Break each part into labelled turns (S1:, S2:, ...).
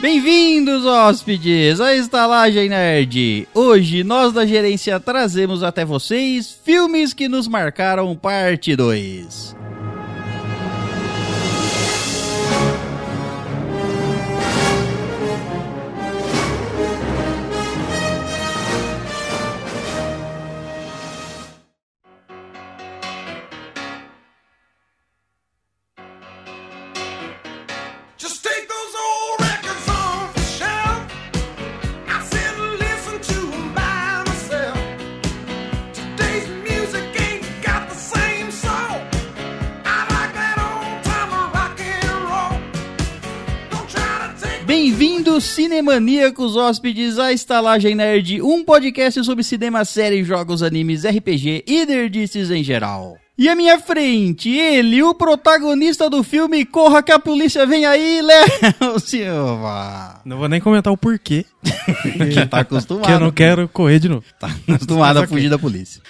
S1: Bem-vindos, hóspedes, à Estalagem Nerd! Hoje, nós da gerência trazemos até vocês filmes que nos marcaram parte 2.
S2: Just take those old records off the shelf. I sit and listen to 'em by myself. Today's music ain't got the same soul. I like that old timer rock and roll. Don't try to take.
S1: Bem-vindos, cinemaníacos hóspedes, à Estalagem Nerd, um podcast sobre cinema, séries, jogos, animes, RPG e nerdices em geral. E à minha frente, ele, o protagonista do filme Corra que a Polícia Vem Aí, Léo Silva.
S3: Não vou nem comentar o porquê,
S1: Que tá acostumado.
S3: que eu não quero correr de novo.
S1: Tá acostumado a fugir da polícia.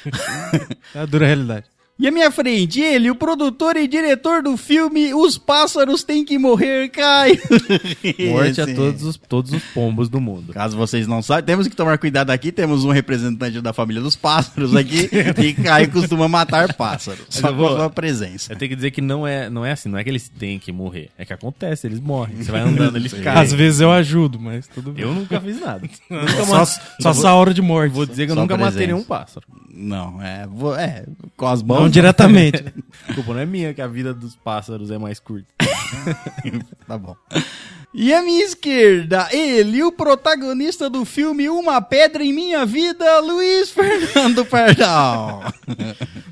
S3: É a dura realidade.
S1: E à minha frente, ele, o produtor e diretor do filme Os Pássaros Têm Que Morrer, Caio.
S3: Morte a
S1: Esse.
S3: todos os, todos os pombos do mundo.
S1: Caso vocês não saibam, temos que tomar cuidado aqui. Temos um representante da família dos pássaros aqui e Caio costuma matar pássaros. Só
S4: eu vou-
S1: com a sua presença.
S4: Eu tenho que dizer que não é, não é assim, não é que eles têm que morrer. É que acontece, eles morrem. Você vai andando, eles caem.
S3: Às vezes eu ajudo, mas tudo bem.
S4: Eu nunca fiz nada.
S3: Só-
S4: Nunca
S3: só
S4: ma-
S3: só essa hora de morte.
S4: Vou dizer que eu
S1: só
S4: nunca matei
S1: presença.
S4: nenhum pássaro.
S1: Não, é, vou- é, com as
S3: não
S1: mãos.
S3: diretamente.
S4: A culpa não é minha, que a vida dos pássaros é mais curta.
S1: Tá bom. E à minha esquerda, ele, o protagonista do filme Uma Pedra em Minha Vida, Luiz Fernando Pardal.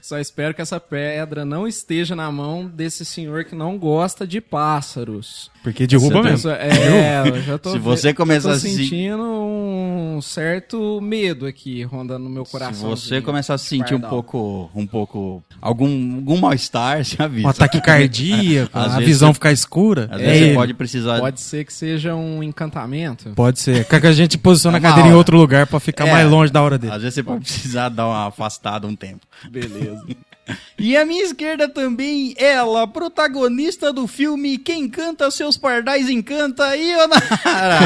S5: Só espero que essa pedra não esteja na mão desse senhor que não gosta de pássaros.
S3: Porque derruba
S5: Essa
S3: mesmo.
S5: pessoa- É, eu já tô
S1: Se você começar
S5: tô
S1: a se-
S5: sentindo um certo medo aqui rondando no meu coração.
S1: Se você começar a se sentir um
S5: Pardal.
S1: pouco, um pouco, algum, algum mal-estar, se avisa.
S3: Um
S4: tá
S3: ataque cardíaco,
S1: Às
S3: a
S1: vezes
S3: visão
S1: você-
S3: ficar escura.
S1: Às
S3: É
S1: vezes você
S3: ele.
S1: pode precisar...
S5: Pode ser que seja um encantamento.
S3: Pode ser. Quer que a gente posiciona a
S1: É uma
S3: cadeira em
S1: hora.
S3: outro lugar pra ficar
S1: É.
S3: mais longe da hora dele.
S1: Às vezes você pode precisar dar uma afastada um tempo. Beleza. e à minha esquerda também, ela, protagonista do filme Quem Canta Seus Pardais Encanta, Ionara.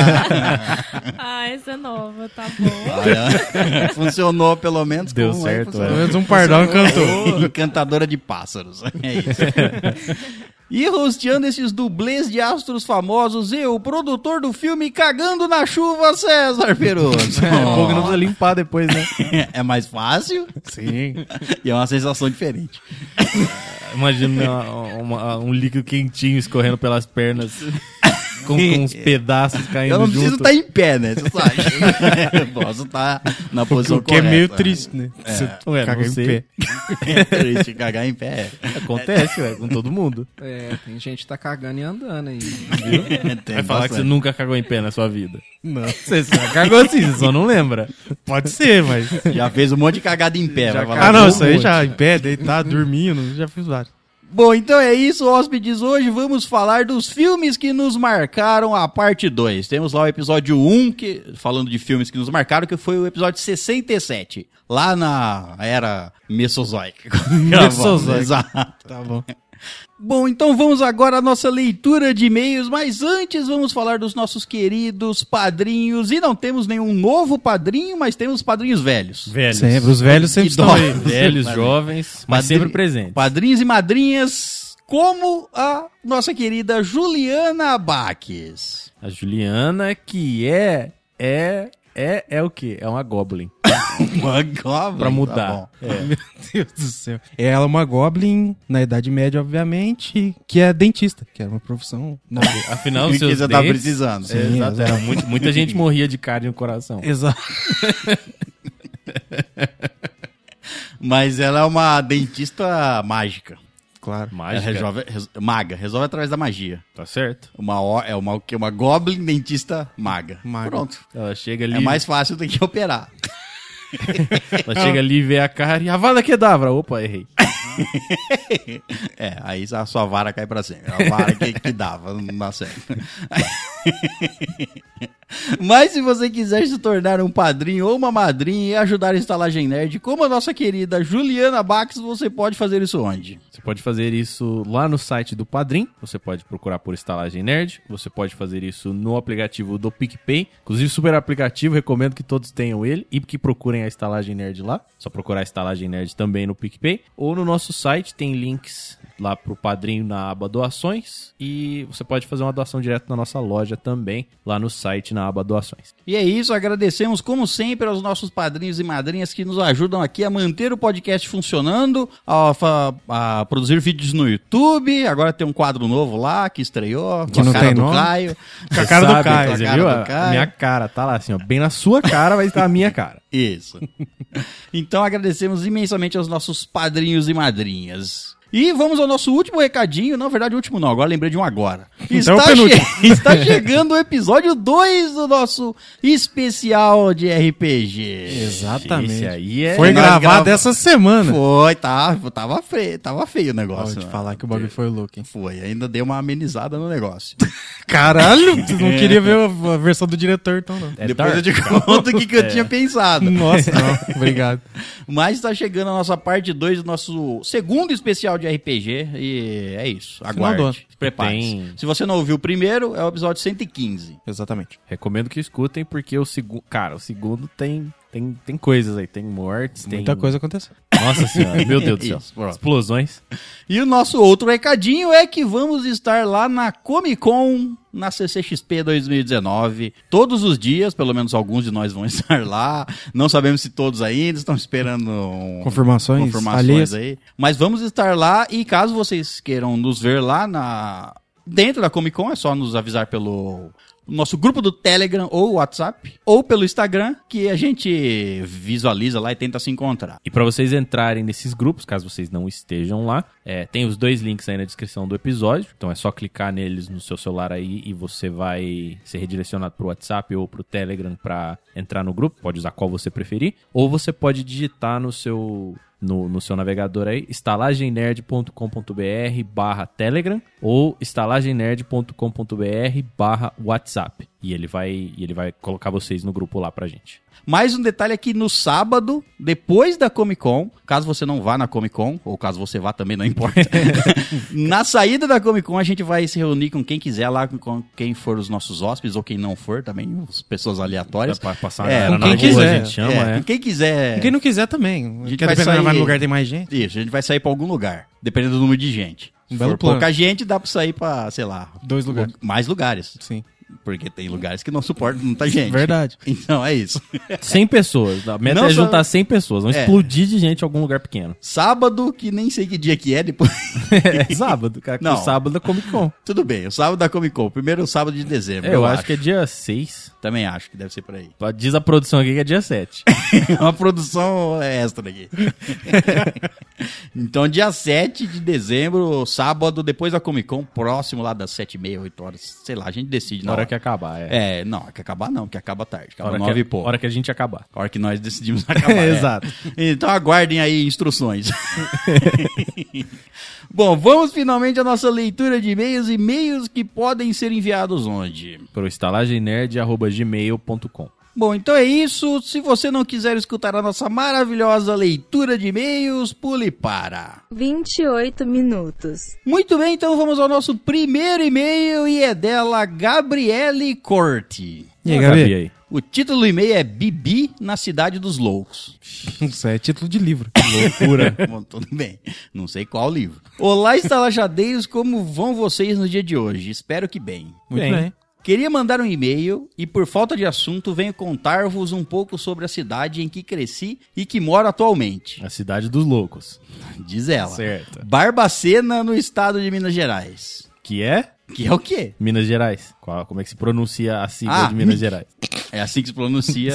S6: Ah, essa é nova, tá bom.
S1: Olha, Funcionou pelo menos.
S4: Deu
S1: como
S4: certo, é.
S3: Pelo
S1: funcionou.
S3: menos um pardal encantou.
S1: Encantadora de pássaros. É isso. E rosteando esses dublês de astros famosos, eu, produtor do filme Cagando na Chuva, César Peroso.
S3: É,
S4: O fogo não precisa limpar depois, né?
S1: é mais fácil
S4: Sim.
S1: e é uma sensação diferente.
S4: Imagina né, uma- uma- um líquido quentinho escorrendo pelas pernas. Com, com uns pedaços caindo
S1: Eu não preciso
S4: junto.
S1: estar em pé, né? Você sabe. Eu posso estar na posição
S3: O que é meio
S1: correta.
S3: triste, né? Você
S4: Ué,
S3: caga
S4: não
S3: em
S4: sei.
S3: pé.
S1: É triste cagar em pé.
S4: Acontece, ué, com todo mundo.
S5: É, tem gente que tá cagando e andando aí.
S1: Tem
S4: Vai falar que você
S1: bastante.
S4: nunca cagou em pé na sua vida.
S3: Não.
S4: Você só cagou sim, você só não lembra.
S3: Pode ser, mas.
S1: Já fez um monte de cagada em pé. vai falar
S3: Ah,
S1: que
S3: não,
S1: não
S3: isso aí
S1: pode.
S3: já em pé, deitado, dormindo, já fiz vários.
S1: Bom, então é isso, hóspedes. Hoje vamos falar dos filmes que nos marcaram a parte 2. Temos lá o episódio 1, que, falando de filmes que nos marcaram, que foi o episódio 67. Lá na era Mesozoica.
S3: Mesozoica.
S1: Exato.
S3: Tá bom.
S1: Bom, então vamos agora à nossa leitura de e-mails, mas antes vamos falar dos nossos queridos padrinhos. E não temos nenhum novo padrinho, mas temos padrinhos velhos.
S4: Velhos.
S3: Sempre, os velhos sempre estão
S1: Idosos.
S3: aí.
S4: Velhos, jovens, mas
S1: Padri-
S4: sempre presentes.
S1: Padrinhos e madrinhas, como a nossa querida Juliana Baques.
S4: A Juliana, que é. É. É, é o quê? É uma Goblin.
S1: Uma goblin,
S4: Pra mudar.
S1: tá
S4: É.
S3: Deus do céu. Ela é uma goblin, na Idade Média, obviamente, que é dentista, que era uma profissão nova.
S4: Afinal,
S1: O
S4: É os
S1: que
S4: seus
S1: você tá
S4: dentes...
S1: precisando?
S4: É,
S3: Sim,
S4: exato, era muito- muita gente morria de cárie no coração.
S3: Exato.
S1: Mas ela é uma dentista mágica.
S3: Claro.
S1: Ela
S4: Mágica.
S1: resolve, res- maga, resolve através da magia.
S4: Tá certo.
S1: Uma, o- é uma, o quê? uma goblin dentista maga.
S3: Maga.
S1: Pronto.
S4: Ela chega ali,
S1: É mais fácil do que operar.
S4: ela chega ali e vê a cárie. A vada que dava. Opa, errei.
S1: É, aí a sua vara cai pra sempre. A vara que, que dava, não dá certo. Mas se você quiser se tornar um padrinho ou uma madrinha e ajudar a Estalagem Nerd, como a nossa querida Juliana Bax, você pode fazer isso onde?
S4: Você pode fazer isso lá no site do Padrim, você pode procurar por Estalagem Nerd, você pode fazer isso no aplicativo do PicPay, inclusive super aplicativo, recomendo que todos tenham ele e que procurem a Estalagem Nerd lá, só procurar a Estalagem Nerd também no PicPay, ou no nosso site tem links lá pro Padrim na aba doações e você pode fazer uma doação direto na nossa loja também, lá no site na aba doações.
S1: E é isso, agradecemos como sempre aos nossos padrinhos e madrinhas que nos ajudam aqui a manter o podcast funcionando, a, fa- a produzir vídeos no YouTube, agora tem um quadro novo lá que estreou,
S3: Que não tem nome.
S1: Caio.
S4: Com
S3: a cara do Caio.
S4: Você
S1: Com a cara
S4: viu?
S1: do
S4: A
S1: Caio.
S4: minha cara, tá lá assim, ó. Bem na sua cara vai estar a minha cara.
S1: Isso. então agradecemos imensamente aos nossos padrinhos e madrinhas. E vamos ao nosso último recadinho. Na verdade, último não, agora lembrei de um agora.
S3: Então é o
S1: está,
S3: penúltimo.
S1: che- está chegando o episódio 2 do nosso especial de RPG.
S3: Exatamente.
S4: Esse aí é.
S3: Foi
S1: nós
S3: gravado
S1: grava-
S3: essa semana.
S1: Foi, tá, tava feio, tava feio o
S3: Ó, Vou
S1: negócio.
S3: te
S1: né?
S3: falar que o bagulho foi louco, hein?
S1: Foi, ainda deu uma amenizada no negócio.
S3: Caralho, vocês não queriam ver a a versão do diretor, então não.
S4: É
S1: Depois eu
S4: dark.
S1: te conto o que, que eu tinha pensado.
S3: Nossa, É. não. Obrigado.
S1: Mas tá chegando a nossa parte 2 do nosso segundo especial de RPG. E é isso.
S3: do
S1: Aguarde.
S3: ano.
S1: Prepare-se.
S4: Tem.
S1: Se você não ouviu o primeiro, é o episódio 115.
S3: Exatamente.
S4: Recomendo que escutem, porque o segundo. Cara, o segundo tem, tem, tem coisas aí. Tem mortes, tem.
S3: Muita coisa aconteceu.
S4: Nossa senhora, meu Deus do céu.
S1: Isso, pronto.
S4: Explosões.
S1: E o nosso outro recadinho é que vamos estar lá na Comic Con, na CCXP 2019, todos os dias, pelo menos alguns de nós vão estar lá. Não sabemos se todos ainda, estão esperando um-
S3: Confirmações
S1: confirmações
S3: alheias.
S1: aí. Mas vamos estar lá e caso vocês queiram nos ver lá na dentro da Comic Con, é só nos avisar pelo nosso grupo do Telegram ou WhatsApp ou pelo Instagram que a gente visualiza lá e tenta se encontrar.
S4: E pra vocês entrarem nesses grupos, caso vocês não estejam lá, é, tem os dois links aí na descrição do episódio. Então é só clicar neles no seu celular aí e você vai ser redirecionado pro WhatsApp ou pro Telegram pra entrar no grupo. Pode usar qual você preferir. Ou você pode digitar no seu no, no seu navegador aí, estalagemnerd.com.br barra Telegram ou estalagemnerd.com.br barra WhatsApp. E ele vai, e ele vai colocar vocês no grupo lá pra gente.
S1: Mais um detalhe é que no sábado, depois da Comic Con, caso você não vá na Comic Con, ou caso você vá também, não importa. na saída da Comic Con, a gente vai se reunir com quem quiser lá, com quem for os nossos hóspedes, ou quem não for também, as pessoas aleatórias.
S4: Pra passar
S1: É,
S4: na,
S1: com
S4: na
S1: quem
S4: rua,
S3: quiser.
S4: a gente chama,
S1: É,
S4: é.
S1: com Quem quiser.
S3: Quem não quiser também.
S1: gente
S3: Quer
S1: vai
S3: depender,
S1: sair-
S3: vai no lugar tem mais gente.
S1: Isso, a gente vai sair pra algum lugar, dependendo do número de gente.
S3: Um
S1: Se
S3: belo
S1: for
S3: plano.
S1: pouca gente, dá pra sair pra, sei lá,
S3: Dois lugares.
S1: mais lugares.
S3: Sim.
S1: Porque tem lugares que não suportam muita gente.
S3: Verdade.
S1: Então é isso.
S4: 100 pessoas. A meta
S1: Não
S4: é
S1: só-
S4: juntar 100 pessoas. Vamos
S1: É.
S4: explodir de gente em algum lugar pequeno.
S1: Sábado, que nem sei que dia que é, depois.
S4: É sábado, cara.
S1: Não.
S4: Não. Sábado é Comic Con.
S1: Tudo bem, o sábado da Comic Con, primeiro sábado de dezembro.
S4: É, eu acho que é dia 6.
S1: Também acho que deve ser por aí.
S4: Diz a produção aqui que é dia 7.
S1: É uma produção extra aqui. então, dia 7 de dezembro, sábado, depois da Comic Con, próximo lá das 7 e meia, 8 horas, sei lá, a gente decide na
S4: Na hora
S1: hora.
S4: que acabar, é.
S1: É, não, é que acabar não, que acaba tarde,
S4: A
S1: acaba
S4: hora
S1: 9
S4: que, é
S1: e pouco.
S4: hora que a gente acabar.
S1: A hora que nós decidimos acabar. é.
S4: Exato.
S1: Então aguardem aí instruções. Bom, vamos finalmente à nossa leitura de e-mails, e-mails que podem ser enviados onde?
S4: Pro estalagemnerd.gmail.com
S1: Bom, então é isso. Se você não quiser escutar a nossa maravilhosa leitura de e-mails, pule para.
S7: 28 minutos.
S1: Muito bem, então vamos ao nosso primeiro e-mail e é dela Gabriele Corte.
S3: E aí,
S4: Ah, Gabi,
S3: Gabi?
S4: aí.
S1: O título do e-mail é Bibi na Cidade dos Loucos.
S3: Isso é título de livro.
S1: Loucura. Bom, tudo bem. Não sei qual livro. Olá, estalajadeiros, como vão vocês no dia de hoje? Espero que bem.
S3: Muito
S4: Bem.
S3: bem.
S1: Queria mandar um e-mail e, por falta de assunto, venho contar-vos um pouco sobre a cidade em que cresci e que moro atualmente.
S4: A cidade dos loucos.
S1: Diz ela.
S4: Certo.
S1: Barbacena, no estado de Minas Gerais.
S4: Que é
S1: Que é o quê?
S4: Minas Gerais. Qual- como é que se pronuncia a sigla
S1: Ah,
S4: de Minas
S1: mi-
S4: Gerais?
S1: É assim que se pronuncia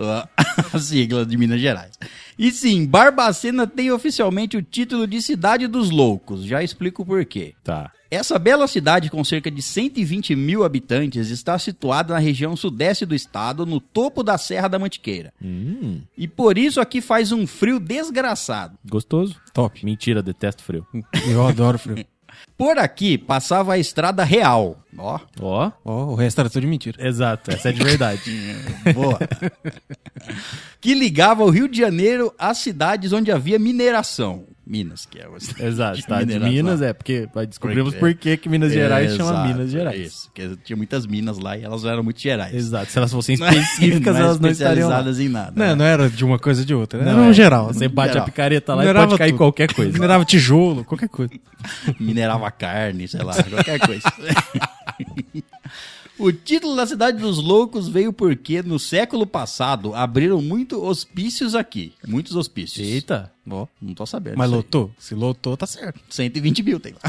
S1: a, a sigla de Minas Gerais. E sim, Barbacena tem oficialmente o título de Cidade dos Loucos. Já explico por quê.
S4: Tá.
S1: Essa bela cidade com cerca de 120 mil habitantes está situada na região sudeste do estado, no topo da Serra da Mantiqueira.
S4: Hum,
S1: E por isso aqui faz um frio desgraçado.
S4: gostoso. Top. Mentira, detesto frio.
S3: Eu adoro frio.
S1: Por aqui passava a estrada real. Ó,
S4: Ó.
S3: Ó, o resto era tudo de mentira.
S4: Exato, essa é de verdade.
S1: boa. que ligava o Rio de Janeiro às cidades onde havia mineração. Minas, que é o
S4: Exato, tá? De
S1: mineração.
S4: Minas, é, porque nós descobrimos
S1: Porque-
S4: por que que Minas Gerais chama
S1: Exato, é
S4: Minas Gerais.
S1: Isso, porque tinha muitas minas lá e elas eram muito gerais.
S4: Exato, se elas fossem específicas,
S1: é
S4: elas não estariam lá.
S1: especializadas em nada.
S3: Não,
S1: né?
S3: não era de uma coisa ou de outra. Era
S4: Não,
S3: um
S4: é.
S3: geral.
S4: Você
S3: né?
S4: bate
S1: Geral.
S4: a picareta lá e
S3: Minerava
S4: pode cair
S3: tudo.
S4: qualquer coisa. É
S3: Minerava tijolo, qualquer coisa.
S1: Minerava carne, sei lá, qualquer coisa. O título da Cidade dos Loucos veio porque no século passado abriram muito hospícios aqui. Muitos hospícios.
S4: Eita.
S1: Ó, não tô sabendo.
S3: Mas
S1: isso aí.
S3: lotou? Se lotou, tá certo.
S1: 120 mil tem lá.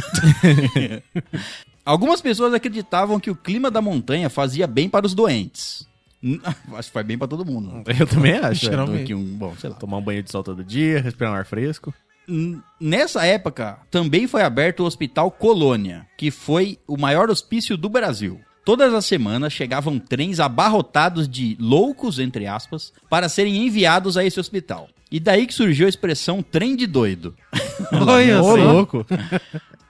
S1: Algumas pessoas acreditavam que o clima da montanha fazia bem para os doentes. Hum, Acho que faz bem para todo mundo. né?
S4: Eu também acho.
S1: Tô
S4: é.
S3: Geralmente.
S1: aqui um- bom, sei lá.
S4: Tomar um banho de sol todo dia, respirar um ar fresco.
S1: N- Nessa época, também foi aberto o Hospital Colônia, que foi o maior hospício do Brasil. Todas as semanas chegavam trens abarrotados de loucos, entre aspas, para serem enviados a esse hospital. E daí que surgiu a expressão trem de doido.
S3: Olha
S4: Ô, louco.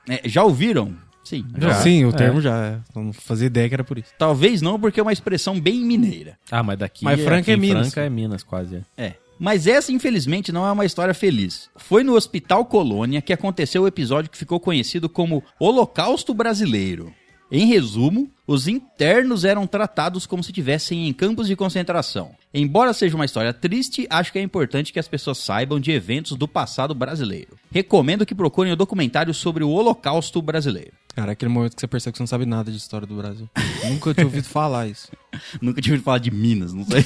S1: É, já ouviram? Sim.
S4: Já.
S3: Sim, o
S4: É.
S3: termo já. é. Não fazia ideia que era por isso.
S1: Talvez não, porque é uma expressão bem mineira.
S4: Ah, mas daqui.
S3: Mas Franca
S4: aqui
S3: é
S4: em
S3: Minas.
S4: Franca é Minas, quase. é.
S1: É. Mas essa, infelizmente, não é uma história feliz. Foi no Hospital Colônia que aconteceu o episódio que ficou conhecido como Holocausto Brasileiro. Em resumo, os internos eram tratados como se estivessem em campos de concentração. Embora seja uma história triste, acho que é importante que as pessoas saibam de eventos do passado brasileiro. Recomendo que procurem o documentário sobre o Holocausto Brasileiro.
S3: Cara, é aquele momento que você percebe que você não sabe nada de história do Brasil. Nunca tinha ouvido falar isso.
S1: Nunca tive ouvido falar de Minas, não sei.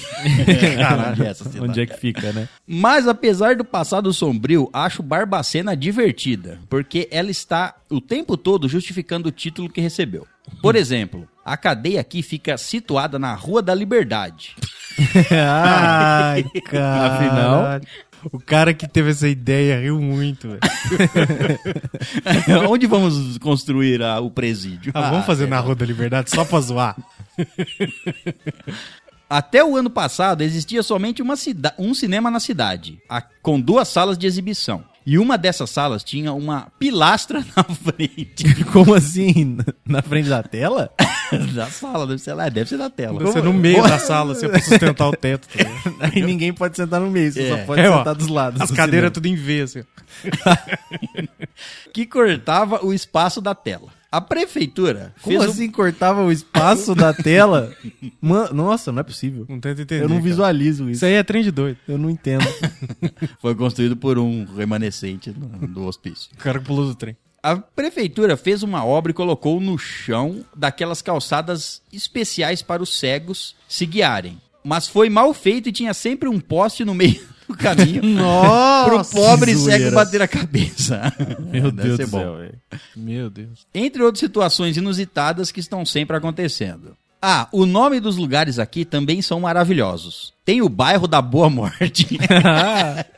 S1: Onde é essa cidade?
S4: Onde é que fica, né?
S1: Mas apesar do passado sombrio, acho Barbacena divertida, porque ela está o tempo todo justificando o título que recebeu.
S3: Hum.
S1: Por exemplo, a cadeia aqui fica situada na Rua da Liberdade.
S3: Ai, cara.
S4: Afinal-
S3: O cara que teve essa ideia riu muito, velho.
S1: Onde vamos construir a- o presídio? é.
S3: Ah, vamos fazer
S4: é.
S3: na Rua da Liberdade só pra zoar.
S1: Até o ano passado existia somente uma cida- um cinema na cidade, a- com duas salas de exibição. E uma dessas salas tinha uma pilastra na frente
S4: Como assim? Na frente da tela?
S1: da sala, deve ser lá, deve ser da tela.
S3: Você no meio da sala, assim, pra sustentar o teto. tá ligado?
S4: Aí ninguém pode sentar no meio, você
S1: É.
S4: só pode
S3: É, ó,
S4: sentar dos lados. né?
S3: As
S4: do
S3: cadeiras tudo em V, assim.
S1: que cortava o espaço da tela. A prefeitura
S4: Como
S1: fez um-
S4: assim cortava o espaço da tela? Mano, nossa, não é possível.
S3: Não tenta entender.
S4: Eu não
S3: cara.
S4: visualizo isso.
S3: Isso aí é trem de doido.
S4: Eu não entendo.
S1: foi construído por um remanescente do do hospício.
S3: O cara que pulou do trem.
S1: A prefeitura fez uma obra e colocou no chão daquelas calçadas especiais para os cegos se guiarem. Mas foi mal feito e tinha sempre um poste no meio do caminho pro
S4: Nossa!
S1: pobre cego
S4: zoeira.
S1: bater a cabeça.
S4: Meu
S1: É, Deve
S4: Deus
S1: ser
S4: do
S1: bom.
S4: céu, velho.
S3: Meu Deus.
S1: Entre outras situações inusitadas que estão sempre acontecendo. Ah, o nome dos lugares aqui também são maravilhosos. Tem o bairro da Boa Morte.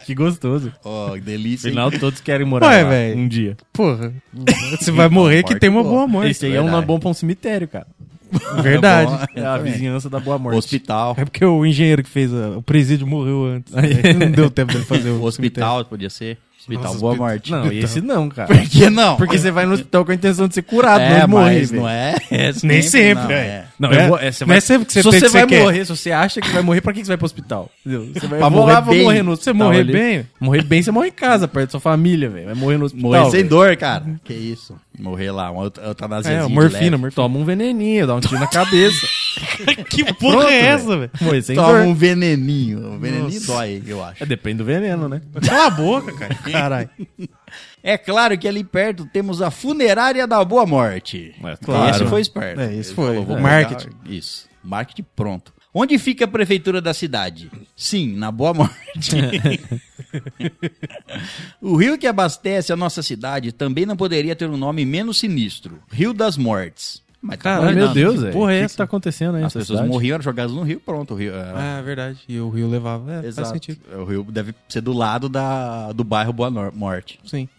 S4: que gostoso.
S1: Ó, que delícia. hein?
S4: Afinal, todos querem morar
S3: Ué,
S4: lá
S3: velho.
S4: um dia.
S3: Porra. Você vai morrer que tem uma boa morte.
S4: Esse aí é um
S1: verdade.
S4: nome bom pra um cemitério, cara.
S3: Verdade.
S4: É a vizinhança da Boa Morte.
S1: Hospital.
S3: É porque o engenheiro que fez a- o presídio morreu antes. Aí não deu tempo dele fazer o
S1: O hospital podia ser. Hospital
S3: Nossa,
S1: Boa
S3: hospital.
S1: Morte.
S4: Não, esse não, cara.
S1: Por que não?
S4: Porque você vai no hospital com a intenção de ser curado,
S1: é,
S4: não de morrer,
S1: mas
S4: velho.
S1: não é.
S3: Nem sempre,
S1: não,
S3: é.
S1: é.
S4: Não,
S3: Não é-
S4: eu vou- é, você
S3: não é sempre que você
S4: se
S3: tem que
S4: você
S3: você
S4: vai
S3: quer.
S4: morrer, se você acha que vai morrer, pra que que você vai pro hospital? Entendeu? Você vai
S1: Pra
S4: vou
S1: morrer
S4: lá, vou
S1: bem.
S4: morrer no
S3: Você
S4: hospital
S3: morrer
S4: ali.
S3: bem?
S4: Morrer bem, você morre em casa, perto da sua família, velho. Vai morrer no hospital.
S1: Morrer sem
S4: velho.
S1: dor, cara. Que isso. Morrer lá, uma eut- eutanasiazinha.
S3: É,
S1: assim, de
S3: morfina,
S1: leve.
S3: morfina.
S4: Toma um veneninho, dá um tiro na cabeça.
S3: Que porra é essa, velho?
S4: Morrer sem
S1: Toma
S4: dor.
S1: um veneninho. O veneninho dói, eu acho.
S4: É, depende do veneno, né?
S3: Cala a boca, cara. Caralho.
S1: É claro que ali perto temos a funerária da Boa Morte.
S4: É,
S1: E Esse
S4: claro.
S1: foi esperto.
S3: É, esse
S1: Ele
S3: foi.
S1: falou, vou
S3: É.
S1: botar-
S3: Marketing.
S1: Isso. Marketing pronto. Onde fica a prefeitura da cidade? Sim, na Boa Morte. o rio que abastece a nossa cidade também não poderia ter um nome menos sinistro. Rio das Mortes. Mas tá
S3: Caralho,
S4: Mas,
S1: combinado.
S4: meu Deus,
S3: que
S4: velho.
S3: porra é
S4: O que,
S3: essa?
S4: que tá acontecendo
S1: As
S4: aí? nessa
S1: pessoas
S4: cidade?
S1: morriam, eram jogadas no rio, pronto. O rio, é,
S3: Ah, é verdade. E o Rio levava. É, faz
S1: exato.
S3: sentido.
S1: O rio deve ser do lado da, do bairro Boa Nor- Morte.
S3: Sim.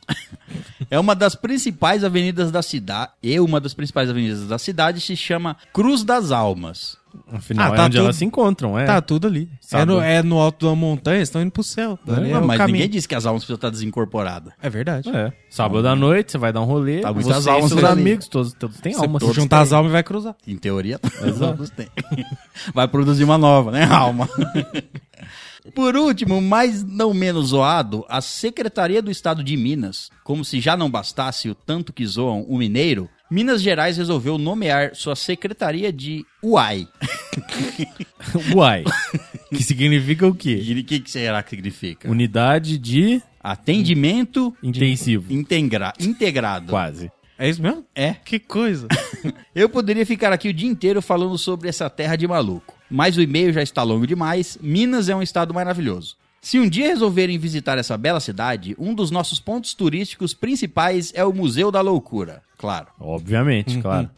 S1: É uma das principais avenidas da cidade. E uma das principais avenidas da cidade se chama Cruz das Almas.
S4: Afinal,
S3: Ah,
S4: é
S3: tá
S4: onde
S3: tudo-
S4: elas se encontram, é.
S3: Tá tudo ali. É
S4: Sábado.
S3: no, é no alto da montanha, eles estão indo pro céu. Ali
S1: Ué,
S3: é, o
S1: Ah, mas
S3: caminho.
S1: ninguém disse que as almas precisam estar desincorporadas.
S3: é verdade.
S4: É. Sábado à noite, você vai dar um rolê.
S1: Tá muitas
S4: você e
S1: almas
S4: seus
S1: ali.
S4: amigos, todos, todos têm alma. assim,
S3: Se juntar as almas e vai cruzar.
S1: Em teoria, as almas têm. Vai produzir uma nova, né, alma? Por último, mas não menos zoado, a Secretaria do Estado de Minas, como se já não bastasse o tanto que zoam o mineiro, Minas Gerais resolveu nomear sua secretaria de UAI.
S4: Uai. Que significa o quê?
S1: E o que que será que significa?
S4: Unidade de
S1: Atendimento
S4: intensivo.
S1: integra- integrado.
S4: Quase.
S3: É isso mesmo?
S1: É.
S3: Que coisa.
S1: Eu poderia ficar aqui o dia inteiro falando sobre essa terra de maluco, mas o e-mail já está longo demais. Minas é um estado maravilhoso. Se um dia resolverem visitar essa bela cidade, um dos nossos pontos turísticos principais é o Museu da Loucura, claro.
S4: Obviamente, claro.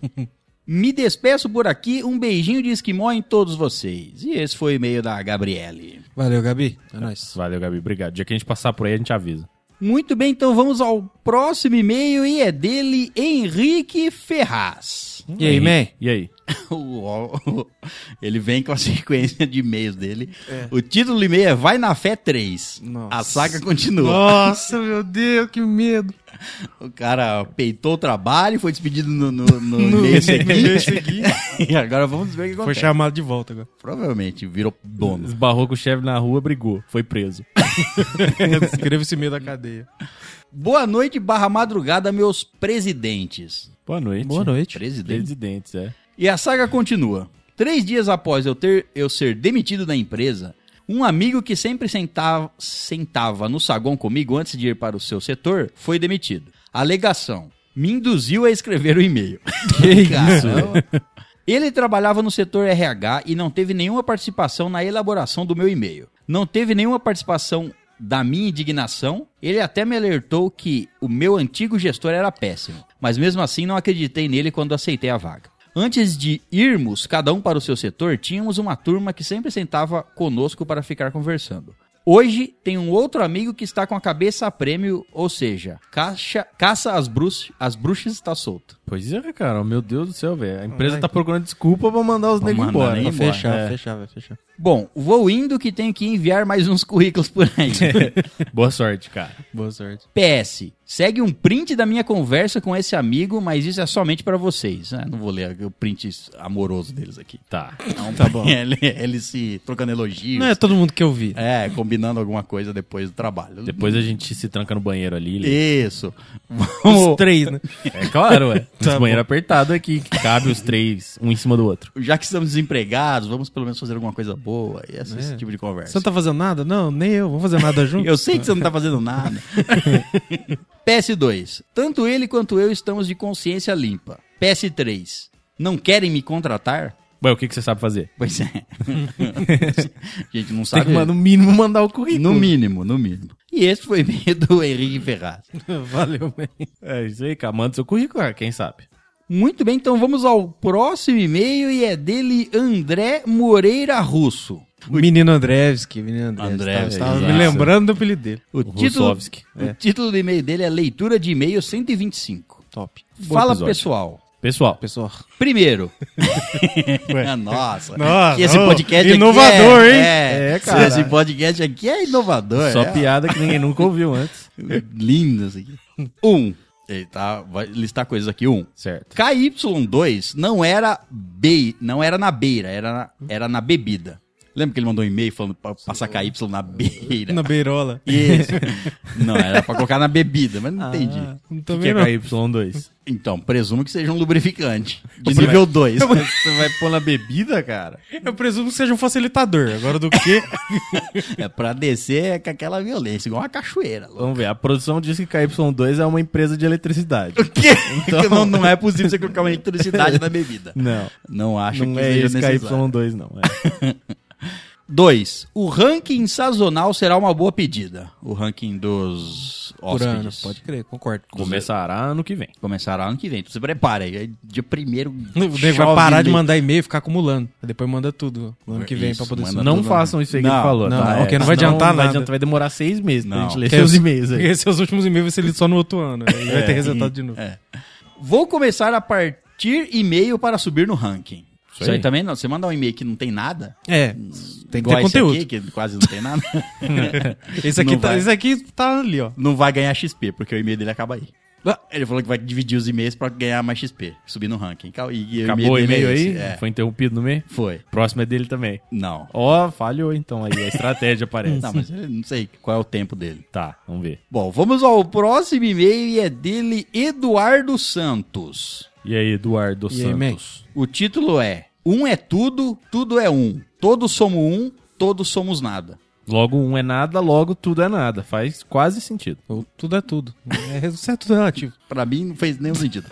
S1: Me despeço por aqui, um beijinho de esquimó em todos vocês. E esse foi o e-mail da Gabriele.
S3: Valeu, Gabi. É nóis.
S4: Valeu, Gabi. Obrigado. Dia que a gente passar por aí, a gente avisa.
S1: Muito bem, então vamos ao próximo e-mail e é dele Henrique Ferraz.
S3: E aí, man?
S4: E aí?
S1: O- o- ele vem com a sequência de e-mails dele. O título do e-mail é Vai na Fé 3.
S3: Nossa.
S1: A saga continua.
S3: Nossa, meu Deus, que medo.
S1: O cara peitou o trabalho, foi despedido no, no, no e-mail seguinte. E agora vamos ver o que
S3: Foi
S1: acontece.
S3: chamado de volta agora.
S1: Provavelmente virou dono.
S4: Esbarrou com o chefe na rua, brigou. Foi preso.
S3: Escreva esse meio da cadeia.
S1: Boa noite barra madrugada, meus presidentes.
S4: Boa noite.
S3: Boa noite.
S1: Presidente.
S4: Presidentes, é.
S1: E a saga continua. Três dias após eu ter eu ser demitido da empresa, um amigo que sempre sentava, sentava no saguão comigo antes de ir para o seu setor foi demitido. Alegação: me induziu a escrever o e-mail. Que isso? Ele trabalhava no setor RH e não teve nenhuma participação na elaboração do meu e-mail. Não teve nenhuma participação da minha indignação. Ele até me alertou que o meu antigo gestor era péssimo, mas mesmo assim não acreditei nele quando aceitei a vaga. Antes de irmos, cada um para o seu setor, tínhamos uma turma que sempre sentava conosco para ficar conversando. Hoje tem um outro amigo que está com a cabeça a prêmio, ou seja, caixa- caça as, bruxas, as bruxas está solto.
S4: Pois é, cara. Meu Deus do céu, velho. A empresa tá procurando desculpa pra mandar os negros embora.
S1: nem
S4: Pra
S1: embora.
S4: fechar, é.
S3: fechar, vai fechar.
S1: Bom, vou indo que tenho que enviar mais uns currículos por aí.
S4: Boa sorte, cara.
S3: Boa sorte.
S1: PS, segue um print da minha conversa com esse amigo, mas isso é somente pra vocês. Ah, não vou ler o print amoroso deles aqui.
S4: Tá.
S1: tá bom. Ele, ele se trocando elogios.
S3: Não é todo mundo que eu vi.
S1: É, combinando alguma coisa depois do trabalho.
S4: Depois a gente se tranca no banheiro ali. né?
S1: Isso.
S3: Os
S1: Vamos.
S3: três, né?
S4: É claro, ué. Esse
S3: bom.
S4: banheiro apertado aqui, que cabe os três, um em cima do outro.
S1: Já que estamos desempregados, vamos pelo menos fazer alguma coisa boa. E esse, esse tipo de conversa.
S3: Você não tá fazendo nada? Não, nem eu. Vamos fazer nada junto?
S1: Eu sei que você não tá fazendo nada. PS2. Tanto ele quanto eu estamos de consciência limpa. PS3. Não querem me contratar?
S4: Ué, o que, que você sabe fazer?
S1: Pois é. A gente não
S4: Tem
S1: sabe.
S4: que, mano, no mínimo, mandar o currículo.
S1: No mínimo, no mínimo. E esse foi o e-mail do Henrique Ferraz.
S3: Valeu, man.
S4: É isso aí, cara. Manda seu currículo, cara. Quem sabe?
S1: Muito bem, então vamos ao próximo e-mail e é dele André Moreira Russo.
S3: Menino Andrevski, menino Andrevski.
S1: Andrevski,
S3: Tava- tava
S1: exato.
S3: me lembrando do apelido dele.
S1: O, título,
S4: Russovski.
S1: o título do e-mail dele é Leitura de E-mail 125.
S3: Top.
S1: Fala,
S4: episódio.
S1: pessoal.
S4: Pessoal,
S3: Pessoal.
S1: Primeiro. Nossa.
S3: Nossa,
S1: Que esse
S3: ô,
S1: podcast
S3: inovador,
S1: aqui é,
S3: hein?
S1: É,
S4: É, cara.
S1: Esse podcast aqui é inovador.
S4: só
S1: é
S4: piada que ninguém nunca ouviu antes.
S1: Lindo isso aqui. Um. Ele tá, vai listar coisas aqui. Um.
S4: Certo.
S1: KY2 não era bei, não era na beira, era na, era na bebida. Lembra que ele mandou um e-mail falando pra passar KY na beira?
S3: Na beirola.
S1: Isso. não, era pra colocar na bebida, mas não
S3: Ah.
S1: entendi.
S3: Não
S4: O que, que
S3: também
S4: é
S3: não.
S4: KY2?
S1: Então, presumo que seja um lubrificante. De nível 2.
S4: Você vai pôr na bebida, cara?
S3: Eu presumo que seja um facilitador. Agora do que?
S1: É pra descer com aquela violência, igual uma cachoeira. louco.
S4: Vamos ver. A produção diz que KY2 é uma empresa de eletricidade.
S1: Que? Porque não, não é possível você colocar uma eletricidade na bebida.
S4: Não.
S1: Não acho
S4: não
S1: que
S4: é esse
S1: seja necessário.
S4: KY2, não. É.
S1: 2. O ranking sazonal será uma boa pedida. O ranking dos
S3: Por ano.
S1: hóspedes.
S3: Pode crer, concordo.
S4: Começará ano que vem.
S1: Começará ano que vem. Então se prepara aí. aí Dia primeiro.
S3: O nego vai
S1: chove
S3: parar de
S1: leite.
S3: mandar e-mail e ficar acumulando. Aí Depois manda tudo no ano que vem
S1: Isso,
S3: pra poder
S1: manda
S3: subir.
S1: tudo.
S4: Não façam isso aí que
S1: Não,
S4: ele falou,
S3: não,
S4: tá?
S3: porque não vai
S4: senão
S3: adiantar
S4: não vai
S3: nada.
S4: Vai demorar seis meses pra
S1: Não.
S4: gente ler
S3: Porque
S4: seus
S3: os-
S4: e-mails aí.
S3: Porque seus últimos e-mails É, vai ser lido só no outro ano. Aí vai ter resetado de novo.
S1: Vou começar a partir e-mail para subir no ranking. Isso aí também não. Você mandar um e-mail que não tem nada,
S3: É, tem que
S1: igual
S3: ter
S1: esse
S3: conteúdo.
S1: aqui, que quase não tem nada,
S3: Esse aqui,
S1: Não
S3: tá,
S1: vai.
S3: esse aqui tá ali, ó.
S1: não vai ganhar XP, porque o e-mail dele acaba aí.
S4: Ah.
S1: Ele falou que vai dividir os e-mails pra ganhar mais XP, subir no ranking. Cal- E, e
S4: Acabou o
S1: dele
S4: e-mail
S1: é
S4: aí?
S1: esse, É,
S4: Foi interrompido no meio?
S1: foi.
S4: Próximo é dele também.
S1: Não.
S4: Ó, falhou então aí. A estratégia parece.
S1: Não, mas eu não sei qual é o tempo dele.
S4: Tá, vamos ver.
S1: Bom, vamos ao próximo e-mail e é dele Eduardo Santos.
S4: E aí, Eduardo
S3: E aí,
S4: Santos?
S1: O título é Um é tudo, tudo é um. Todos somos um, todos somos nada.
S4: logo um é nada, logo tudo é nada. Faz quase sentido.
S3: Ou tudo é tudo. É, re- isso é tudo relativo.
S1: Pra mim não fez nenhum sentido.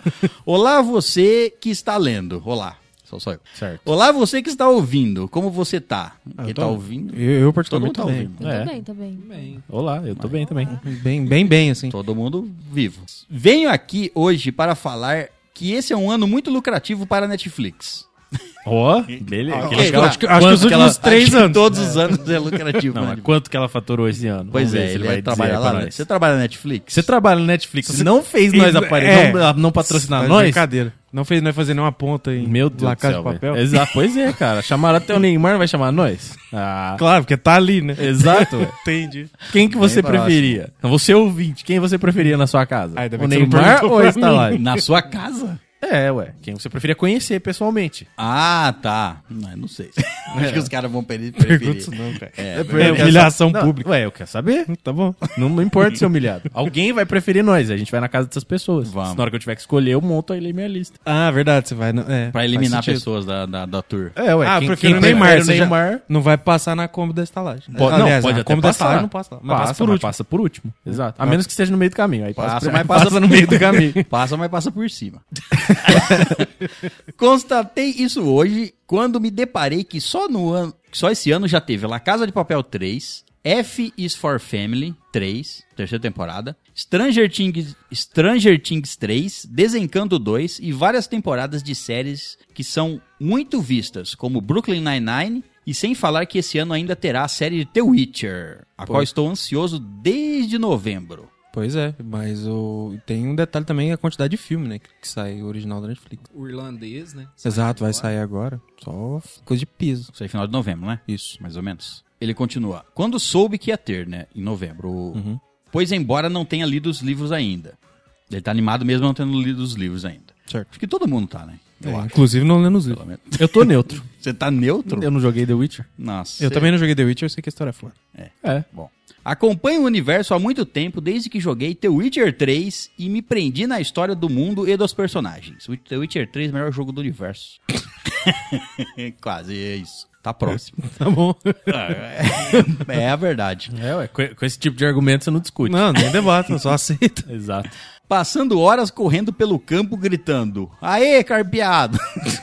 S1: Olá você que está lendo. Olá. Sou só eu.
S4: Certo.
S1: Olá você que está ouvindo. Como você tá? Quem
S3: eu
S1: tá
S3: tô-
S1: ouvindo?
S3: Eu, eu
S1: Todo
S3: particularmente
S1: mundo tá
S3: também.
S1: ouvindo.
S6: Tudo
S4: É.
S6: bem, tá bem.
S5: Bem,
S4: Olá, eu tô bem também.
S3: Bem, bem, bem, assim.
S1: Todo mundo vivo. Venho aqui hoje para falar que esse é um ano muito lucrativo para a Netflix.
S4: Ó, beleza.
S1: Ah,
S4: Que
S1: ok.
S4: legal.
S1: Acho
S3: que- acho que
S4: Quanto
S3: os últimos
S4: ela-
S3: Três
S1: Acho que
S3: anos.
S1: Todos os anos é lucrativo.
S4: Não,
S1: né?
S4: mas quanto que ela faturou esse ano?
S1: Pois
S4: Vamos ver
S1: é,
S4: se
S1: ele
S4: vai
S1: vai
S4: dizer
S1: trabalhar
S4: aí
S1: lá.
S4: pra
S1: né?
S4: nós.
S1: Você trabalha na Netflix?
S4: Você trabalha no Netflix,
S3: Você-
S4: não fez nós
S3: Ele-
S4: aparecer,
S3: é.
S4: não, não patrocinar
S3: Tá de
S4: nós?
S3: Brincadeira. Não fez nós fazer nenhuma ponta em
S4: Meu Deus
S3: La
S4: do
S3: Casa
S4: céu,
S3: de Papel.
S4: velho. Exato, pois é, cara. Chamaram até o Neymar, vai chamar nós? Ah,
S3: Claro, porque tá ali, né?
S4: exato. velho.
S3: Entendi.
S4: Quem que você
S1: próximo.
S4: preferia? Não, Você é ouvinte, quem você preferia na sua casa?
S3: Ah, ainda bem
S4: o
S3: que você não
S4: Neymar
S3: perguntou
S4: ou
S3: pra
S4: a Stalagem?
S1: Na sua casa?
S4: É, ué. Quem você preferia conhecer pessoalmente?
S1: Ah, tá. Não, eu não sei. Acho que os caras vão pre-
S3: Pergunta
S1: preferir.
S3: isso não, cara.
S1: É,
S3: É,
S1: verdade.
S4: eu quero
S3: humilhação
S4: Não,
S3: pública.
S4: Ué, eu quero saber.
S3: Tá bom.
S4: Não me importa ser humilhado. Alguém vai preferir nós, a gente vai na casa dessas pessoas.
S1: Vamos.
S4: Na hora que eu tiver que escolher, eu monto aí minha lista.
S3: Ah, verdade, você vai... na- É,
S1: Pra eliminar
S3: faz sentido.
S1: pessoas da, da, da tour.
S4: É, ué.
S3: Ah,
S4: quem,
S3: prefiro
S4: quem
S3: o Neymar.
S4: prefere
S3: você já
S4: Neymar...
S3: Não vai passar na Kombi da estalagem.
S4: Pode, não,
S3: Aliás,
S4: pode
S3: na
S4: até
S3: Kombi da
S4: passar.
S3: estalagem não passa lá. Mas passa, por
S4: mas
S3: último.
S4: passa por último. Exato. A
S3: Mas-
S4: menos que esteja no meio do caminho. Aí
S1: Passa,
S4: passa,
S1: mas
S4: passa
S1: passa
S4: no meio do caminho.
S1: Passa, mas passa por cima. Constatei isso hoje quando me deparei que só no ano, que só esse ano já teve La Casa de Papel 3, F is for Family 3, terceira temporada, Stranger Things, Stranger Things 3, Desencanto 2 e várias temporadas de séries que são muito vistas, como Brooklyn Nine-Nine e sem falar que esse ano ainda terá a série The Witcher, a qual estou ansioso desde novembro.
S3: Pois é, mas o... tem um detalhe também, a quantidade de filme, né? Que que sai original da Netflix.
S5: o irlandês, né?
S3: Exato, vai
S5: agora.
S3: sair agora. Só coisa de piso.
S1: Isso aí final de novembro, né?
S3: Isso.
S1: mais ou menos. Ele continua. Quando soube que ia ter, né? Em novembro. o-
S3: Uhum.
S1: Pois embora não tenha lido os livros ainda. Ele tá animado mesmo não tendo lido os livros ainda.
S3: Certo. É,
S1: Acho que todo mundo tá, né? Eu acho.
S3: Inclusive não lendo os
S1: Pelo
S3: livros.
S1: menos.
S4: Eu tô neutro.
S1: Você tá neutro?
S4: Eu não joguei The Witcher.
S1: Nossa.
S3: Eu
S1: você-
S3: também não joguei The Witcher, eu sei que a história é foda.
S4: É.
S1: Bom. Acompanho o universo há muito tempo, desde que joguei The Witcher 3 e me prendi na história do mundo e dos personagens. O The Witcher 3 é o melhor jogo do universo. Quase é isso. Tá próximo.
S3: Tá bom.
S1: é a verdade.
S4: É, ué. Com, com esse tipo de argumento você não discute.
S3: Não, nem debato, eu só aceito.
S4: Exato.
S1: passando horas correndo pelo campo gritando: Aê, carpeado!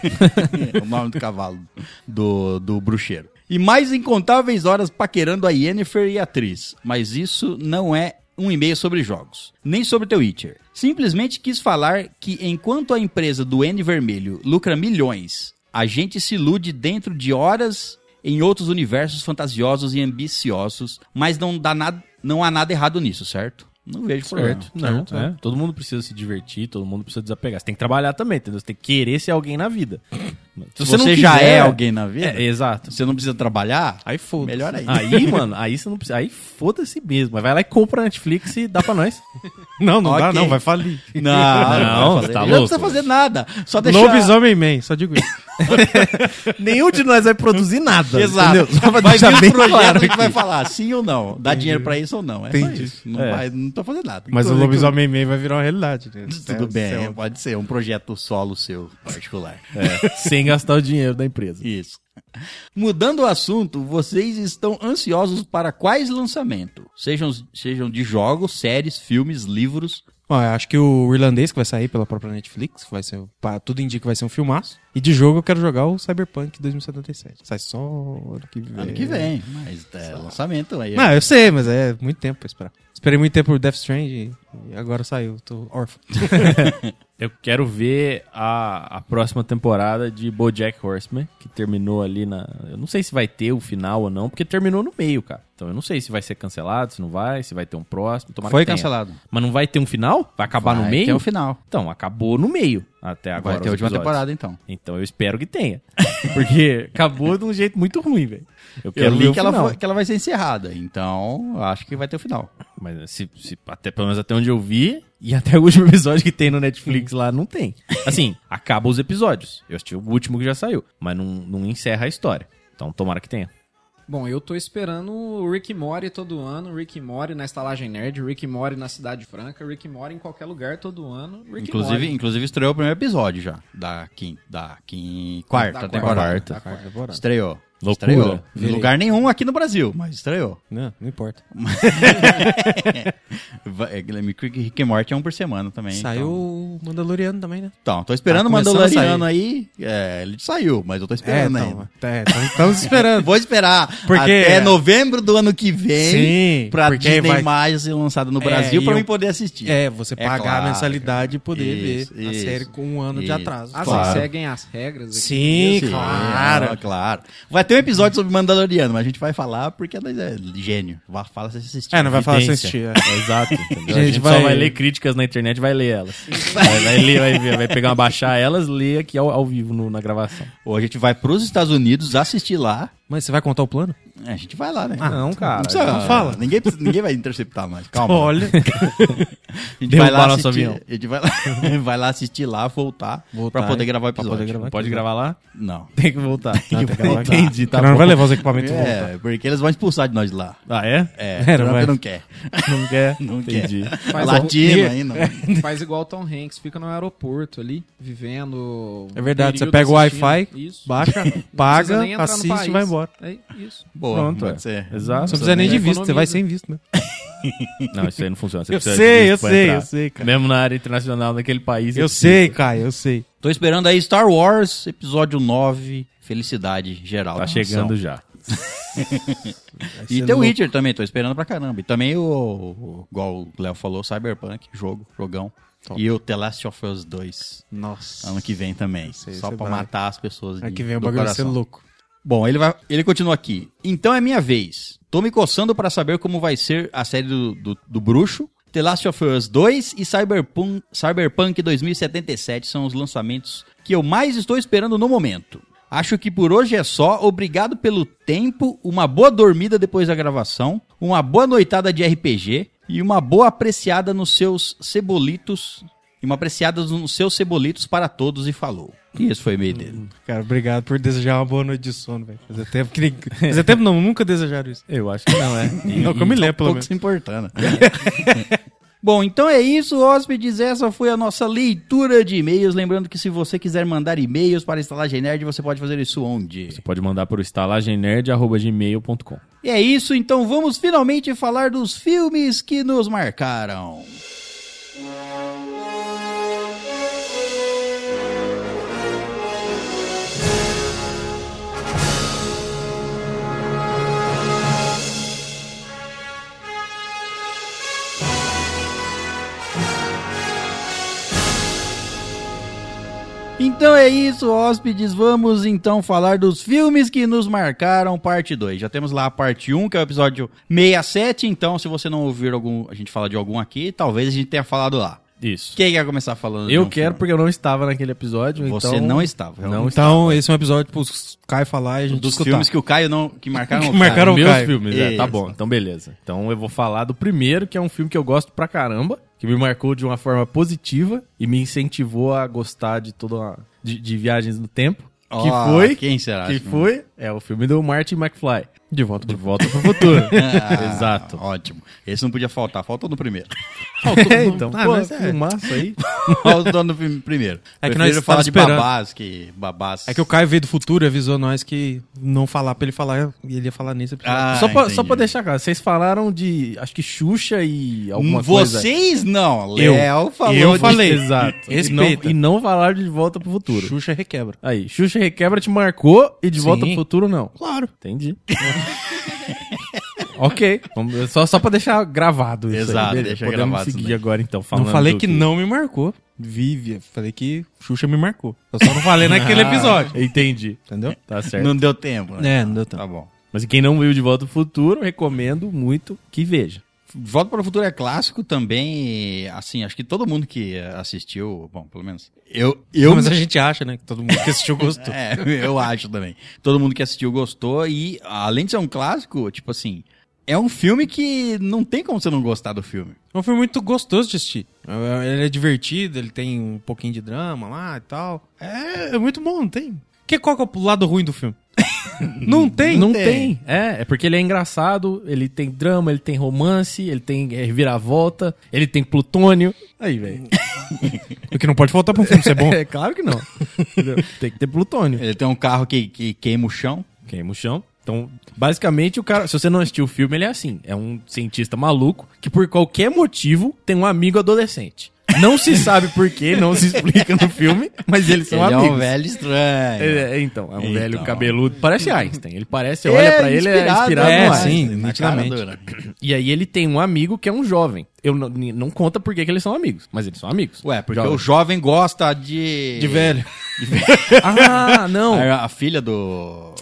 S1: É o nome do cavalo do, do bruxeiro. E mais incontáveis horas paquerando a Yennefer e a atriz. Mas isso não é um e-mail sobre jogos, nem sobre The Witcher. Simplesmente quis falar que enquanto a empresa do N Vermelho lucra milhões, a gente se ilude dentro de horas em outros universos fantasiosos e ambiciosos, mas não, dá nada, não há nada errado nisso, certo? Não vejo problema.
S4: Certo. Não, é. Todo mundo precisa se divertir, todo mundo precisa desapegar. Você tem que trabalhar também, entendeu? Você tem que querer ser alguém na vida.
S1: Se
S4: Se
S1: você,
S4: não
S1: já
S4: quiser-
S1: é alguém na vida,
S4: É, exato.
S1: você não precisa trabalhar,
S3: Aí foda.
S1: melhor ainda.
S4: Aí, mano, aí você não precisa. Aí foda-se mesmo. Mas vai lá e compra a Netflix e dá pra nós.
S3: Não, não dá,
S1: Ok.
S3: não, vai falir.
S1: Não, não,
S4: você
S1: fazer.
S4: tá
S1: Ele
S4: louco.
S1: não precisa fazer nada. Só deixar...
S3: Lobisomem Man, só digo isso.
S4: Nenhum de nós vai produzir nada.
S1: Exato.
S4: entendeu? Só pra
S1: vai
S4: deixar
S1: vir
S4: bem
S1: um projeto
S4: claro
S1: que vai
S4: aqui.
S1: falar sim ou não. Dá dinheiro pra isso ou não. É só
S3: Entendi.
S1: isso. Não,
S4: É.
S1: vai, não tô fazendo nada.
S3: Mas o
S1: Inclusive,
S3: Lobisomem Man vai virar uma realidade. Né?
S1: Tudo bem,
S3: Céu.
S1: pode ser um projeto solo seu, particular.
S4: É, sem gastar o dinheiro da empresa.
S1: Isso. Mudando o assunto, vocês estão ansiosos para quais lançamento? Sejam, sejam de jogos, séries, filmes, livros.
S3: Ó, eu acho que o irlandês que vai sair pela própria Netflix, vai ser, pá, tudo indica que vai ser um filmaço. E de jogo eu quero jogar o Cyberpunk 2077. Sai só ano que vem.
S1: Ano que vem. Mas é lançamento aí.
S3: Não, eu sei, mas é muito tempo pra esperar. Esperei muito tempo por Death Strange e agora saiu, tô órfão.
S4: Eu quero ver a, a próxima temporada de BoJack Horseman, que terminou ali na... Eu não sei se vai ter o final ou não, porque terminou no meio, cara. Então eu não sei se vai ser cancelado, se não vai, se vai ter um próximo. Tomara
S1: Foi
S4: que tenha.
S1: cancelado.
S4: Mas não vai ter um final? Vai acabar no
S1: Vai
S4: meio?
S1: ter o final.
S4: Então, acabou no meio. até agora.
S1: Vai ter
S4: os
S1: a última
S4: episódios.
S1: temporada, então.
S4: Então eu espero que tenha. Porque acabou de um jeito muito ruim, velho. Eu
S1: Eu
S4: quero ver
S1: li
S4: o
S1: que ela,
S4: final.
S1: foi- que ela vai ser encerrada, então eu acho que vai ter o final.
S4: Mas se, se- até, pelo menos até onde eu vi, e até o último episódio que tem no Netflix lá, não tem. Assim, acaba os episódios. Eu assisti o último que já saiu, mas não, não encerra a história. Então tomara que tenha.
S5: Bom, eu tô esperando o Rick Mori todo ano, Rick Mori na estalagem nerd, Rick Mori na Cidade Franca, Rick Mori em qualquer lugar todo ano, Rick
S1: inclusive,
S5: Mori.
S1: inclusive estreou o primeiro episódio já, da, quin, da quin, quarta
S5: Da
S1: temporada.
S5: quarta.
S1: Da quarta.
S5: Da
S1: temporada. Estreou.
S4: Loucura.
S1: Estreou. Em
S3: Virei.
S1: lugar nenhum aqui no Brasil, mas estreou.
S3: Não, não importa.
S1: Va- é, Guilherme, Rick Rick and Morty é um por semana também.
S3: Saiu o Mandaloriano também, né?
S1: Então, então tô esperando
S3: Tá
S1: o
S3: começando a sair.
S1: Mandaloriano aí. É, ele saiu, mas eu tô
S3: É,
S1: esperando ainda.
S3: estamos esperando.
S1: Vou esperar
S3: Porque-
S1: até novembro do ano que vem
S3: Sim,
S1: pra
S3: porque
S1: Disney
S3: vai-
S1: Mais ser lançada no
S3: É,
S1: Brasil
S3: e
S1: pra
S3: eu-
S1: mim poder assistir.
S3: É, você
S1: É
S3: pagar
S1: claro,
S3: a mensalidade e poder
S1: Isso,
S3: ver
S1: isso,
S3: a série com um ano de
S1: isso.
S3: atraso.
S5: Ah,
S1: Claro.
S5: vocês seguem as regras aqui.
S3: Sim,
S1: Sim,
S3: claro.
S1: não, claro. Vai ter um episódio sobre Mandaloriano, mas a gente vai falar porque nós é gênio. Vá- Fala se assistir.
S3: É, não vai falar sem
S4: Evidência.
S3: assistir. é.
S4: Exato. entendeu? a
S3: Gente,
S4: gente só
S3: vai-
S4: vai ler críticas na internet e vai ler elas. vai, vai ler, vai, ver, vai pegar, baixar elas, ler aqui ao, ao vivo no- na gravação.
S1: Ou a gente vai pros Estados Unidos assistir lá.
S3: Mas você vai contar o plano?
S1: É, A gente vai lá, né?
S4: não, cara.
S1: Não precisa,
S3: Ah, não fala.
S1: Ninguém, precisa- ninguém vai interceptar mais. Calma.
S3: Olha.
S1: a gente vai lá
S4: derrubaram nosso
S1: assistir,
S4: avião.
S1: A gente vai lá, vai lá assistir lá, voltar,
S3: Voltar
S1: pra poder
S3: e-
S1: gravar o
S3: pra
S1: episódio.
S3: poder gravar.
S4: Pode gravar lá?
S1: Não.
S4: Tem que voltar.
S3: Não, tem que voltar.
S4: Entendi, tá
S3: Não,
S4: bom.
S3: não vai levar os equipamentos e voltar.
S1: É, porque eles vão expulsar de nós de lá.
S4: Ah, é?
S1: É,
S3: É, não
S1: Trump
S3: vai.
S1: não quer.
S4: Não quer?
S1: Não quer.
S4: Entendi.
S5: Faz
S1: Latino
S5: igual-
S1: ainda.
S5: Ah, Faz igual o Tom Hanks, fica no aeroporto ali, vivendo.
S3: É verdade,
S5: um
S3: você
S5: período
S3: pega o
S5: assistindo.
S3: Wi-Fi,
S5: Isso.
S3: baixa,
S5: precisa
S3: paga,
S5: nem entrar no
S3: assiste
S5: país.
S3: e vai embora.
S5: É isso.
S1: Boa,
S4: Pronto,
S1: pode
S4: é.
S1: ser.
S4: Exato.
S3: Você não precisa nem de
S5: economiza.
S3: visto, você vai sem visto, né?
S4: Não, isso aí não funciona. Você
S3: Eu
S4: precisa
S3: sei,
S4: de visto
S3: eu
S4: pra
S3: sei,
S4: entrar.
S3: eu sei, cara.
S4: Mesmo na área internacional, naquele país.
S3: Eu
S4: você
S3: sei, Caio, eu sei.
S1: Tô esperando aí Star Wars, episódio 9, felicidade geral.
S4: Tá chegando já.
S1: E
S3: Você
S1: The
S3: não-
S1: Witcher também, tô esperando pra caramba. E também o, o- igual o Léo falou, Cyberpunk, jogo, jogão. E o The Last of Us 2,
S3: Nossa.
S1: ano que vem também. só
S3: você
S1: pra
S3: vai.
S1: matar as pessoas
S3: Ano
S1: de-
S3: que vem o
S1: do
S3: bagulho vai ser
S1: coração.
S3: louco.
S1: Bom, ele, vai, ele continua aqui. Então é minha vez. Tô me coçando pra saber como vai ser a série do, do, do Bruxo. The Last of Us 2 e Cyberpunk, Cyberpunk 2077 são os lançamentos que eu mais estou esperando no momento. Acho que por hoje é só. Obrigado pelo tempo, uma boa dormida depois da gravação, uma boa noitada de RPG e uma boa apreciada nos seus cebolitos. E uma apreciada nos seus cebolitos para todos e falou. E esse foi o e-mail dele.
S3: Cara, obrigado por desejar uma boa noite de sono, velho. Fazia tempo que nem... Fazia tempo não, nunca desejaram isso.
S4: Eu acho que não, é.
S3: Não, que eu me lembro,
S1: pouco
S3: pelo menos.
S1: se importando. Bom, então é isso, hóspedes. Essa foi a nossa leitura de e-mails. Lembrando que se você quiser mandar e-mails para a Estalagem Nerd, você pode fazer isso
S4: Você
S1: onde?
S4: pode mandar por estalagemnerd.gmail.com.
S1: E é isso, então vamos finalmente falar dos filmes que nos marcaram. Então é isso, hóspedes. Vamos então falar dos filmes que nos marcaram, parte 2. Já temos lá a parte 1, que é o episódio 67. Então, se você não ouvir algum, a gente falar de algum aqui, talvez a gente tenha falado lá.
S4: Isso.
S1: Quem quer começar falando? de
S4: Eu
S1: um
S4: quero
S1: filme?
S4: porque eu não estava naquele episódio,
S1: Você
S4: então...
S1: não estava.
S4: Não
S1: Realmente. Um
S3: Então, esse é um episódio pros Caio falar e a gente
S1: dos
S3: escutar.
S1: filmes que o Caio não. que marcaram
S3: Que
S1: o Caio.
S3: marcaram o
S4: Ah, meus
S3: um Caio.
S4: filmes, é, tá
S1: Isso.
S4: bom, então beleza. Então eu vou falar do primeiro, que é um filme que eu gosto pra caramba, que me marcou de uma forma positiva e me incentivou a gostar de toda a- de, de viagens no tempo, que
S1: Ó,
S3: Ah,
S4: foi
S1: Quem será?
S4: que foi é o filme do Martin McFly,
S3: De volta.
S4: De Volta pro Futuro.
S1: Ah,
S4: Exato.
S1: Ótimo. Esse não podia faltar. Falta no primeiro.
S4: É, então,
S3: Ah,
S4: pô,
S3: mas é.
S4: filmaço aí.
S1: Falta no prim- primeiro.
S3: É que
S1: Prefiro
S3: nós
S1: falar
S3: tava
S1: de
S3: esperando.
S1: babás, que babás.
S3: É que o Caio veio do futuro e avisou nós que não falar pra ele falar, e ele ia falar nisso.
S1: Ah,
S4: só, pra,
S1: entendi.
S4: só pra deixar claro, vocês falaram de, acho que Xuxa e alguma coisa.
S1: Vocês não. Um Léo falou
S3: Eu
S1: de-
S3: falei.
S4: Exato. E não,
S3: Respeita.
S4: e não falaram de Volta pro Futuro.
S3: Xuxa requebra.
S4: Aí, Xuxa Requebra te marcou e de
S3: Sim.
S4: volta pro futuro não.
S3: Claro.
S4: Entendi. ok. Vamos- só, só pra deixar gravado isso. aí,
S1: Exato,
S4: beleza?
S1: deixa
S4: Podemos
S1: gravado
S4: seguir
S1: também.
S4: agora então.
S3: Não
S4: Falando
S3: falei
S4: do
S3: que não me marcou. Vive. Falei que Xuxa me marcou. Eu só não falei naquele episódio.
S4: Entendi.
S3: Entendeu?
S4: Tá certo.
S1: Não deu tempo. né?
S3: É, não deu tempo.
S1: Tá bom.
S4: Mas quem não viu de volta pro futuro, recomendo muito que veja.
S1: Volta para o Futuro é clássico também, assim, acho que todo mundo que assistiu, bom, pelo menos eu eu
S3: Mas a gente acha, né? Que todo mundo que assistiu gostou.
S1: É, eu acho também. Todo mundo que assistiu gostou e além de ser um clássico, tipo assim, é um filme que não tem como você não gostar do filme.
S3: É um filme muito gostoso de assistir. É, Ele é divertido, ele tem um pouquinho de drama lá e tal. É, é muito bom, não tem. Que, qual que é o lado ruim do filme? não tem.
S4: Não tem. É, é porque ele é engraçado, ele tem drama, ele tem romance, ele tem eh, reviravolta, ele tem plutônio. Aí, velho.
S3: O que não pode faltar pra um filme ser bom.
S4: É claro que não. Entendeu? tem que ter plutônio.
S1: Ele tem um carro que, que queima o chão.
S4: Queima o chão. Então, basicamente, o cara, se você não assistiu o filme, ele é assim. É um cientista maluco que, por qualquer motivo, tem um amigo adolescente. Não se sabe por quê, não se explica no filme, mas eles são
S1: ele é um
S4: amigos.
S1: velho estranho.
S4: Ele é- então, é um
S1: Então.
S4: velho cabeludo. Parece Einstein. Ele parece, você olha pra ele, é inspirado
S3: é,
S4: no Einstein.
S3: sim,
S1: na cara
S3: nitidamente.
S1: dura.
S4: E aí ele tem um amigo que é um jovem. Eu não, ni- não conta por que que eles são amigos, mas eles são amigos.
S1: Ué, porque
S4: Jovem.
S1: o jovem gosta de.
S3: De É velho.
S4: Ah, não.
S1: A, a filha do.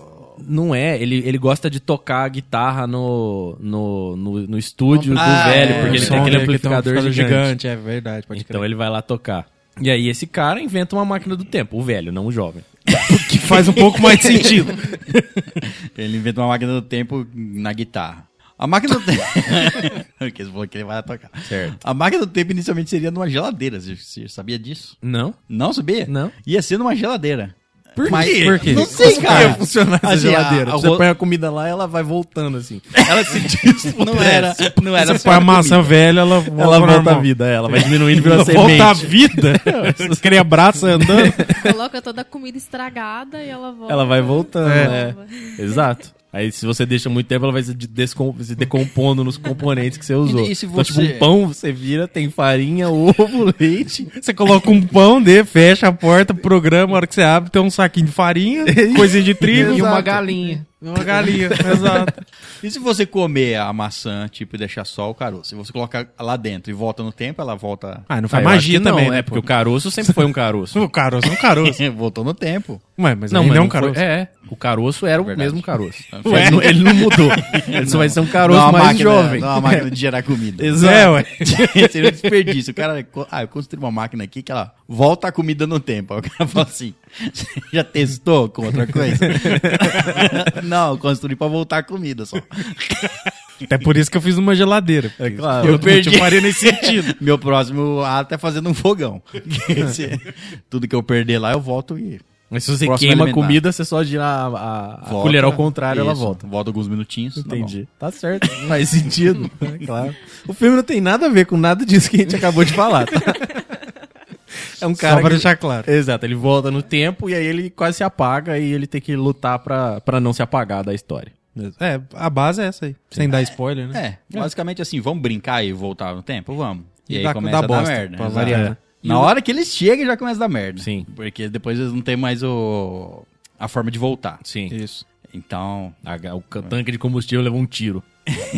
S4: Não é. Ele, ele gosta de tocar a guitarra no, no, no, no estúdio
S1: Ah,
S4: do velho,
S1: é,
S4: porque
S1: o
S4: ele
S1: som
S4: tem aquele
S3: dele que tem um
S4: amplificador, gigante.
S3: É verdade, pode
S4: Então ele vai lá tocar. E aí esse cara inventa uma máquina do tempo, o velho, não o jovem.
S3: crer. Que faz um pouco mais de sentido.
S1: Ele inventa uma máquina do tempo na guitarra. A máquina do tempo. Porque você falou que ele vai tocar.
S4: Certo.
S1: A máquina do tempo inicialmente seria numa geladeira. Você, você sabia disso?
S4: Não?
S1: Não sabia?
S4: Não.
S1: Ia ser numa geladeira.
S4: Por
S1: Mas
S4: quê?
S1: por quê?
S4: Não
S1: Como
S4: sei,
S1: que
S4: cara.
S1: ia
S4: funcionar
S1: essa geladeira?
S4: A, a,
S1: Você
S4: Você põe a comida lá e ela vai voltando assim. Ela se
S1: Não era. Não era.
S3: Você põe a maçã velha, ela volta,
S4: Ela
S3: ao
S4: volta
S3: normal.
S4: à vida, ela vai diminuindo e vira
S3: Ela
S4: semente.
S3: volta à vida? Você queria abraço andando?
S6: Coloca toda a comida estragada e ela volta.
S4: Ela vai voltando,
S6: É.
S4: é. Exato. Aí se você deixa muito tempo, ela vai se, descom- se decompondo nos componentes que você usou.
S1: e se
S4: Então, tipo,
S1: você-
S4: um pão você vira, tem farinha, ovo, leite.
S3: Você coloca um pão de, fecha a porta, programa, a hora que você abre, tem um saquinho de farinha,
S4: É
S3: coisinha de trigo
S5: E uma
S3: exato.
S5: galinha.
S3: Uma galinha, exato.
S1: E se você comer a maçã, tipo, e deixar só o caroço? Se você colocar lá dentro e volta no tempo, ela volta.
S3: Ah, não
S4: Ah,
S3: faz
S4: eu acho
S3: magia
S4: que não,
S3: também,
S4: né?
S3: né?
S4: Porque o caroço sempre foi um caroço.
S3: O caroço é um caroço.
S1: Voltou no tempo.
S3: Ué, mas não,
S4: mas
S3: não é um
S4: foi-
S3: caroço.
S4: É, o caroço era o
S1: Verdade.
S4: mesmo caroço. Então,
S1: Ué?
S4: Ele, não, ele não mudou. Ele só vai ser um caroço
S1: Não é uma
S4: mais
S1: máquina,
S4: jovem.
S1: Não é uma máquina de gerar comida.
S3: É, ué.
S1: Seria um desperdício. O cara, co- ah, eu construí uma máquina aqui que ela volta a comida no tempo. Aí o cara fala assim: você já testou com outra coisa? não, eu construí pra voltar a comida só.
S3: Até É por isso que eu fiz uma geladeira. É
S4: claro.
S1: Eu perdi.
S3: Não faria nesse sentido.
S1: Meu próximo ato é fazendo um fogão. Porque se- Tudo que eu perder lá, eu volto e.
S4: Mas se você
S1: Próximo
S4: queima
S1: alimentar.
S4: a comida, você só gira a, a- a
S1: volta.
S4: colher ao contrário, ela
S1: Isso.
S4: volta.
S1: Volta alguns minutinhos. tá bom.
S4: Entendi. Tá certo. Faz sentido. claro. O filme não tem nada a ver com nada disso que a gente acabou de falar. tá? É um cara.
S3: Só pra
S4: que-
S3: deixar claro.
S4: Exato, ele volta no tempo e aí ele quase se apaga e ele tem que lutar pra, pra não se apagar da história.
S3: É, a base é essa aí. Sem dar spoiler, né?
S1: É, basicamente assim, vamos brincar e voltar no tempo? Vamos. E,
S3: E
S1: aí
S3: dá-
S1: começa
S3: dá
S1: a dar
S3: bosta,
S1: merda.
S3: pra
S1: exato.
S3: variar, né?
S1: Na hora que eles chegam, já começa a dar merda.
S4: Sim.
S1: Porque depois eles não têm mais o... a forma de voltar.
S4: Sim.
S3: Isso.
S1: Então,
S4: o ca- tanque de combustível levou um tiro.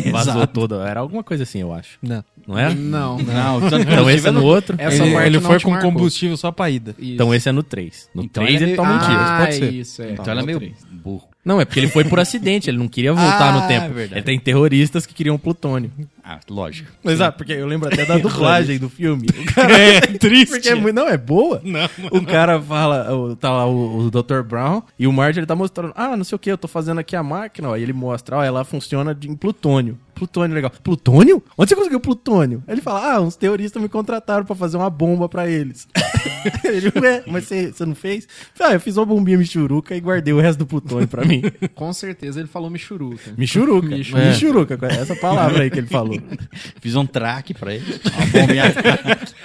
S4: Vazou
S1: Exato.
S4: toda. Era alguma coisa assim, eu acho.
S3: Não.
S4: Não era?
S5: Não. né?
S1: não, tanto
S3: um
S1: que
S4: Então esse é
S1: não-
S4: no outro.
S5: Essa
S3: ele
S5: parte
S3: ele
S5: não
S3: foi
S5: te
S3: com
S5: marcou.
S3: combustível só pra ida.
S5: Isso.
S4: Então esse é no 3. No
S1: Então
S4: 3 ele,
S1: ele-
S4: toma um tiro.
S5: ah,
S3: pode ser.
S5: isso, é.
S1: Então ela é meio burro.
S4: Não, é porque ele foi por acidente, ele não queria voltar
S1: Ah,
S4: no tempo.
S1: verdade.
S4: Ele tem terroristas que queriam plutônio.
S1: Ah, lógico.
S4: Exato, porque eu lembro até da dublagem do filme.
S3: É, triste.
S4: Porque é muito- não, é boa. Não, o cara fala, o- tá lá o, o Dr. Brown e o Marge ele tá mostrando, ah, não sei o que, eu tô fazendo aqui a máquina, ó. E ele mostra, ó, ela funciona de, em plutônio. Plutônio, legal. Plutônio? Onde você conseguiu plutônio? Aí Ele fala, ah, uns terroristas me contrataram pra fazer uma bomba pra eles. ele, ué, mas você, você não fez? Ah, eu fiz uma bombinha michuruca e guardei o resto do plutônio pra mim.
S5: Com certeza ele falou Michuruca.
S4: Michuruca.
S5: Michuruca.
S4: Michuruca, é essa palavra aí que ele falou.
S1: Fiz um track pra ele. Uma bomba em ataque.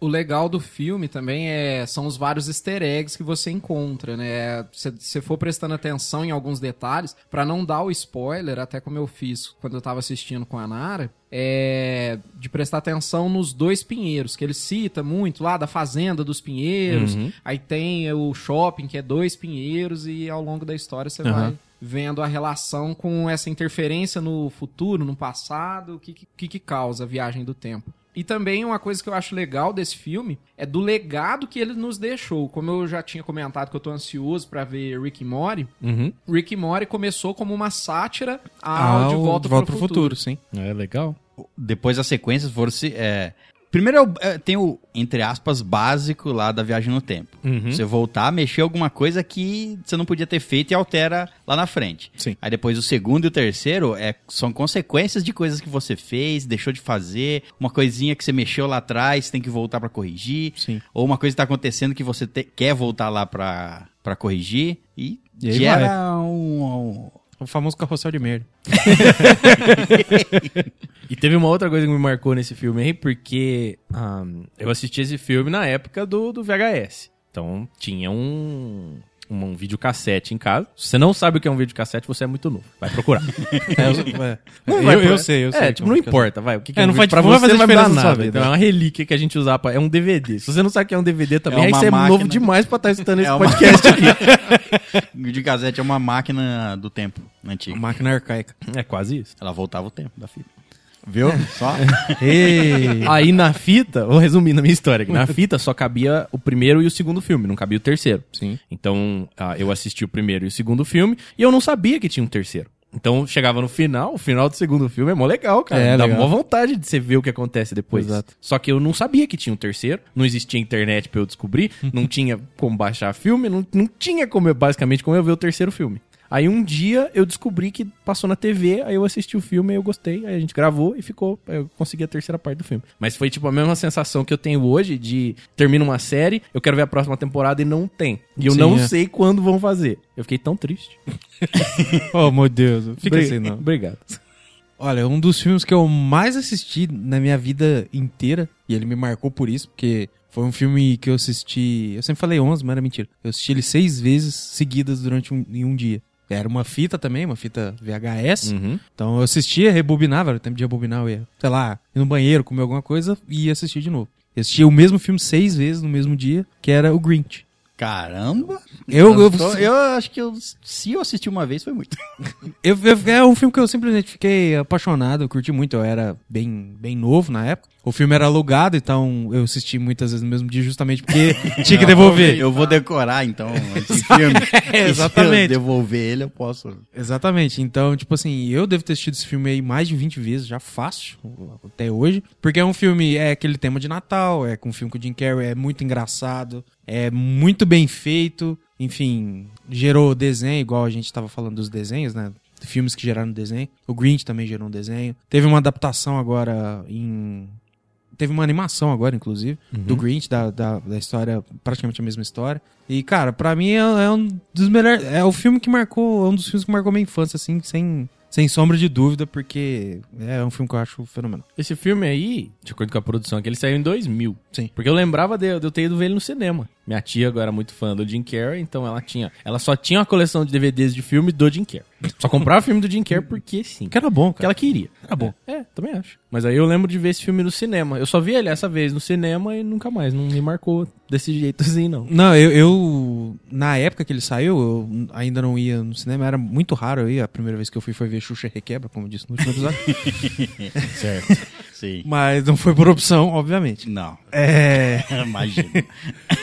S5: O legal do filme também é são os vários easter eggs que você encontra, né? Se você for prestando atenção em alguns detalhes, pra não dar o spoiler, até como eu fiz quando eu tava assistindo com a Nara, é de prestar atenção nos dois pinheiros, que ele cita muito lá da fazenda dos pinheiros,
S4: Uhum,
S5: aí tem o shopping que é dois pinheiros e ao longo da história você vai vendo a relação com essa interferência no futuro, no passado, o que que, que que causa a viagem do tempo. E também uma coisa que eu acho legal desse filme é do legado que ele nos deixou. Como eu já tinha comentado que eu tô ansioso pra ver Rick and Morty,
S4: Uhum.
S5: Rick and Morty começou como uma sátira ao De Volta, pro, Futuro.
S3: sim.
S4: É legal.
S1: Depois as sequências foram se. é, Primeiro é o- é, tem o, entre aspas, básico lá da viagem no tempo.
S3: Uhum.
S4: Uhum.
S1: Você voltar, mexer alguma coisa que você não podia ter feito e altera lá na frente.
S3: Sim.
S1: Aí depois o segundo e o terceiro é, são consequências de coisas que você fez, deixou de fazer, uma coisinha que você mexeu lá atrás, tem que voltar pra corrigir,
S3: Sim.
S1: ou uma coisa que tá acontecendo que você te- quer voltar lá pra pra corrigir e,
S3: E aí
S1: gera um, um-
S3: O famoso carrossel de merda.
S4: E teve uma outra coisa que me marcou nesse filme aí, porque ahn, eu assisti esse filme na época do, do VHS. Então tinha um, um, um videocassete em casa. Se você não sabe o que é um videocassete, você é muito novo. Vai procurar.
S3: É, eu, é.
S4: Não
S3: Eu-
S4: vai
S3: eu
S4: pra-
S3: sei, eu sei.
S4: É, tipo, não importa, vai. O que, que
S3: É,
S4: um
S3: não faz-
S4: vídeo pra
S3: não
S4: você
S3: vai fazer
S4: não vai me dar
S3: diferença na sua
S4: nada.
S3: vida.
S4: Então é uma relíquia que a gente usava. pra- É um DVD. Se você não sabe que é um DVD também,
S1: É
S4: aí
S1: uma
S4: você é
S1: máquina.
S4: novo demais pra estar escutando esse
S1: É uma-
S4: podcast aqui.
S1: de casete é uma máquina do tempo antiga.
S3: Máquina arcaica.
S4: É quase isso.
S1: Ela voltava o tempo da fita. Viu? Só.
S4: Aí na fita, vou resumir na minha história aqui. Na fita só cabia o primeiro e o segundo filme, não cabia o terceiro.
S3: Sim.
S4: Então ah, eu assisti o primeiro e o segundo filme e eu não sabia que tinha um terceiro. Então chegava no final, o final do segundo filme é mó legal, cara.
S3: É,
S4: Dá
S3: legal.
S4: mó vontade de você ver o que acontece depois.
S3: Exato.
S4: Só que eu não sabia que tinha um terceiro, não existia internet pra eu descobrir, não tinha como baixar filme, não, não tinha como eu, basicamente como eu ver o terceiro filme. Aí um dia eu descobri que passou na TV, aí eu assisti o filme, aí eu gostei, aí a gente gravou e ficou, aí eu consegui a terceira parte do filme. Mas foi tipo a mesma sensação que eu tenho hoje de termina uma série, eu quero ver a próxima temporada e não tem. E eu
S3: Sim,
S4: não
S3: é.
S4: sei quando vão fazer. Eu fiquei tão triste.
S3: Oh, meu Deus. Fica
S4: Obri-
S3: assim, não.
S4: Obrigado.
S3: Olha, um dos filmes que eu mais assisti na minha vida inteira, e ele me marcou por isso, porque foi um filme que eu assisti... Eu sempre falei 11, mas era mentira. Eu assisti ele seis vezes seguidas durante um, em um dia. Era uma fita também, uma fita VHS.
S5: Uhum.
S3: Então eu assistia, rebobinava, era o tempo de rebobinar, eu ia, sei lá, ir no banheiro, comer alguma coisa e ia assistir de novo. Eu assistia o mesmo filme seis vezes no mesmo dia, que era o Grinch.
S1: Caramba!
S3: Eu, eu,
S1: Então,
S3: eu,
S1: eu acho que eu- se eu assisti uma vez foi muito.
S3: eu- é um filme que eu simplesmente fiquei apaixonado, eu curti muito, eu era bem, bem novo na época. O filme era alugado, então eu assisti muitas vezes no mesmo dia justamente porque tinha que devolver.
S1: Eu vou decorar então esse filme. E
S3: exatamente.
S1: Se eu devolver ele, eu posso.
S3: Exatamente. Então, tipo assim, eu devo ter assistido esse filme aí mais de 20 vezes, já fácil, até hoje. Porque é um filme, é aquele tema de Natal, é com um filme com o Jim Carrey, é muito engraçado, é muito bem feito. Enfim, gerou desenho, igual a gente tava falando dos desenhos, né? Filmes que geraram desenho. O Grinch também gerou um desenho. Teve uma adaptação agora em... Teve uma animação agora, inclusive, do Grinch, da, da, da história, praticamente a mesma história. E, cara, pra mim é, é um dos melhores. É o filme que marcou. É um dos filmes que marcou minha infância, assim, sem, sem sombra de dúvida, porque é um filme que eu acho fenomenal.
S4: Esse filme aí, de acordo com a produção, é que ele saiu em 2000.
S3: Sim.
S4: Porque eu lembrava de, de eu ter ido ver ele no cinema. Minha tia agora era muito fã do Jim Carrey, então ela tinha... Ela só tinha uma coleção de DVDs de filme do Jim Carrey. Só comprava filme do Jim Carrey porque sim.
S3: Que era bom,
S4: Que
S3: cara.
S4: ela queria.
S3: Era bom.
S4: É, é, também acho. Mas aí eu lembro de ver esse filme no cinema. Eu só vi ele essa vez no cinema e nunca mais. Não me marcou desse jeito assim, não.
S3: Não, eu, eu- Na época que ele saiu, eu ainda não ia no cinema, era muito raro eu ir. A primeira vez que eu fui foi ver Xuxa Requebra, como eu disse no último episódio.
S1: Sim.
S3: Mas não foi por opção, obviamente.
S1: Não,
S3: É.
S1: imagina.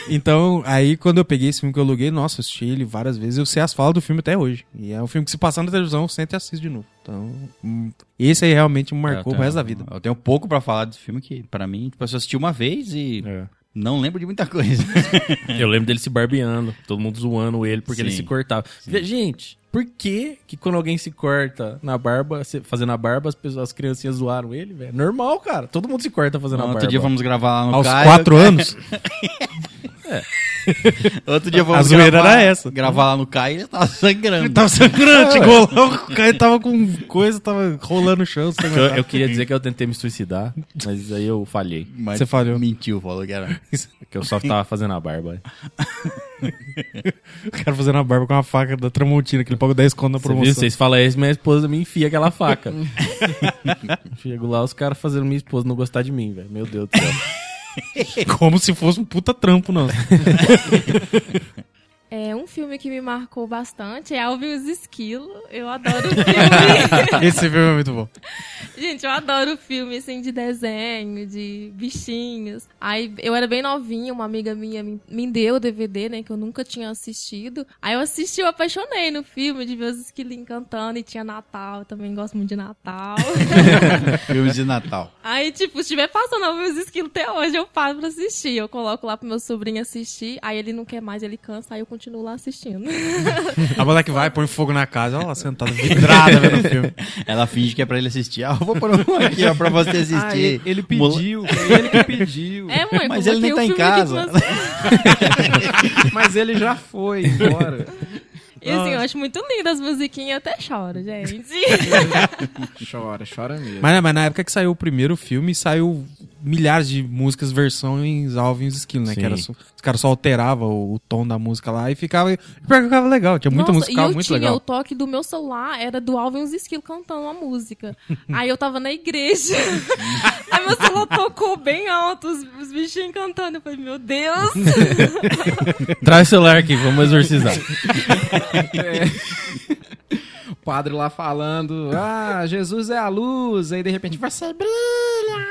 S3: Então, aí quando eu peguei esse filme que eu aluguei, nossa, eu assisti ele várias vezes, eu sei as falas do filme até hoje. E é um filme que se passar na televisão, eu sento e assisto de novo. Então, hum, esse aí realmente me marcou
S4: É,
S3: o
S4: tá.
S3: resto da vida.
S1: Eu tenho pouco pra falar desse filme que, pra mim, tipo, eu só assisti uma vez e
S4: É.
S1: não lembro de muita coisa.
S4: Eu lembro dele se barbeando, todo mundo zoando ele porque ele
S1: Sim.
S4: se cortava. Vê, Gente, por que que quando alguém se corta na barba, se- fazendo a barba, as pessoas, as criancinhas zoaram ele, velho? Normal, cara. Todo mundo se corta fazendo
S1: Não,
S4: a
S1: outro
S4: barba.
S1: dia vamos gravar lá no
S3: Aos
S1: Caio.
S3: quatro anos,
S1: Outro dia vamos
S3: A zoeira
S1: gravar,
S3: era essa.
S1: gravar lá no Caio e ele tava sangrando.
S3: ele tava sangrando, chegou lá, o cara tava com coisa, tava rolando o chão. sem
S4: Eu,
S3: aguentar.
S4: eu queria dizer que eu tentei me suicidar, mas aí eu falhei.
S1: Mas
S3: Você falhou.
S1: Mentiu, falou que era.
S4: Porque eu só tava fazendo a barba.
S3: O cara fazendo a barba com uma faca da Tramontina, que ele pagou 10 conto na
S4: Você viu?
S3: promoção.
S4: Vocês falam "É isso, minha esposa me enfia aquela faca. Chego lá, os caras fazendo minha esposa não gostar de mim, velho. Meu Deus do céu.
S3: Como se fosse um puta trampo, não.
S6: É um filme que me marcou bastante é Alvin e os Esquilos. Eu adoro o filme.
S3: Esse filme é muito bom.
S6: Gente, eu adoro filme, assim, de desenho, de bichinhos. Aí, eu era bem novinha, uma amiga minha me, me deu o DVD, né, que eu nunca tinha assistido. Aí eu assisti, eu apaixonei no filme, de ver os esquilinhos cantando, e tinha Natal, eu também gosto muito de Natal.
S1: Filmes de Natal.
S6: Aí, tipo, se estiver passando a meus esquilos até hoje, eu paro pra assistir. Eu coloco lá pro meu sobrinho assistir, aí ele não quer mais, ele cansa, aí eu continuo lá assistindo.
S3: A moleque vai, põe fogo na casa, olha lá, sentada vidrada vendo o filme.
S1: Ela finge que é pra ele assistir. Ah, eu vou pôr um aqui, ó, pra você
S5: Ah,
S1: assistir.
S5: ele, ele
S1: Mula-
S5: pediu, foi ele que pediu.
S6: É, mãe,
S1: Mas ele nem
S6: coloquei o
S1: tá em
S6: filme é aqui
S1: casa.
S6: pra você.
S5: Mas ele já foi embora.
S6: E assim,
S1: Ah.
S6: eu acho muito lindo as musiquinhas, eu até choro, gente.
S5: Chora, chora mesmo.
S3: Mas, né, mas na época que saiu o primeiro filme, saiu milhares de músicas, versões Alvin e os Esquilos, né?
S4: Sim.
S3: Que era só- os caras só alteravam o, o tom da música lá e ficava. e Pior que ficava legal, tinha muita música,
S6: Nossa, e
S3: ficava
S6: eu
S3: muito
S6: tinha
S3: legal.
S6: o toque do meu celular, era do Alvin e os Esquilos cantando uma música. Aí eu tava na igreja, aí meu celular tocou bem alto, os, os bichinhos cantando. Eu falei, meu Deus!
S4: Traz o celular aqui, vamos exorcizar.
S5: É. O padre lá falando, ah, Jesus é a luz, aí de repente você brilha,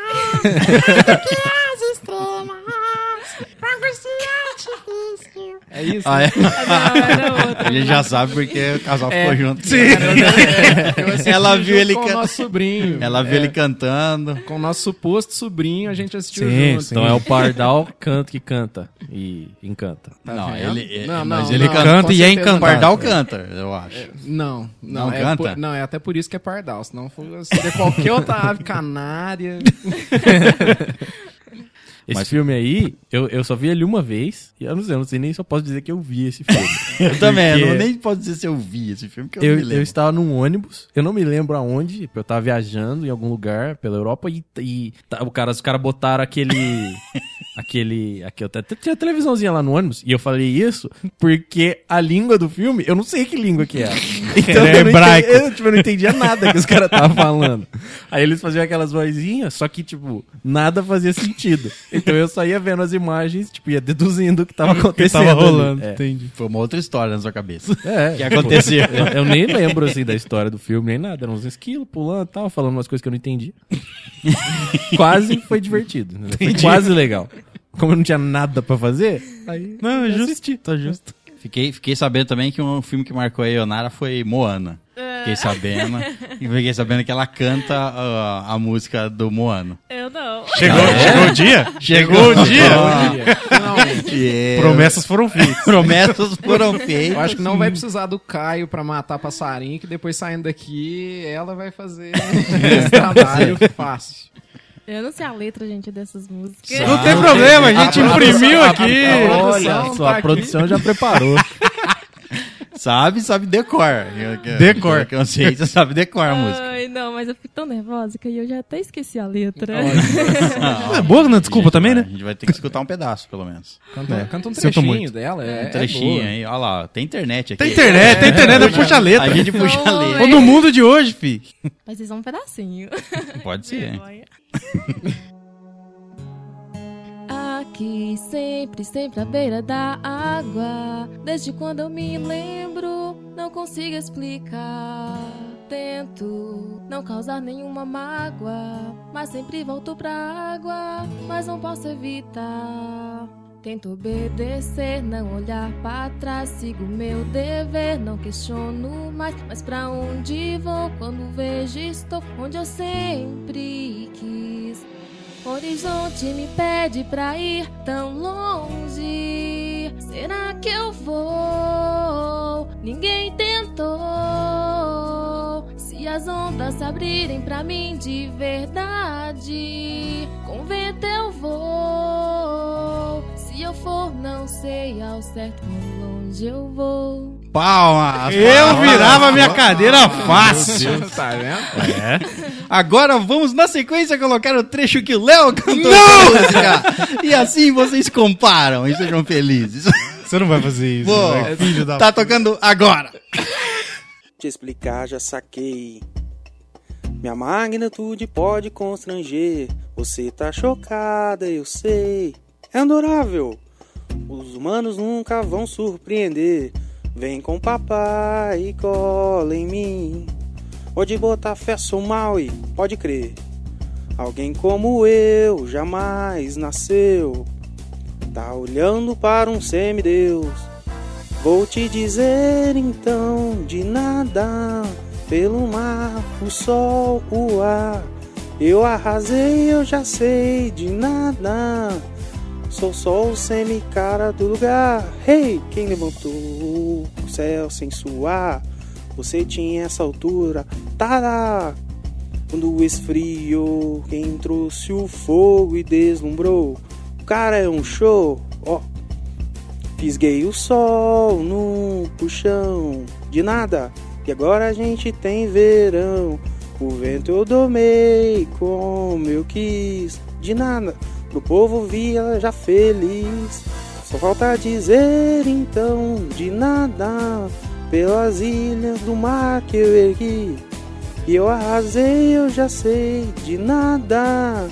S5: é isso?
S1: Ah, é?
S6: Não, era outra.
S1: Ele já sabe porque o casal ficou junto.
S5: É.
S1: É.
S5: Eu assisti
S1: Ela
S5: junto
S1: viu ele
S5: com o
S1: can-
S5: nosso É. sobrinho,
S1: Ela viu ele cantando.
S5: com o nosso suposto sobrinho, a gente assistiu
S3: Sim,
S5: junto.
S3: sim.
S4: Então é o Pardal canto que canta e encanta.
S1: não,
S5: Tá vendo?
S1: ele, é-
S5: Não,
S1: mas
S5: não,
S1: ele
S5: não,
S1: canta.
S3: canta
S5: com
S3: e é
S5: certeza não.
S1: O
S3: encantado.
S1: Pardal canta, eu acho.
S5: Não, não,
S1: Não
S5: é
S1: canta?
S5: por- não, é até por isso que é pardal, senão fosse de qualquer outra ave canária.
S4: Esse filme aí, eu, eu só vi ele uma vez, e eu não sei, eu não sei nem se eu posso dizer que eu vi esse filme.
S1: Eu também,
S4: Porque
S1: eu não- nem posso dizer se eu vi esse filme, que eu, não
S4: eu,
S1: me lembro.
S4: eu estava num ônibus, eu não me lembro aonde, tipo, eu tava viajando em algum lugar pela Europa e, e tá- o cara, os caras botaram aquele. aquele. aquele até, tinha televisãozinha lá no ônibus, e eu falei isso porque a língua do filme, eu não sei que língua que era. Então
S3: Era
S4: eu, não
S3: hebraico.
S4: entendi, eu, tipo, eu não entendia nada que os caras estavam falando. Aí eles faziam aquelas vozinhas, só que, tipo, nada fazia sentido. Então eu só ia vendo as imagens, tipo, ia deduzindo o que tava
S3: que
S4: acontecendo.
S3: tava
S4: ali.
S3: rolando,
S4: É.
S3: entendi.
S1: Foi uma outra história na sua cabeça.
S4: É,
S1: que aconteceu.
S4: Eu, eu nem lembro, assim, da história do filme, nem nada. Eram uns esquilos pulando e tal, falando umas coisas que eu não entendi. Quase foi divertido. né? Foi quase legal. Como eu não tinha nada pra fazer, aí
S3: Não, é
S4: eu
S3: justo.
S4: assisti. Tá justo.
S1: Fiquei, fiquei sabendo também que um filme que marcou a Ionara foi Moana. Fiquei sabendo.
S5: É.
S1: e fiquei sabendo que ela canta ah, a música do Moana.
S6: Eu não.
S3: Chegou, chegou o dia?
S1: Chegou o
S5: Bom
S1: Ah,
S5: dia. Finalmente.
S3: Promessas foram feitas.
S1: Promessas foram feitas.
S5: Eu acho que não vai precisar do Caio pra matar passarinho, que depois saindo daqui, ela vai fazer esse trabalho
S3: É.
S5: fácil.
S6: Eu não sei a letra, gente, dessas músicas.
S3: Não tem problema, a gente imprimiu
S5: a-
S3: aqui.
S5: produção
S4: Olha,
S5: tá
S4: só, a
S5: aqui.
S4: produção já preparou.
S1: Sabe, sabe decor.
S3: Decor.
S1: Que eu sei, você sabe decor a música.
S6: Ai, não, mas eu fico tão nervosa que eu já até esqueci a letra.
S3: É boa, né? Desculpa
S1: A gente
S3: também,
S1: vai-
S3: né?
S1: A gente vai ter que escutar um pedaço, pelo menos.
S5: Canta,
S3: É.
S5: canta um
S3: Sinto
S5: trechinho
S3: muito.
S5: dela. É,
S1: Um trechinho
S5: é boa.
S1: aí. Olha lá, ó, tem internet aqui.
S3: Tem internet,
S4: É.
S3: tem internet, né? puxa a
S1: A
S3: letra.
S1: gente puxa a
S6: Oi.
S1: letra.
S3: Ou no mundo de hoje, fi.
S6: Mas Então, vocês vão um pedacinho.
S1: Pode ser.
S6: Aqui sempre, sempre à beira da água. Desde quando eu me lembro, não consigo explicar. Tento não causar nenhuma mágoa, mas sempre volto pra água, mas não posso evitar. Tento obedecer, não olhar pra trás, sigo meu dever, não questiono mais. Mas pra onde vou quando vejo estou onde eu sempre quis? Horizonte me pede pra ir tão longe. Será que eu vou? Ninguém tentou. Se as ondas se abrirem pra mim de verdade, com vento eu vou. Se eu for, não sei ao certo quão longe eu vou.
S1: Palmas.
S3: Eu
S1: palmas.
S3: virava minha cadeira fácil.
S5: Tá vendo?
S1: Agora vamos, na sequência, colocar o trecho que o Léo cantou Não! música. E assim vocês comparam e sejam felizes.
S3: Você não vai fazer isso.
S1: Pô,
S3: né? Filho da
S1: tá tocando agora.
S8: Te explicar já saquei. Minha magnitude pode constranger. Você tá chocada, eu sei. É adorável. Os humanos nunca vão surpreender. Vem com papai e cola em mim. Pode botar fé, sou mal e pode crer. Alguém como eu jamais nasceu. Tá olhando para um semideus. Vou te dizer então de nada. Pelo mar, o sol, o ar. Eu arrasei, eu já sei de nada. Sou só o semi-cara do lugar. Hey, quem levantou o céu sem suar? Você tinha essa altura, tará. Quando esfriou, quem trouxe o fogo e deslumbrou? O cara é um show, ó. Fisguei o sol num puxão de nada. E agora a gente tem verão. O vento eu domei como eu quis, de nada. Pro povo viaja feliz. Só falta dizer então de nada. Pelas ilhas do mar que eu ergui. E eu arrasei, eu já sei de nada.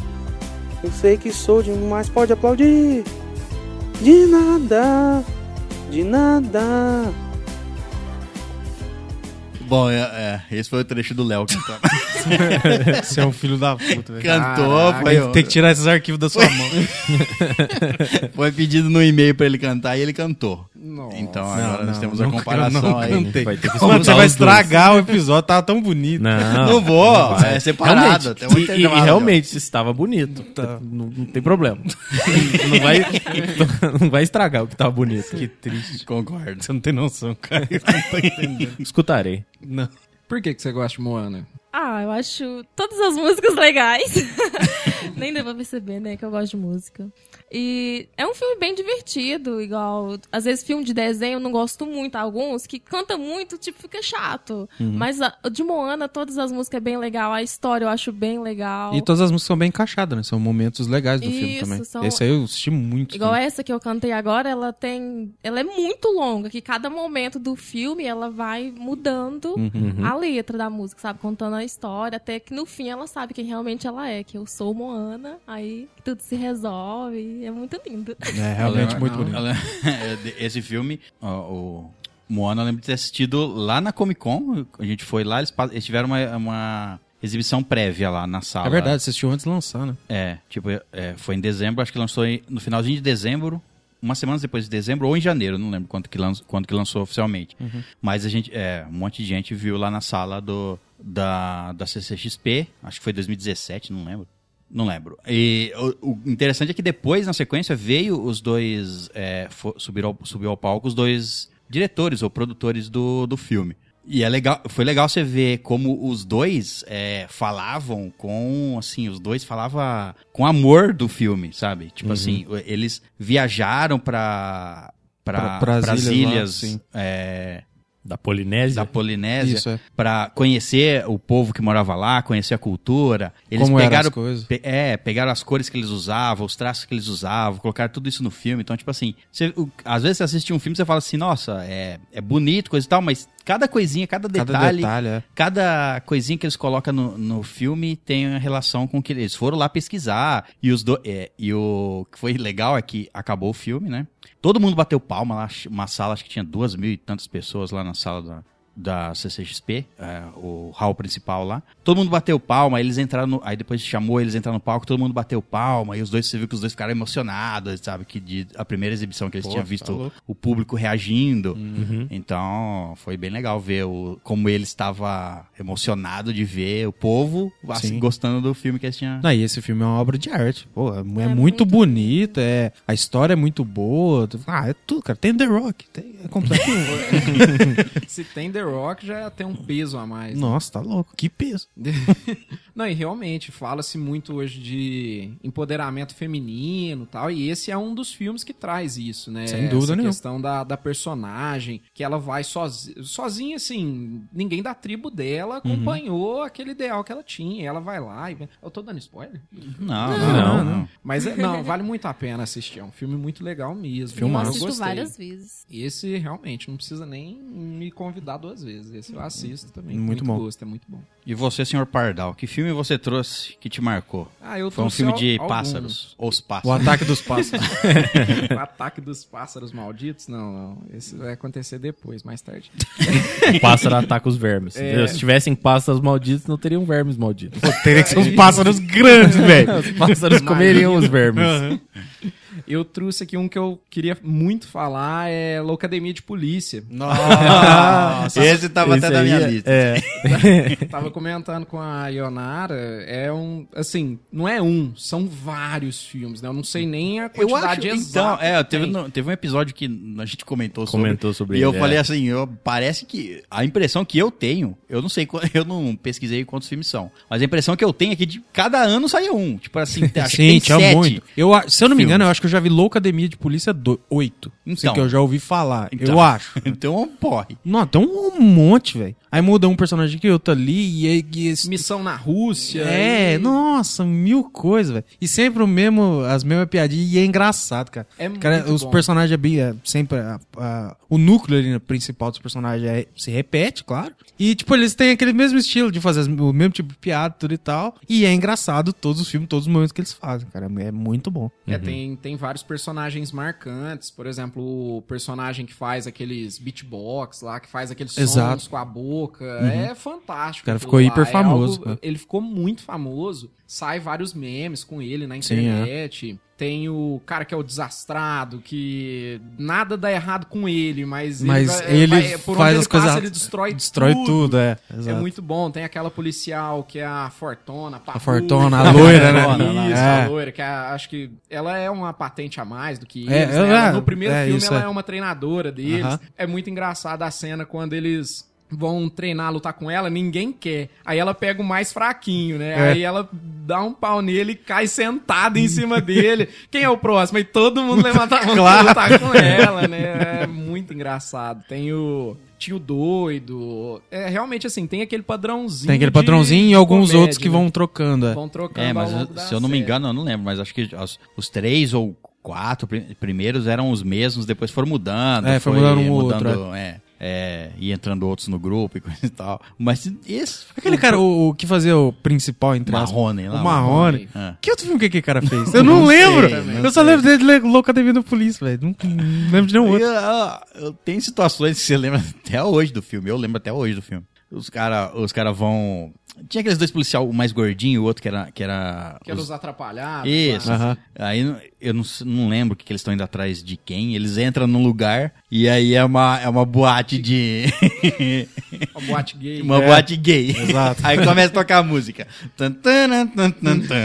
S8: Eu sei que sou demais, pode aplaudir. De nada, de nada.
S1: Bom, é, é, esse foi o trecho do Léo cantando.
S3: Você é um filho da puta, velho.
S1: Cantou,
S5: Caraca,
S1: foi,
S3: Tem que tirar esses arquivos da sua mão.
S1: foi pedido no e-mail pra ele cantar e ele cantou.
S5: Nossa.
S1: Então
S3: Não,
S1: agora nós
S3: não,
S1: temos
S3: não,
S1: a comparação
S3: não
S1: aí.
S3: cantei.
S4: Vai ter que
S3: Mano, você
S4: escutar
S3: vai
S4: os dois.
S3: estragar o episódio, tava tão bonito.
S4: Não.
S1: Não
S3: um
S1: vou,
S4: vai.
S1: é separado.
S4: Realmente.
S1: tem um
S4: E- e,
S1: intervalo,
S4: realmente, estava bonito.
S3: Tá.
S4: Não, não tem problema. não, vai, não vai estragar o que estava bonito.
S3: Que triste.
S1: Léo. Concordo.
S3: Você não tem noção, cara. Eu não tô entendendo.
S4: Escutarei.
S3: Não.
S5: Por que, que você gosta de Moana?
S6: Ah, eu acho todas as músicas legais. Nem deu pra perceber, né, que eu gosto de música. E é um filme bem divertido, igual. Às vezes, filme de desenho eu não gosto muito, alguns que canta muito, tipo, fica chato. Mas a- de Moana, todas as músicas é bem legal, a história eu acho bem legal.
S3: E todas as músicas são bem encaixadas, né? São momentos legais do filme
S6: Isso,
S3: também.
S6: são-
S3: Esse aí eu assisti muito.
S6: Igual
S3: também.
S6: essa que eu cantei agora, ela tem. Ela é muito longa, que cada momento do filme ela vai mudando
S3: Uhum.
S4: Uhum.
S6: a letra da música, sabe? Contando a história, até que no fim ela sabe quem realmente ela é, que eu sou Moana, aí tudo se resolve. É muito lindo.
S3: É realmente
S1: Eu lembro-
S3: muito
S1: eu
S3: bonito.
S1: lembro- é, Esse filme, ó, o Moana, eu lembro de ter assistido lá na Comic Con. A gente foi lá, eles, pa- eles tiveram uma, uma exibição prévia lá na sala.
S3: É verdade, você assistiu antes de lançar, né?
S1: É, tipo, é, foi em dezembro, acho que lançou em- no finalzinho de dezembro, umas semanas depois de dezembro ou em janeiro, não lembro quando que, lanç, quando que lançou oficialmente. Mas a gente, é, um monte de gente viu lá na sala do, da, da CCXP, acho que foi 2017, não lembro. Não lembro. E o, o interessante é que depois, na sequência, veio os dois. É, fo- subiram ao, subiu ao palco os dois diretores ou produtores do, do filme. E é legal, foi legal você ver como os dois é, falavam com, assim, os dois falavam com amor do filme, sabe?
S3: Uhum.
S1: Tipo assim, eles viajaram pra, pra,
S3: Pra- pras
S1: pras
S3: ilhas lá,
S1: ilhas,
S3: sim.
S1: é,
S4: Da Polinésia.
S1: da Polinésia
S3: Isso, é.
S1: pra conhecer o povo que morava lá, conhecer a cultura. Eles
S3: Como eram
S1: pegaram
S3: as coisas.
S1: Pe- É, pegaram as cores que eles usavam, os traços que eles usavam, colocaram tudo isso no filme. Então, tipo assim, você- o- às vezes você assiste um filme e você fala assim, nossa, é, é bonito, coisa e tal, mas cada coisinha, cada detalhe,
S3: Cada
S1: cada,
S3: detalhe, é.
S1: coisinha que eles colocam no, no filme tem uma relação com o que eles foram lá pesquisar. E os do, é, e o que foi legal é que acabou o filme, né? Todo mundo bateu palma lá, ach- uma sala, acho que tinha duas mil e tantas pessoas lá na sala da, da CCXP, é, o hall principal lá. Todo mundo bateu palma, eles entraram no, aí depois chamou eles entraram no palco, todo mundo bateu palma, e os dois, você viu que os dois ficaram emocionados, sabe, que de, a primeira exibição que eles
S3: Pô,
S1: tinham
S3: tá
S1: visto
S3: louco.
S1: o público reagindo.
S4: Uhum.
S1: Então, foi bem legal ver o, como ele estava emocionado de ver o povo assim,
S3: Sim.
S1: gostando do filme que eles tinham.
S3: Não, e esse filme é uma obra de arte. Pô, é, mu- é
S6: É
S3: muito
S6: muito
S3: bonito, é, a história é muito boa. tu- Ah, é tudo, cara. Tem The Rock. Tem, é completo.
S5: Se tem The Rock, já tem um peso a mais.
S3: Nossa, tá louco. Que peso.
S5: Não, e realmente, fala-se muito hoje de empoderamento feminino e tal, e esse é um dos filmes que traz isso, né?
S3: Sem dúvida
S5: Essa
S3: nenhuma.
S5: questão da, da personagem, que ela vai sozinha, sozinha, assim, ninguém da tribo dela
S3: Uhum.
S5: acompanhou aquele ideal que ela tinha, ela vai lá e... Eu tô dando spoiler?
S1: Não,
S4: Não,
S5: Mas, é- não, vale muito a pena assistir, é um filme muito legal mesmo.
S6: eu
S5: Eu
S6: assisto
S5: gostei.
S6: várias vezes.
S5: Esse, realmente, não precisa nem me convidar duas duas vezes. Esse eu assisto também. com
S3: Muito bom.
S5: Gosto, é muito bom.
S1: E você, senhor Pardal, que filme você trouxe que te marcou?
S5: Ah, eu
S1: Foi um
S5: trouxe
S1: filme
S5: al-
S1: de
S5: alguns.
S1: pássaros. Os
S3: O
S1: pássaros.
S3: Ataque dos Pássaros.
S5: o ataque dos pássaros malditos? Não, não. Esse vai acontecer depois, mais tarde.
S4: O pássaro ataca os vermes.
S5: É.
S4: entendeu? Se tivessem pássaros malditos, não teriam vermes malditos.
S3: Teria que ser
S6: É.
S3: uns pássaros grandes, velho.
S4: Os pássaros comeriam os vermes.
S5: Eu trouxe aqui um que eu queria muito falar, é Loucademia de Polícia.
S1: Nossa, esse tava
S4: Esse
S1: até na
S4: aí
S1: minha
S4: é-
S1: lista.
S5: Tava comentando com a Ionara, é um, assim, não é um, são vários filmes, né? Eu não sei nem a
S1: Eu
S5: quantidade
S1: acho, então,
S5: exata.
S1: é,
S5: que
S1: teve,
S5: tem.
S1: no- teve um episódio que a gente comentou sobre.
S4: Comentou sobre
S1: E eu
S4: ele, é.
S1: falei assim, eu, parece que a impressão que eu tenho, eu não sei, qu- eu não pesquisei quantos filmes são, mas a impressão que eu tenho é que de cada ano saia um, tipo assim, acho
S3: Sim,
S1: que tem
S3: tinha
S1: sete.
S3: é muito. Eu, a- se eu não me
S1: filmes.
S3: engano, eu acho que eu já vi Loucademia de Polícia 8.
S1: Então.
S3: Então. que eu já ouvi falar.
S1: Então.
S3: Eu acho.
S1: Então, porre.
S3: Não, tem um monte, velho. Aí muda um personagem que outro ali e aí... E esse...
S5: Missão na Rússia.
S3: É,
S5: e-
S3: nossa, mil coisas, velho. E sempre o mesmo, as mesmas piadinhas e é engraçado, cara.
S5: É
S3: Cara,
S5: muito
S3: os
S5: bom.
S3: personagens é bem- é sempre. a- a- o núcleo ali né, principal dos personagens é- se repete, claro. E, tipo, eles têm aquele mesmo estilo de fazer as- o mesmo tipo de piada, tudo e tal. E é engraçado todos os filmes, todos os momentos que eles fazem, cara. É muito bom.
S5: É, tem, tem vários personagens marcantes, por exemplo, o personagem que faz aqueles beatbox lá, que faz aqueles sons
S3: Exato. Uhum.
S5: com a boca, é fantástico.
S3: O cara
S5: aquilo
S3: ficou
S5: lá,
S3: hiper
S5: é
S3: famoso, né?
S5: algo-
S3: cara.
S5: Ele ficou muito famoso, sai vários memes com ele na
S3: Sim, é.
S5: internet. Tem o cara que é o desastrado, que nada dá errado com ele, mas,
S3: Mas
S5: vai- é,
S3: ele,
S5: vai- por onde
S3: faz
S5: ele
S3: as coisas.
S5: passa, ele destrói,
S3: destrói tudo. é.
S5: É
S3: Exato.
S5: muito bom. Tem aquela policial que é a Fortuna,
S3: A
S5: parruda.
S3: Fortona, a loira,
S5: Isso,
S3: né?
S5: a
S3: É.
S5: loira, que a- acho que ela é uma patente a mais do que eles,
S3: É,
S5: né?
S3: ela-
S5: Ela, no primeiro
S3: é,
S5: filme
S3: isso
S5: ela é.
S3: é.
S5: uma treinadora deles.
S3: Aham.
S5: É muito engraçada a cena quando eles vão treinar, lutar com ela, ninguém quer. Aí ela pega o mais fraquinho, né?
S3: É.
S5: Aí ela dá um pau nele e cai sentada em cima dele. Quem é o próximo? E todo mundo levanta a mão pra lutar com ela, né? É muito engraçado. Tem o tio doido. É, realmente assim, tem aquele padrãozinho
S3: Tem aquele
S5: de
S3: padrãozinho e alguns
S5: comédia,
S3: outros que
S5: né?
S3: vão trocando. É.
S5: Vão trocando
S1: É,
S5: ao
S1: mas
S5: longo da
S1: se eu não me
S5: série.
S1: engano, eu não lembro, mas acho que as- os três ou quatro pri- primeiros eram os mesmos, depois foram mudando.
S3: É, foi mudando um ou outro,
S1: é. é, e entrando outros no grupo e coisa e tal. Mas esse...
S3: Aquele cara, o, o que fazia o principal, entre aspas.
S1: Marrone lá.
S3: O Marrone.
S1: Ah.
S3: Que outro filme que aquele cara fez? Eu não, né? lembro.
S1: sei, não
S3: eu só lembro dele de Loucademia da Polícia, velho. Não, não lembro de nenhum um outro.
S1: Eu, ah, eu- eu- tem situações que você lembra até hoje do filme. Eu lembro até hoje do filme. Os caras os cara vão. Tinha aqueles dois policial, um mais gordinho e o outro que era. Que era
S5: Que era
S1: os-
S5: os atrapalhados.
S1: Isso.
S5: lá.
S3: Aham.
S1: Aí não- eu não, s- não lembro o que, que eles estão indo atrás de quem. Eles entram num lugar e aí é uma, é uma boate de.
S5: A boate gay.
S1: uma boate gay.
S3: É. Exato.
S1: Aí começa a tocar a música. Tan, tan, tan, tan, tan.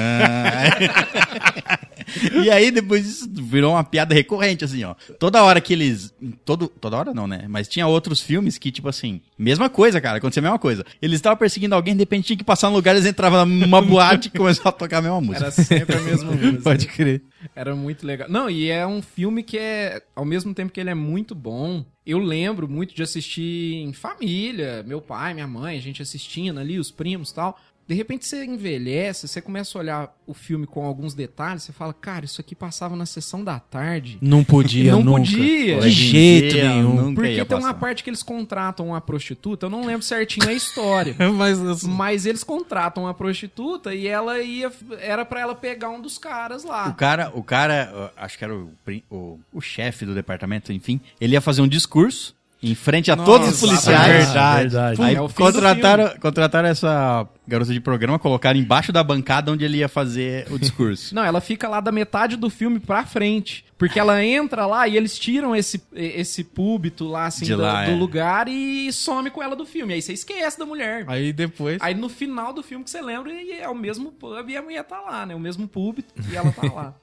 S1: e aí depois isso virou uma piada recorrente, assim, ó. Toda hora que eles. Todo, toda hora não, né? Mas tinha outros filmes que, tipo assim, mesma coisa, cara. Acontecia a mesma coisa. Eles estavam perseguindo alguém, de repente tinha que passar no lugar, eles entravam numa boate e começavam a tocar a mesma música.
S5: Era sempre a mesma música.
S3: Pode crer.
S5: Era muito legal. Não, e é um filme que é, ao mesmo tempo que ele é muito bom, eu lembro muito de assistir em família, meu pai, minha mãe, a gente assistindo ali, os primos e tal. De repente você envelhece, você começa a olhar o filme com alguns detalhes, você fala, cara, isso aqui passava na sessão da tarde.
S3: Não podia,
S5: Não
S3: nunca.
S5: podia.
S3: De
S1: Hoje em
S3: jeito
S1: dia,
S3: nenhum.
S1: nunca
S5: Porque
S1: ia
S5: tem uma
S1: passar.
S5: parte que eles contratam uma prostituta, eu não lembro certinho a história.
S3: Mas
S5: Mas eles contratam uma prostituta e ela ia. Era pra ela pegar um dos caras
S1: O
S5: lá.
S1: cara, o cara, ah, acho que era o, pri- o, o chefe do departamento, enfim, ele ia fazer um discurso em frente a todos os
S5: Nossa,
S1: policiais.
S4: verdade.
S1: Aí
S5: É o fim do
S1: contrataram, contrataram essa garota de programa, colocaram embaixo da bancada onde ele ia fazer o discurso.
S5: Não, ela fica lá da metade do filme pra frente. Porque ela entra lá e eles tiram esse, esse púlpito lá, assim,
S1: De
S5: do,
S1: lá,
S5: do
S1: é.
S5: lugar e some com ela do filme. Aí você esquece da mulher.
S3: Aí depois.
S5: Aí no final do filme que você lembra, e é o mesmo pub e a mulher tá lá, né? O mesmo púlpito e ela tá lá.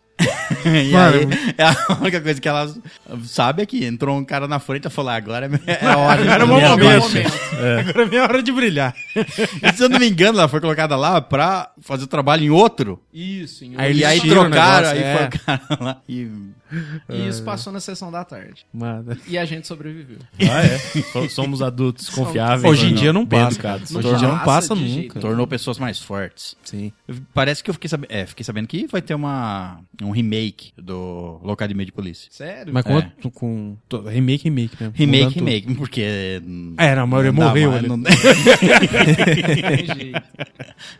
S1: e aí,
S3: Mano.
S1: é a única coisa que ela sabe é que entrou um cara na frente e falou: "Ah, agora é a hora.
S3: Agora é o meu
S1: entendeu?
S3: momento. Agora é minha hora de brilhar.
S1: E se eu não me engano, ela foi colocada lá pra fazer o trabalho em outro.
S5: Isso, em
S1: e
S3: eles
S1: aí
S3: tiram o
S1: trocaram,
S3: negócio,
S1: aí
S3: é.
S1: foi o cara lá. E...
S5: E
S1: É.
S5: isso passou na sessão da tarde.
S3: Mano.
S5: E a gente sobreviveu.
S4: Ah, é. Somos adultos confiáveis.
S3: Hoje em
S4: mano.
S3: dia não
S4: Bem
S3: passa.
S4: educados.
S3: Hoje em dia não passa
S5: passa de jeito
S3: nunca.
S1: Tornou pessoas mais fortes.
S3: Sim.
S1: Parece que eu fiquei sabendo. É, fiquei sabendo que vai ter uma, um remake do Locademia de Polícia.
S5: Sério?
S3: Mas
S1: É.
S3: com, com- to- remake, remake
S4: né?
S3: mesmo.
S1: Remake,
S3: Mudando tudo.
S1: remake, porque. hum,
S3: É, na maioria
S1: não dá
S3: morreu
S1: mais,
S3: ali.
S1: não-
S5: Tem jeito.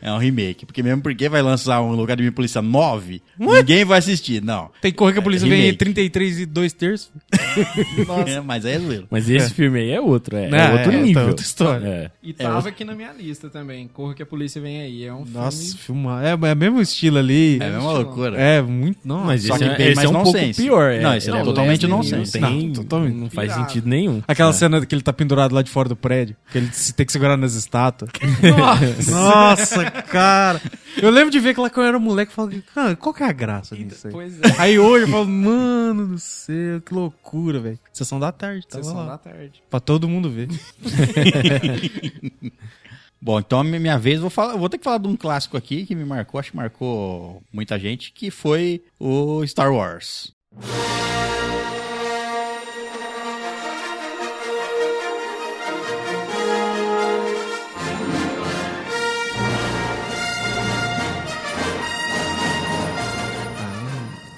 S1: É um remake. Porque mesmo porque vai lançar um Locademia de Polícia 9, ninguém vai assistir, não.
S3: Tem que correr que a polícia vem
S1: remake.
S3: 33 e 2 terços.
S1: É, mas é zoeiro.
S4: Mas esse filme aí é outro, é, é
S3: Não,
S4: outro
S3: é, é
S4: nível.
S3: outra história.
S4: É.
S5: E tava aqui na minha lista também. Corra que a polícia vem aí. É um
S3: Nossa,
S5: filme.
S3: filmar. É, é mesmo estilo ali.
S1: É a mesma
S5: Isso.
S1: loucura.
S3: É, muito. Não,
S4: Mas
S1: Só
S4: esse,
S1: que
S4: é,
S1: bem
S4: esse
S1: mais
S4: é um pouco
S1: nonsense.
S4: pior.
S1: Não, esse
S4: é,
S1: é
S4: não,
S1: totalmente
S4: não
S1: nonsense.
S4: tem-
S3: Não, totalmente.
S4: Não faz
S5: Pirado.
S4: sentido nenhum.
S3: Aquela
S4: É.
S3: cena que ele tá pendurado lá de fora do prédio, que ele se tem que segurar nas estátuas.
S5: Nossa.
S3: Nossa, cara. Eu lembro de ver que lá quando eu era moleque, eu falava, cara, qual que é a graça disso aí?
S5: Pois é.
S3: Aí hoje eu falo, mano do céu, que loucura, velho. Sessão da tarde,
S4: Tá
S3: tava
S5: Sessão
S3: lá.
S5: da tarde.
S3: Pra todo mundo ver.
S1: Bom, então a mi- minha vez, vou, falar, vou ter que falar de um clássico aqui que me marcou, acho que marcou muita gente, que foi o Star Wars.
S3: Ah.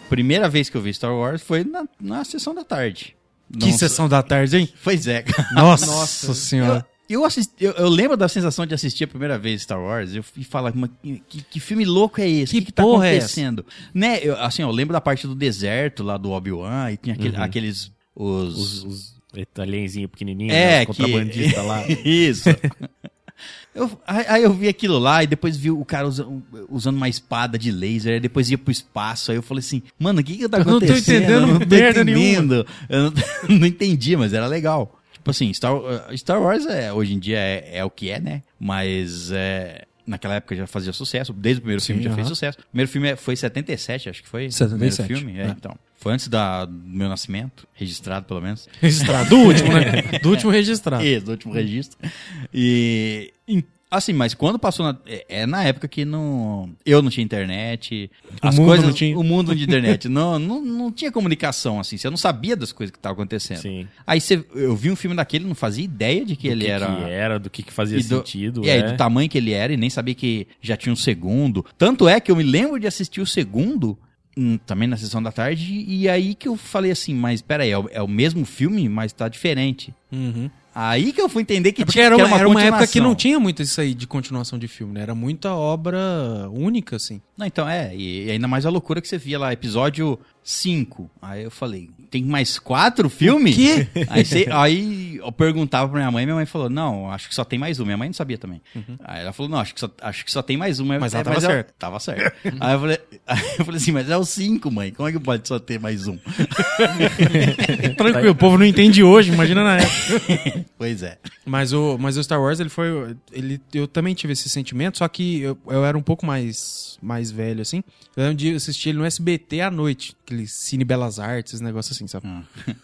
S1: Primeira vez que eu vi Star Wars foi na, na sessão da tarde.
S3: Que
S1: Não-
S3: sessão da tarde, hein?
S1: Pois é, cara.
S3: Nossa,
S5: Nossa.
S3: senhora.
S1: Eu, assisti- eu, eu lembro da sensação de assistir a primeira vez Star Wars eu, e falar, "Mas que, que filme louco é esse? O
S3: Que
S1: que, que tá
S3: porra é
S1: acontecendo? né, eu, assim, eu lembro da parte do deserto lá do Obi-Wan e tinha aquele-
S4: Uhum.
S1: aqueles. Os.
S4: Os, os italienzinhos pequenininhos,
S1: É,
S4: né, os
S1: que-
S4: contrabandistas lá.
S1: Isso. Eu- aí, aí eu vi aquilo lá e depois vi o cara usa- um, usando uma espada de laser, aí depois ia pro espaço. Aí eu falei assim, mano, o que que tá
S3: Eu não tô
S1: acontecendo?
S3: entendendo merda
S1: Eu não, não entendi, mas era legal. Tipo assim, Star, Star Wars é, hoje em dia é, é o que é, né? Mas é, naquela época já fazia sucesso, desde o primeiro filme já
S3: aham.
S1: fez sucesso. O primeiro filme é- foi 77, acho que foi. o
S3: 77,
S1: Primeiro filme, é,
S3: é.
S1: então. Foi antes da, do meu nascimento, registrado pelo menos.
S3: Registrado. Do último, né? Do último registrado.
S1: Isso, do último registro. E. em- Assim, mas quando passou na. É é na época que não. Eu não tinha internet.
S3: O
S1: as
S3: mundo
S1: coisas,
S3: não tinha.
S1: O mundo não tinha internet. não, não, não tinha comunicação, assim. Você não sabia das coisas que estavam acontecendo.
S4: Sim.
S1: Aí você, eu vi um filme daquele, não fazia ideia de que
S4: Do
S1: ele
S4: que
S1: era.
S4: que era, do que, que fazia
S1: E do-
S4: sentido.
S1: E aí,
S4: é.
S1: do tamanho que ele era, e nem sabia que já tinha um segundo. Tanto é que eu me lembro de assistir o segundo, hum, também na sessão da tarde, e aí que eu falei assim, mas peraí, é o, é o mesmo filme, mas tá diferente.
S3: Uhum.
S1: Aí que eu fui entender que
S3: É porque
S1: tinha
S3: era
S1: que
S3: uma, era uma época
S1: continuação.
S3: que não tinha muito isso aí de continuação de filme, né? Era muita obra única, assim.
S1: Não, então é, e e ainda mais a loucura que você via lá, episódio 5. Aí eu falei, tem mais quatro filmes?
S3: quê?
S1: Aí, você- aí eu perguntava pra minha mãe, minha mãe falou, não, acho que só tem mais um. Minha mãe não sabia também. Aí ela falou, não, acho que só, acho que só tem mais um.
S3: Uhum. Mas
S1: é,
S3: ela tava
S1: é-
S3: certa.
S1: tava certo. aí, eu falei, aí eu falei assim, mas é o 5, mãe, como é que pode só ter mais um?
S3: É, Tranquilo, o povo não entende hoje, imagina na época.
S1: Pois é.
S3: Mas o, mas o Star Wars, ele foi. Ele, eu também tive esse sentimento, só que eu, eu era um pouco mais, mais velho, assim. Eu lembro de assistir ele no SBT à noite, aquele Cine Belas Artes, esse negócio assim, sabe?
S1: Ah.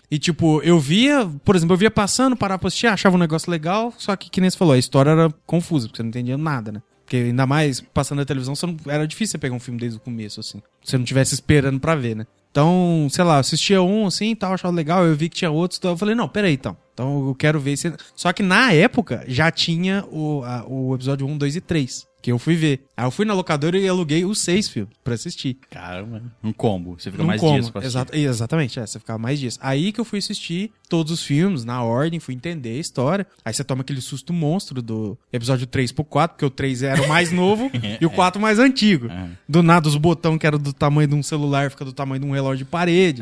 S3: E tipo, eu via, por exemplo, eu via passando, parava pra assistir, achava um negócio legal, só que, que nem você falou, a história era confusa, porque você não entendia nada, né? Porque ainda mais passando na televisão, você não- era difícil você pegar um filme desde o começo, assim. Se você não tivesse esperando pra ver, né? Então, sei lá, eu assistia um assim e tal, achava legal, eu vi que tinha outros, então eu falei, não, peraí então. Então eu quero ver esse. Só que na época já tinha o, a- o episódio 1, 2 e 3, que eu fui ver. Aí eu fui na locadora e aluguei os seis filmes pra assistir.
S1: Caramba. Um combo, você fica
S3: Não
S1: mais
S3: como.
S1: dias pra assistir.
S3: Exata- Exatamente, é, você ficava mais dias. Aí que eu fui assistir todos os filmes, na ordem, fui entender a história. Aí você toma aquele susto monstro do episódio 3 pro 4, porque o 3 era o mais novo e o 4 mais antigo. Do nada, os botões que eram do tamanho de um celular fica do tamanho de um relógio de parede.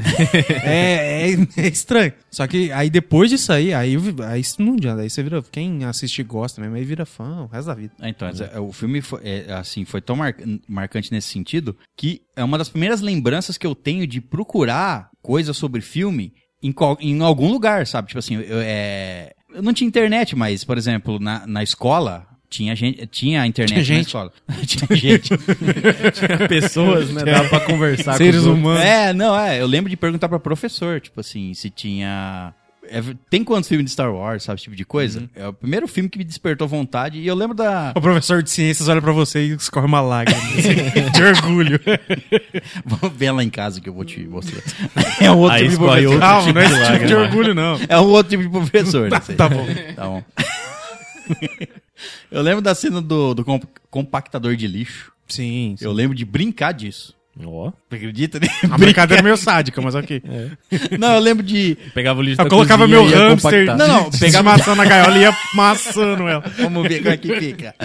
S3: é, é- é estranho. Só que aí depois disso aí, aí, eu vi- aí isso não adianta. Aí você vira. Quem assiste gosta mesmo, aí vira fã o resto da vida.
S1: Ah, Então, é, o filme foi, é, assim, foi tão mar- marcante nesse sentido que é uma das primeiras lembranças que eu tenho de procurar coisas sobre filme em, qual- em algum lugar, sabe? Tipo assim, eu, é, eu não tinha internet, mas, por exemplo, na, na escola. Tinha, gente, tinha internet
S3: Tinha
S1: na
S3: gente.
S1: escola. tinha gente.
S4: pessoas, né? Dava pra conversar com os
S3: Seres
S4: outros.
S3: humanos.
S1: É, não, é. Eu lembro de perguntar pra professor, tipo assim, se tinha é, tem quantos filmes de Star Wars, sabe, esse tipo de coisa? É o primeiro filme que me despertou vontade e eu lembro da.
S3: O professor de ciências olha pra você e escorre uma lágrima assim, de orgulho.
S1: Vamos ver lá em casa que eu vou te mostrar. É um outro
S4: Aí
S1: tipo de
S4: escolhe
S1: professor.
S4: outro
S3: Calma, não é
S4: de
S3: esse tipo de
S4: lágrima.
S3: orgulho, não.
S1: É um outro tipo de professor. né?
S3: tá bom.
S1: Tá bom. eu lembro da cena do, do comp- compactador de lixo.
S3: Sim, sim.
S1: Eu lembro de brincar disso.
S4: Ó.
S1: Tu acredita? né?
S3: A brincadeira é meio sádica, mas ok. Tá,
S1: Não, eu lembro de.
S4: Pegava o lixo
S3: É. Eu
S4: da
S3: colocava
S4: cozinha
S3: meu
S4: e ia
S3: hamster
S4: compactar.
S1: Não, não,
S3: de, de
S1: pegava-
S3: maçã na gaiola e ia maçando ela.
S1: Vamos ver como é que fica.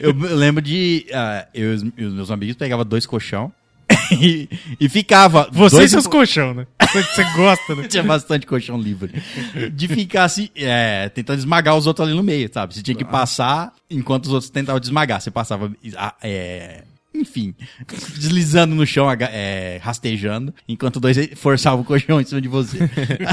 S1: Eu, eu lembro de. ah, eu e os e os meus amigos pegavam dois colchão e, e ficava.
S3: Você
S1: dois
S3: e seus colchão, né? Você, você gosta, né?
S1: Tinha bastante colchão livre. De ficar assim, é, tentando esmagar os outros ali no meio, sabe? Você tinha que passar enquanto os outros tentavam desmagar. Você passava. ah, é, enfim, deslizando no chão, aga- é, rastejando, enquanto dois forçavam o colchão em cima de você.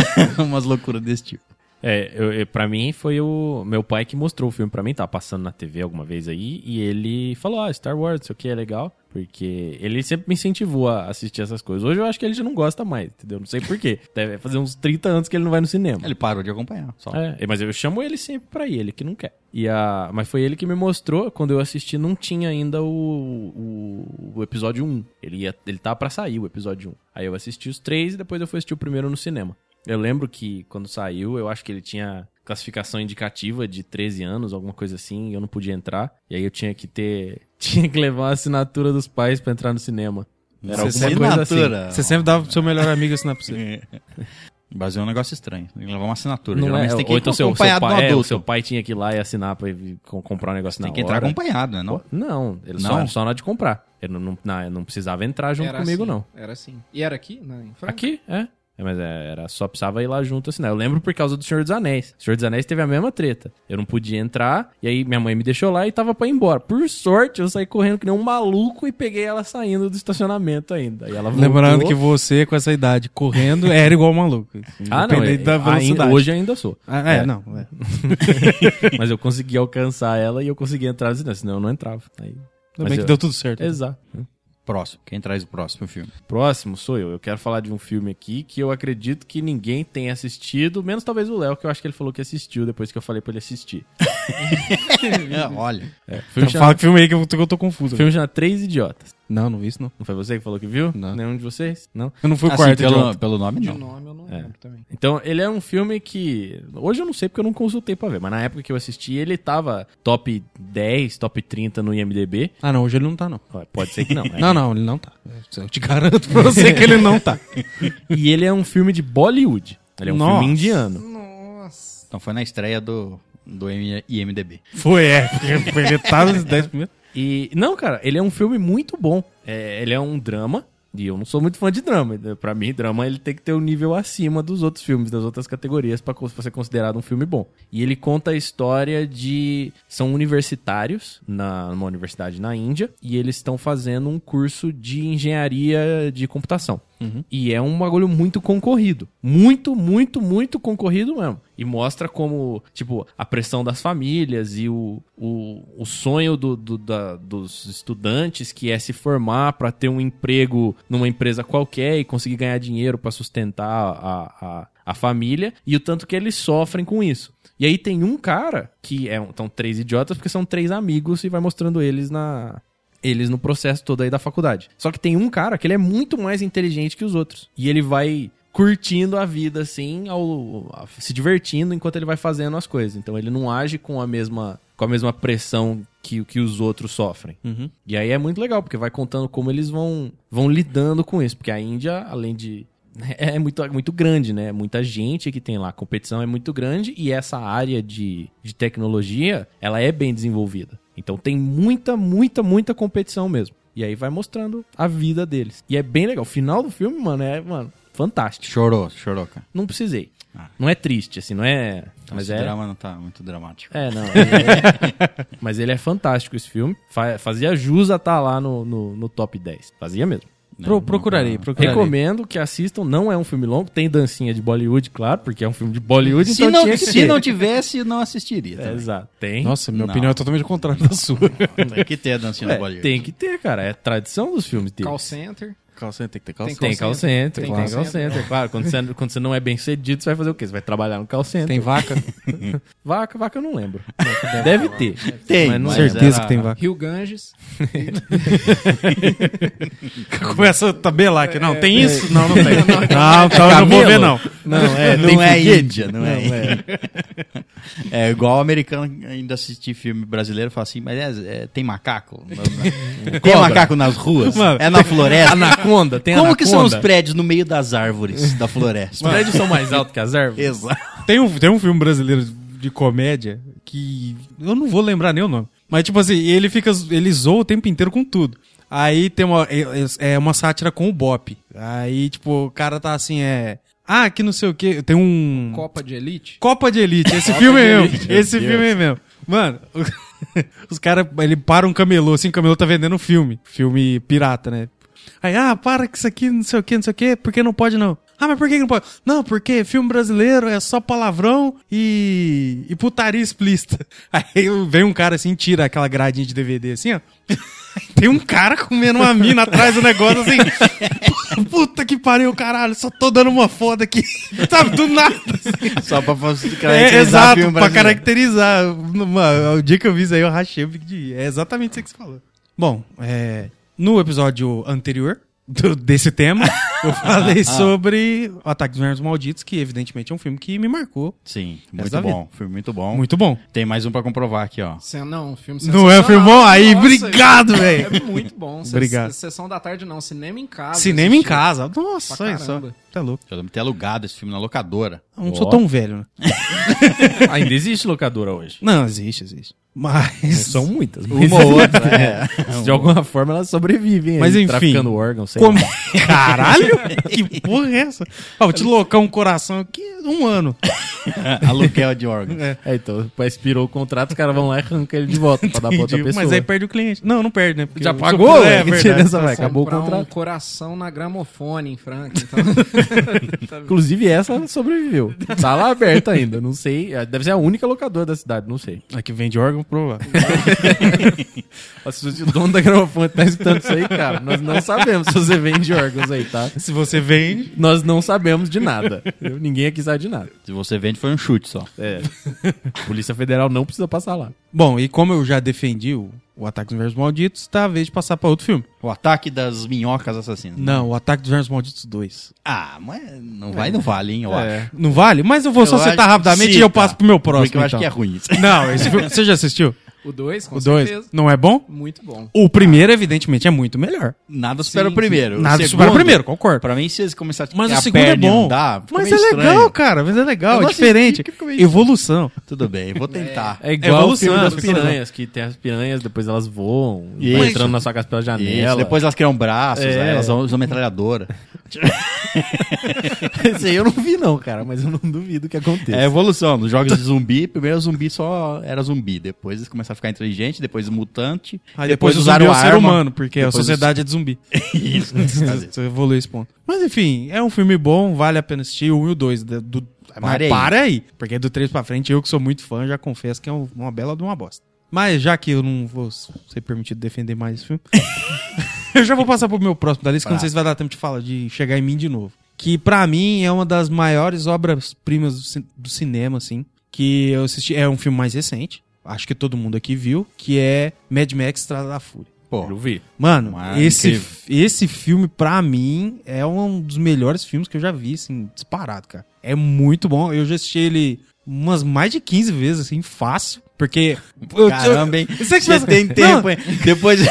S1: Umas loucuras desse tipo.
S4: É, eu, eu- pra mim foi o meu pai que mostrou o filme pra mim, tava passando na TV alguma vez aí, e ele falou, ah, Star Wars, isso aqui é legal, porque ele sempre me incentivou a assistir essas coisas. Hoje eu acho que ele já não gosta mais, entendeu? Não sei porquê. Deve fazer uns 30 anos que ele não vai no cinema.
S1: Ele parou de acompanhar. Só.
S4: É, mas eu chamo ele sempre pra ir, ele que não quer. E a... Mas foi ele que me mostrou, quando eu assisti, não tinha ainda o, o, o episódio 1. Ele, ia, ele tava pra sair o episódio 1. Aí eu assisti os três e depois eu fui assistir o primeiro no cinema. Eu lembro que quando saiu, eu acho que ele tinha classificação indicativa de 13 anos, alguma coisa assim, e eu não podia entrar. E aí eu tinha que ter. Tinha que levar a assinatura dos pais pra entrar no cinema. Era alguma coisa assim.
S1: é Assinatura.
S3: Você sempre dava pro seu melhor amigo assinar pra você.
S1: No Brasil é um negócio estranho. Tem que levar uma assinatura.
S4: Não é,
S1: Geralmente tem que
S4: ou então
S1: ir
S4: seu, seu,
S1: acompanhado
S4: pai,
S1: de um
S4: é, o
S1: adulto.
S4: seu pai tinha que ir lá e assinar pra ir com- comprar o negócio
S1: Tem
S4: na
S1: que entrar
S4: hora.
S1: acompanhado, né? Não?
S4: Pô, Não, ele
S1: Não?
S4: Só, só na hora de comprar. Ele não, não, não- não precisava entrar junto
S5: Era
S4: comigo,
S5: assim,
S4: não.
S5: Era assim. E era aqui? Não, em Franca?
S4: Aqui, é. É, Mas é, era só precisava ir lá junto assinar. Eu lembro por causa do Senhor dos Anéis. O Senhor dos Anéis teve a mesma treta. Eu não podia entrar, e aí minha mãe me deixou lá e tava pra ir embora. Por sorte, eu saí correndo que nem um maluco e peguei ela saindo do estacionamento ainda. E ela voltou.
S3: Lembrando que você, com essa idade, correndo, era igual um maluco.
S4: Ah, não. É,
S3: Independente da
S4: ainda,
S3: velocidade.
S4: hoje ainda sou.
S3: Ah, é,
S4: É.
S3: não. é.
S4: Mas eu consegui alcançar ela e eu consegui entrar no cinema, senão eu não entrava. Aí,
S3: Ainda
S4: Mas
S3: bem que
S4: eu-
S3: deu tudo certo.
S4: exato.
S1: Próximo. Quem traz o próximo filme?
S4: Próximo sou eu. Eu quero falar de um filme aqui que eu acredito que ninguém tenha assistido, menos talvez o Léo, que eu acho que ele falou que assistiu depois que eu falei pra ele assistir.
S1: Olha.
S4: É, filme
S3: Então,
S4: chama,
S3: fala que filme aí que eu tô, que eu tô confuso.
S4: filme chama Três Idiotas.
S3: Não, não vi isso, não.
S4: Não foi você que falou que viu?
S3: Não.
S4: Nenhum de vocês? Não.
S3: Eu não fui o
S1: Assim,
S3: quarto
S1: pelo,
S3: idiota.
S1: pelo nome,
S5: De
S1: não.
S5: nome eu não lembro também.
S4: Então, ele é um filme que. Hoje eu não sei porque eu não consultei pra ver, mas na época que eu assisti, ele tava top 10, top 30 no IMDB.
S3: Ah, não, hoje ele não tá, não.
S4: Ué, Pode ser que não. né?
S3: Não, não, ele não tá. Eu te garanto pra você que ele não tá.
S4: E ele é um filme de Bollywood. Ele é um
S3: Nossa.
S4: filme indiano.
S5: Nossa.
S1: Então foi na estreia do, do M- IMDB.
S3: Foi, é. porque Ele tá nos 10 primeiros.
S4: E não, cara, ele é um filme muito bom. É, ele é um drama e eu não sou muito fã de drama. Né, Pra mim, drama ele tem que ter um nível acima dos outros filmes, das outras categorias pra co- pra ser considerado um filme bom. E ele conta a história de são universitários na numa universidade na Índia e eles estão fazendo um curso de engenharia de computação. E é um bagulho muito concorrido. Muito, muito, muito concorrido mesmo. E mostra como, tipo, a pressão das famílias e o, o, o sonho do, do- da- dos estudantes que é se formar pra ter um emprego numa empresa qualquer e conseguir ganhar dinheiro pra sustentar a, a, a família e o tanto que eles sofrem com isso. E aí tem um cara que é, um- são três idiotas porque são três amigos e vai mostrando eles na, eles no processo todo aí da faculdade. Só que tem um cara que ele é muito mais inteligente que os outros. E ele vai curtindo a vida, assim, ao, a- se divertindo enquanto ele vai fazendo as coisas. Então ele não age com a mesma, com a mesma pressão que, que os outros sofrem. E aí é muito legal, porque vai contando como eles vão, vão lidando com isso. Porque a Índia, além de. É muito, é muito grande, né? Muita gente que tem lá. A competição é muito grande e essa área de, de tecnologia, ela é bem desenvolvida. Então tem muita, muita, muita competição mesmo. E aí vai mostrando a vida deles. E é bem legal. O final do filme, mano, é, mano, fantástico.
S1: Chorou, chorou, cara.
S4: Não precisei.
S1: Ah.
S4: Não é triste, assim, não é. Mas
S1: Esse
S4: é.
S1: drama não tá muito dramático.
S4: É, não. ele- Mas ele é fantástico esse filme. Fa- Fazia jus a estar lá no, no, no top 10. Fazia mesmo.
S1: Não,
S3: Pro,
S1: não tá-
S3: procurarei, procurarei.
S4: Recomendo que assistam. Não é um filme longo. Tem dancinha de Bollywood, claro, porque é um filme de Bollywood.
S1: Se,
S4: então
S1: não,
S4: tinha que
S1: se
S4: ter.
S1: não tivesse, não assistiria.
S4: É,
S1: também.
S4: exato. Tem.
S3: Nossa, minha
S1: Não.
S3: opinião é totalmente contrária da sua.
S1: Tem que ter a dancinha
S4: É,
S1: do Bollywood.
S4: tem que ter, cara. É tradição dos filmes deles.
S5: Call Center.
S4: Call center tem que ter call
S5: Tem
S4: center.
S5: call
S4: Tem call center,
S5: Tem
S4: claro.
S5: call
S4: Tem call center, claro. Quando você, quando você não é bem cedido, você vai fazer o quê? Você vai trabalhar no call center.
S3: Tem vaca?
S4: Vaca, vaca eu não lembro. Deve ter.
S1: Tem,
S4: mas não
S1: mas
S4: lembro.
S3: Certeza que tem vaca.
S5: Rio Ganges.
S3: Começa a tabelar aqui. Não,
S5: é.
S3: tem isso? Não, não tem.
S4: Ah,
S3: Não, então eu não vou
S4: camelo?
S3: ver, não.
S4: Não, é,
S1: não
S4: tem
S1: é
S4: foguete.
S1: Índia, não, é. Índia. É igual o americano ainda assistir filme brasileiro e fala assim, mas é- é, tem macaco? tem
S4: Cobra.
S1: macaco nas ruas?
S4: Mano,
S1: é na floresta?
S4: Anaconda, tem
S1: Como
S4: anaconda.
S1: que são os prédios no meio das árvores da floresta?
S4: Os prédios são mais altos que as árvores?
S1: Exato.
S3: Tem um, tem um filme brasileiro de comédia que eu não vou lembrar nem o nome. Mas, tipo assim, ele fica. Ele zoa o tempo inteiro com tudo. Aí tem uma. É é uma sátira com o Bop. Aí, tipo, o cara tá assim, é. Ah, que não sei o quê. Tem um.
S5: Copa de Elite.
S3: Copa de Elite, esse filme
S4: de
S3: é meu.
S4: Elite, meu
S3: Esse
S4: Deus.
S3: filme é meu. Mano, o- os caras, ele para um camelô, assim, o camelô tá vendendo um filme. Filme pirata, né? Aí, ah, para que isso aqui, não sei o que, não sei o que, por que não pode não? Ah, mas por que que não pode? Não, porque filme brasileiro é só palavrão e, e putaria explícita. Aí vem um cara assim, tira aquela gradinha de DVD assim, ó. Tem um cara comendo uma mina atrás do negócio assim. Puta que pariu, caralho, só tô dando uma foda aqui. Sabe, do nada. assim.
S1: Só pra
S3: É,
S1: caracterizar o
S3: exato,
S1: filme
S3: pra
S1: brasileiro.
S3: caracterizar. Mano, o dia que eu vi isso aí, eu rachei o bico de rir. É exatamente isso que você falou. Bom, é, no episódio anterior do- desse tema, eu falei sobre O Ataque dos Nerds Malditos, que evidentemente é um filme que me marcou.
S1: Sim,
S3: Essa
S1: muito
S3: da
S1: bom. Filme muito bom.
S3: Muito bom.
S1: Tem mais um pra comprovar aqui, ó.
S5: Sen- Não, um filme
S3: Não é,
S5: filmão
S3: firmão? Aí, obrigado, velho.
S5: É muito bom. Se-
S3: Obrigado.
S5: Sessão da tarde Ah, não, cinema em casa.
S3: Cinema em
S5: assistir.
S3: casa. Nossa,
S5: Pra
S3: olha só.
S5: caramba.
S3: Tá louco.
S1: Eu lembro de ter alugado esse filme na locadora.
S3: Eu não sou tão velho, né?
S4: Ainda existe locadora hoje.
S3: Não, existe, existe. Mas.
S4: São muitas.
S1: Uma ou outra, é.
S4: De alguma forma elas sobrevivem.
S3: Mas,
S4: aí,
S3: enfim.
S4: Traficando órgão, sei
S3: Como-
S4: lá.
S3: Caralho? que porra é essa? Ó, vou te locar um coração aqui um ano.
S1: Aluguel de órgãos.
S4: É, então, expirou o contrato, os caras vão lá e arrancam ele de volta pra dar pra outra
S3: Entendi,
S4: pessoa.
S3: Mas aí perde o cliente. Não, não perde, né? Porque
S4: Já
S3: o-
S4: pagou?
S3: É,
S4: Que
S3: verdade.
S4: diferença vai? Acabou o
S5: Comprar um
S4: contrato.
S5: coração na gramofone, em Frank. Então,
S4: Inclusive essa sobreviveu. Tá lá aberta ainda, não sei. É, Deve ser a única locadora da cidade, não sei.
S3: É que vende órgão, provável.
S4: Mas Se o dono da gramofone tá escutando isso aí, cara, nós não sabemos se você vende órgãos aí, tá?
S3: Se você vende,
S4: Nós não sabemos de nada. entendeu? Ninguém aqui sabe de nada.
S1: Se você vende, foi um chute só.
S4: É. Polícia Federal não precisa passar lá.
S3: Bom, e como eu já defendi o, o Ataque dos Versos Malditos, tá a vez de passar pra outro filme.
S1: O ataque das minhocas assassinas.
S3: Não, o Ataque dos Versos Malditos 2.
S1: Ah, mas não vai, não vale, hein, eu acho.
S3: Não vale? Mas eu vou É. Então, só
S1: Eu
S3: citar
S1: acho-
S3: rapidamente e
S1: cita.
S3: eu passo pro meu próximo.
S1: Porque eu acho
S3: então.
S1: que é ruim. isso.
S3: Não, esse filme, você já assistiu?
S5: o 2, com
S3: o
S5: certeza.
S3: 2? Não é bom?
S5: Muito bom.
S3: O primeiro, evidentemente, é muito melhor.
S1: Nada supera
S5: Sim,
S1: o primeiro.
S3: Nada supera o
S1: segundo,
S3: primeiro, concordo.
S1: Pra mim, se eles começarem a
S3: Mas
S1: esticar
S3: o
S1: a
S3: segundo é
S1: perna e
S3: bom.
S1: andar, fica
S3: Mas é
S1: meio
S3: legal,
S1: estranho.
S3: cara. Mas é legal,
S1: Eu
S3: é
S1: não assisti,
S3: diferente.
S1: fica meio estranho.
S3: Evolução.
S1: Tudo bem, vou tentar.
S4: É igual o filme
S3: Evolução,
S4: das
S3: evolução.
S4: piranhas, que tem as piranhas, depois elas voam, e
S1: Isso.
S4: vai entrando na sua casa pela janela.
S1: Isso, depois elas criam braços,
S4: É.
S1: aí elas usam metralhadora.
S4: Esse aí eu não vi não, cara, mas eu não duvido que aconteça.
S1: É a evolução. Nos jogos de zumbi, primeiro o zumbi só era zumbi. Depois eles começaram a ficar inteligentes, depois mutante.
S3: Aí depois, usaram o é um ser humano, porque a
S1: Depois os-
S3: sociedade é de zumbi.
S1: Isso.
S3: né? Você tá evoluiu esse ponto. Mas enfim, é um filme bom, vale a pena assistir o 1 e o 2. Do, do- mas
S1: aí.
S3: para aí. Porque do 3 pra frente, eu que sou muito fã, já confesso que é um- uma bela de uma bosta. Mas já que eu não vou s- ser permitido defender mais esse filme, eu já vou passar pro meu próximo da lista, que eu não sei se vai dar tempo de falar, de chegar em mim de novo. Que pra mim é uma das maiores obras-primas do, cin- do cinema, assim. Que eu assisti. É um filme mais recente, acho que todo mundo aqui viu, que é Mad Max Estrada da Fúria.
S1: Pô,
S4: vi.
S3: Mano,
S1: Mano,
S3: esse,
S1: é incrível.
S3: esse filme, pra mim, é um dos melhores filmes que eu já vi, assim, disparado, cara. É muito bom. Eu já assisti ele umas mais de 15 vezes, assim, fácil. Porque. eu- eu-
S1: caramba, hein?
S3: Você que
S1: Você
S3: pensa-
S1: tem
S3: Não,
S1: tempo, hein? Depois,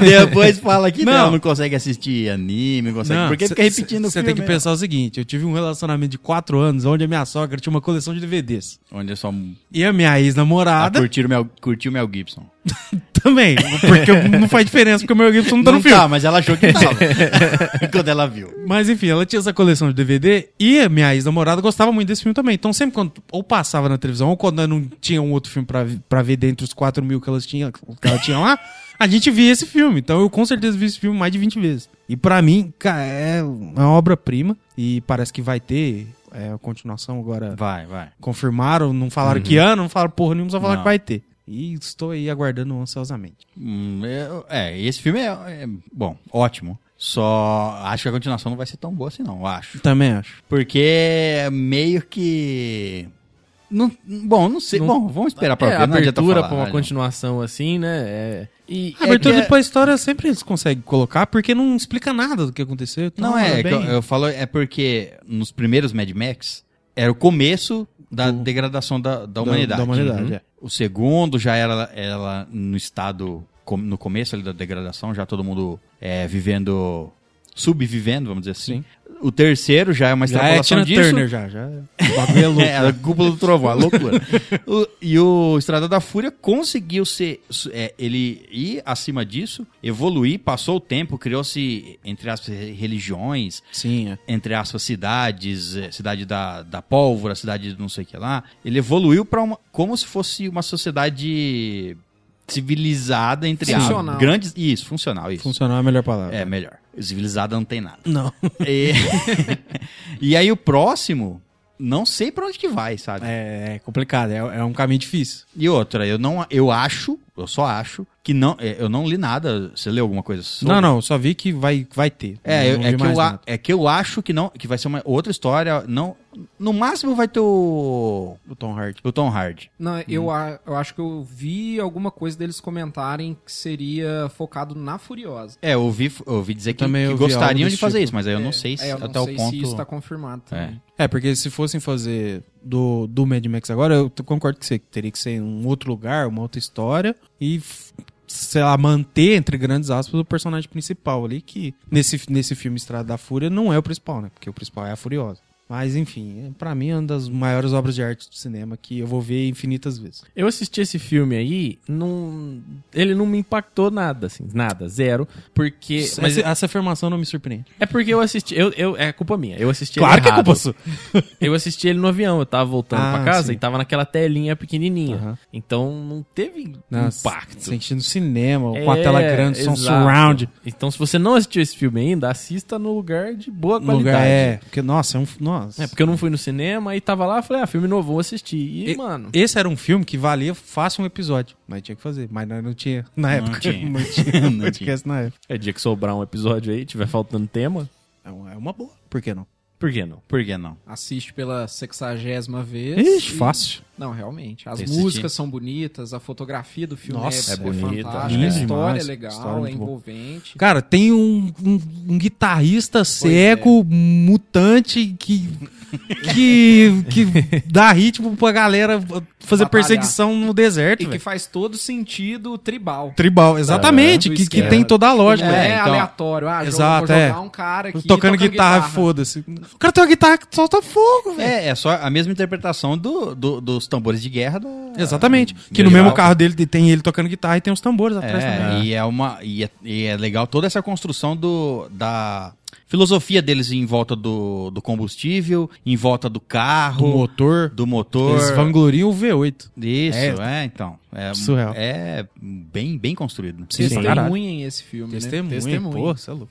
S1: depois fala que não.
S3: Não.
S1: não, consegue assistir anime, não consegue.
S3: Não,
S1: Porque
S3: cê-
S1: fica repetindo o
S3: cê- cê
S1: filme. né?
S3: tem que pensar o seguinte: eu tive um relacionamento de 4 anos onde a minha sogra tinha uma coleção de DVDs.
S1: né? Onde eu só
S3: E a minha
S1: ah,
S3: ex-namorada
S1: curti, o Mel, curti o Mel Gibson.
S3: também. Porque eu- não faz diferença, porque o meu Gibson não tá no filme.
S1: mas ela achou que tava. quando ela viu.
S3: Mas enfim, ela tinha essa coleção de DVD e a minha ex-namorada gostava muito desse filme também. Então sempre quando ou passava na televisão ou quando não tinha um outro filme pra, vi- pra ver dentre os 4 mil que, elas tinham, que ela tinha lá, a gente via esse filme. Então eu com certeza vi esse filme mais de 20 vezes. E pra mim, cara, é uma obra-prima e parece que vai ter é, a continuação agora.
S1: Vai, vai.
S3: Confirmaram, não falaram que ano, Uhum. não falaram porra nenhuma, só falaram
S1: Não.
S3: que vai ter. E estou aí aguardando ansiosamente.
S1: Hum, eu- é, esse filme é, é, bom, ótimo. Só acho que a continuação não vai ser tão boa assim, não, eu acho.
S3: Também acho.
S1: Porque é meio que. Não, bom, não sei.
S4: Não-
S1: bom, vamos esperar pra
S4: É,
S1: ver. não adianta
S4: abertura
S1: falar,
S4: pra uma
S1: né?
S4: continuação assim, né? É. E
S3: A abertura
S1: que é-
S3: pra história sempre eles conseguem colocar, porque não explica nada do que aconteceu. então
S1: Não, é,
S3: bem-
S1: que eu, eu falo, é porque nos primeiros Mad Max era o começo da
S3: Do-
S1: degradação da, da humanidade. né?
S3: Da humanidade, é.
S1: O segundo já era ela no estado, com- no começo ali da degradação, já todo mundo é, vivendo, subvivendo, vamos dizer assim. O terceiro já é uma
S3: Já é
S1: extrapolação
S3: Tina
S1: disso.
S3: Turner, já. já. O bagulho é louco.
S1: É, a cúpula do trovão, a loucura. O- e o Estrada da Fúria conseguiu ser. su- é, ele ir acima disso, evoluir, passou o tempo, criou-se, entre aspas, re- religiões,
S3: Sim, é.
S1: entre aspas, cidades, eh, cidade da, da pólvora, cidade do não sei o que lá. Ele evoluiu para uma. como se fosse uma sociedade civilizada, entre
S5: Funcional.
S1: aspas. Grandes. Isso, funcional, isso.
S3: Funcionar é a melhor palavra.
S1: É, melhor. Civilizada não tem nada.
S3: Não.
S1: E, e aí o próximo, não sei pra onde que vai, sabe?
S3: É, é complicado, é, é um caminho difícil.
S1: E outra, eu não, eu acho, eu só acho que não, é, eu não li nada. Você leu alguma coisa? sobre?
S3: Não, não, só vi que vai, vai ter.
S1: É, eu-
S3: Não
S1: é
S3: vi
S1: que
S3: mais
S1: eu, a-
S3: nada.
S1: é que eu acho que não, que vai ser uma outra história. Não, no máximo vai ter o
S3: O Tom Hardy.
S1: o Tom Hardy.
S5: Não,
S3: Hum.
S5: eu, a- eu acho que eu vi alguma coisa deles comentarem que seria focado na Furiosa.
S1: É, eu ouvi, eu ouvi dizer que,
S3: Também
S1: que
S3: ouvi algo
S1: gostariam
S3: desse
S1: de fazer
S3: tipo.
S1: isso, mas aí eu não sei se
S5: É, eu não
S1: até
S5: sei
S1: o ponto.
S5: se isso tá confirmado também.
S3: É, porque se fossem fazer do, do Mad Max agora, eu t- concordo com você, que teria que ser um outro lugar, uma outra história, e, f- sei lá, manter, entre grandes aspas, o personagem principal ali, que nesse, nesse filme Estrada da Fúria não é o principal, né? Porque o principal é a Furiosa. Mas, enfim, é, pra mim é uma das maiores obras de arte do cinema que eu vou ver infinitas vezes.
S4: Eu assisti esse filme aí, não, ele não me impactou nada, assim, nada, zero, porque... Mas
S3: Mas
S4: é,
S3: essa afirmação não me surpreende.
S4: é porque eu assisti, eu, eu- é culpa minha, eu assisti ele errado.
S3: é sua.
S4: Eu assisti ele no avião, eu tava voltando
S3: Ah,
S4: pra casa
S3: sim.
S4: e tava naquela telinha pequenininha,
S3: Aham.
S4: então não teve
S3: Nossa,
S4: impacto.
S3: Sentindo cinema, com a
S4: É,
S3: tela grande, som
S4: exato.
S3: surround.
S4: Então se você não assistiu esse filme ainda, assista no lugar de boa
S3: No
S4: qualidade.
S3: lugar, é, porque, nossa, é um. f- Nossa.
S4: É, porque eu não fui no cinema e tava lá, falei, ah, filme novo, vou assistir. E,
S3: E-
S4: mano.
S3: Esse era um filme que valia fácil um episódio. Mas tinha que fazer. Mas nós não tinha na época.
S1: tinha.
S3: Não tinha
S1: Não
S3: podcast na época.
S4: É dia que sobrar um episódio aí, tiver faltando tema.
S3: É uma, é uma boa. Por que não?
S4: Por que não?
S1: Por que não?
S5: Assiste pela sexagésima vez.
S3: Ixi,
S5: e-
S3: fácil.
S5: Não, realmente. As
S1: Tem que
S5: músicas são bonitas, a fotografia do filme
S3: Nossa,
S5: é,
S4: é bonita,
S5: fantástica,
S4: né?
S5: a história é
S3: Demais,
S5: legal,
S3: história
S5: é
S3: muito boa.
S5: envolvente.
S3: Cara, tem um, um- um guitarrista seco, mutante, que, que, que dá ritmo pra galera fazer
S5: Batalhar.
S3: perseguição no deserto.
S5: E que
S3: velho.
S5: faz todo sentido tribal.
S3: Tribal, exatamente.
S5: Do
S3: que, que
S5: esquema.
S3: tem toda a lógica.
S5: Não é,
S3: né? Então,
S5: aleatório. Ah,
S3: Exato,
S5: jogo, vou
S3: é.
S5: jogar um cara aqui
S3: tocando guitarra, foda-se. O cara tem uma guitarra que solta fogo, velho.
S1: É, é só a mesma interpretação do, do- dos tambores de guerra da.
S3: Exatamente. Que no
S1: Legal.
S3: mesmo carro dele tem ele tocando guitarra e tem os tambores atrás também.
S1: É, e é uma e é, e é legal toda essa construção do da filosofia deles em volta do, do combustível, em volta do
S3: Do
S1: carro,
S3: motor,
S1: do motor.
S3: eles vangloriam o V8.
S1: Isso, é, então. É,
S3: Surreal.
S1: é bem, bem construído. tá
S3: Sim, pra caralho.
S5: Testemunhem esse filme, né?
S3: você é louco.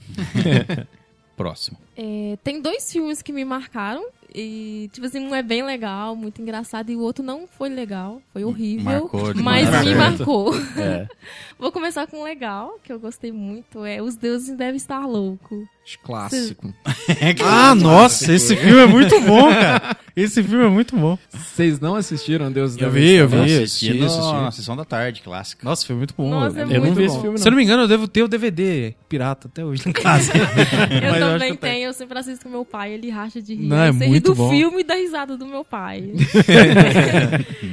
S1: Próximo.
S6: É, tem dois filmes que me marcaram. E, tipo assim, um é bem legal, muito engraçado, e o outro não foi legal, foi horrível.
S1: Marcou demais.
S6: mas me marcou.
S4: É.
S6: Vou começar com um legal, que eu gostei muito, é Os Deuses Devem Estar Louco.
S5: Clássico.
S3: Ah, nossa, esse filme é muito bom, cara. Esse filme é muito bom.
S5: Vocês não assistiram Deus Deve
S3: eu
S1: Eu assisti
S3: assisti,
S1: no-
S3: assisti.
S1: na sessão da tarde, clássica.
S3: Nossa, foi muito bom.
S6: Nossa, é
S4: Eu não
S6: muito
S4: vi
S6: bom.
S4: esse filme,
S3: Se eu
S4: não.
S3: não me engano, eu devo ter o DVD pirata até hoje em casa.
S6: Eu
S3: É, Mas eu acho que
S6: também
S3: eu tenho.
S6: tenho, eu sempre assisto com meu pai, ele racha de rir.
S3: Não, é
S6: eu sei rir
S3: muito
S6: do
S3: bom.
S6: filme e da risada do meu pai.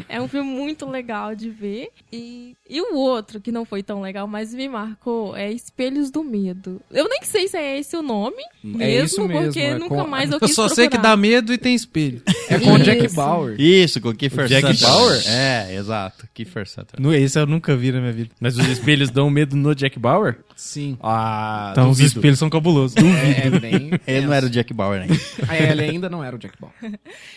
S6: é um filme muito legal de ver. E, e o outro, que não foi tão legal, mas me marcou, é Espelhos do Medo. Eu nem sei se é esse o nome mesmo,
S5: isso mesmo,
S6: porque
S5: é
S6: nunca
S5: com-
S6: mais eu
S3: eu
S6: quis
S3: só sei que dá
S6: procurar.
S3: medo e tem espelho.
S5: É com o Jack
S6: Isso.
S5: Bauer.
S1: Isso, com o Kiefer
S4: O Jack
S1: Sutherland.
S4: Bauer?
S1: É, exato. Kiefer Sutherland.
S3: No- Esse eu nunca vi na minha vida.
S4: Mas os espelhos dão medo no Jack Bauer?
S5: Sim.
S4: Ah,
S3: Então os
S4: duvido.
S3: espelhos são cabulosos.
S5: É, é bem.
S3: então,
S1: Ele não era o Jack Bauer ainda.
S5: Ah, é, ele ainda não era o Jack Bauer.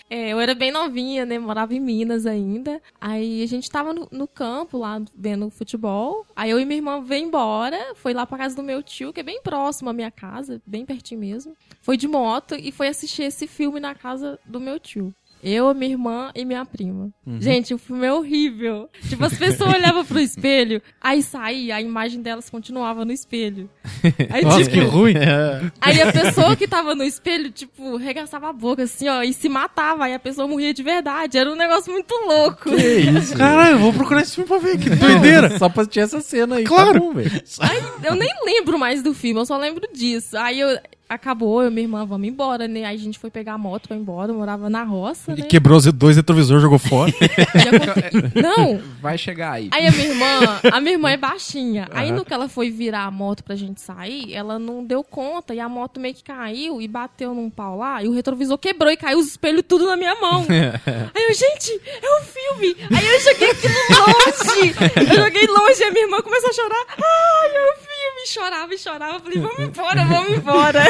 S6: É, eu era bem novinha, né? Morava em Minas ainda. Aí a gente tava no, no campo lá, vendo futebol. Aí eu e minha irmã veio embora, foi lá pra casa do meu tio, que é bem próximo à minha casa, bem pertinho mesmo. Foi de moto e foi assistir esse filme na casa do meu tio. Eu, minha irmã e minha prima. Gente, o filme é horrível. Tipo, as pessoas olhavam pro espelho, aí saía, a imagem delas continuava no espelho. Aí,
S3: Nossa,
S6: tipo,
S3: que ruim.
S6: aí a pessoa que tava no espelho, tipo, regaçava a boca assim, ó, e se matava. Aí a pessoa morria de verdade. Era um negócio muito louco.
S3: Caralho, eu vou procurar esse filme pra ver. Que doideira.
S9: Só pra assistir essa cena aí.
S3: Claro.
S9: Tá bom, velho.
S6: Aí eu nem lembro mais do filme, eu só lembro disso. Aí eu- acabou, eu e minha irmã, vamos embora, né? Aí a gente foi pegar a moto pra ir embora, eu morava na roça,
S3: E
S6: né?
S3: quebrou os dois retrovisores, jogou fora.
S6: E aconte- Não,
S5: Vai chegar aí.
S6: Aí a minha irmã, a minha irmã é baixinha. Aí no que ela foi virar a moto pra gente sair, ela não deu conta e a moto meio que caiu e bateu num pau lá e o retrovisor quebrou e caiu os espelhos tudo na minha mão. Aí eu, gente, é um filme. Aí eu joguei aquilo longe. Eu joguei longe e a minha irmã começou a chorar. Ai, é um filme. Chorava e chorava. Falei, vamos embora, vamos embora.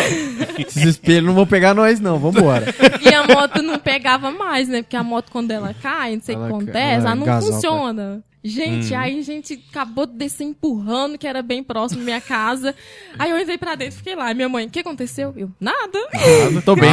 S9: Esses espelhos não vão pegar nós, não. Vambora.
S6: E a moto não pegava mais, né? Porque a moto, quando ela cai, não sei o que
S3: Ela ca-
S6: acontece,
S3: ela
S6: ela não
S3: engasga.
S6: funciona. Gente, aí a gente acabou de descer empurrando, que era bem próximo da minha casa. Aí eu entrei pra dentro, fiquei lá. Minha mãe, o que aconteceu? Eu, nada.
S4: Não tô bem.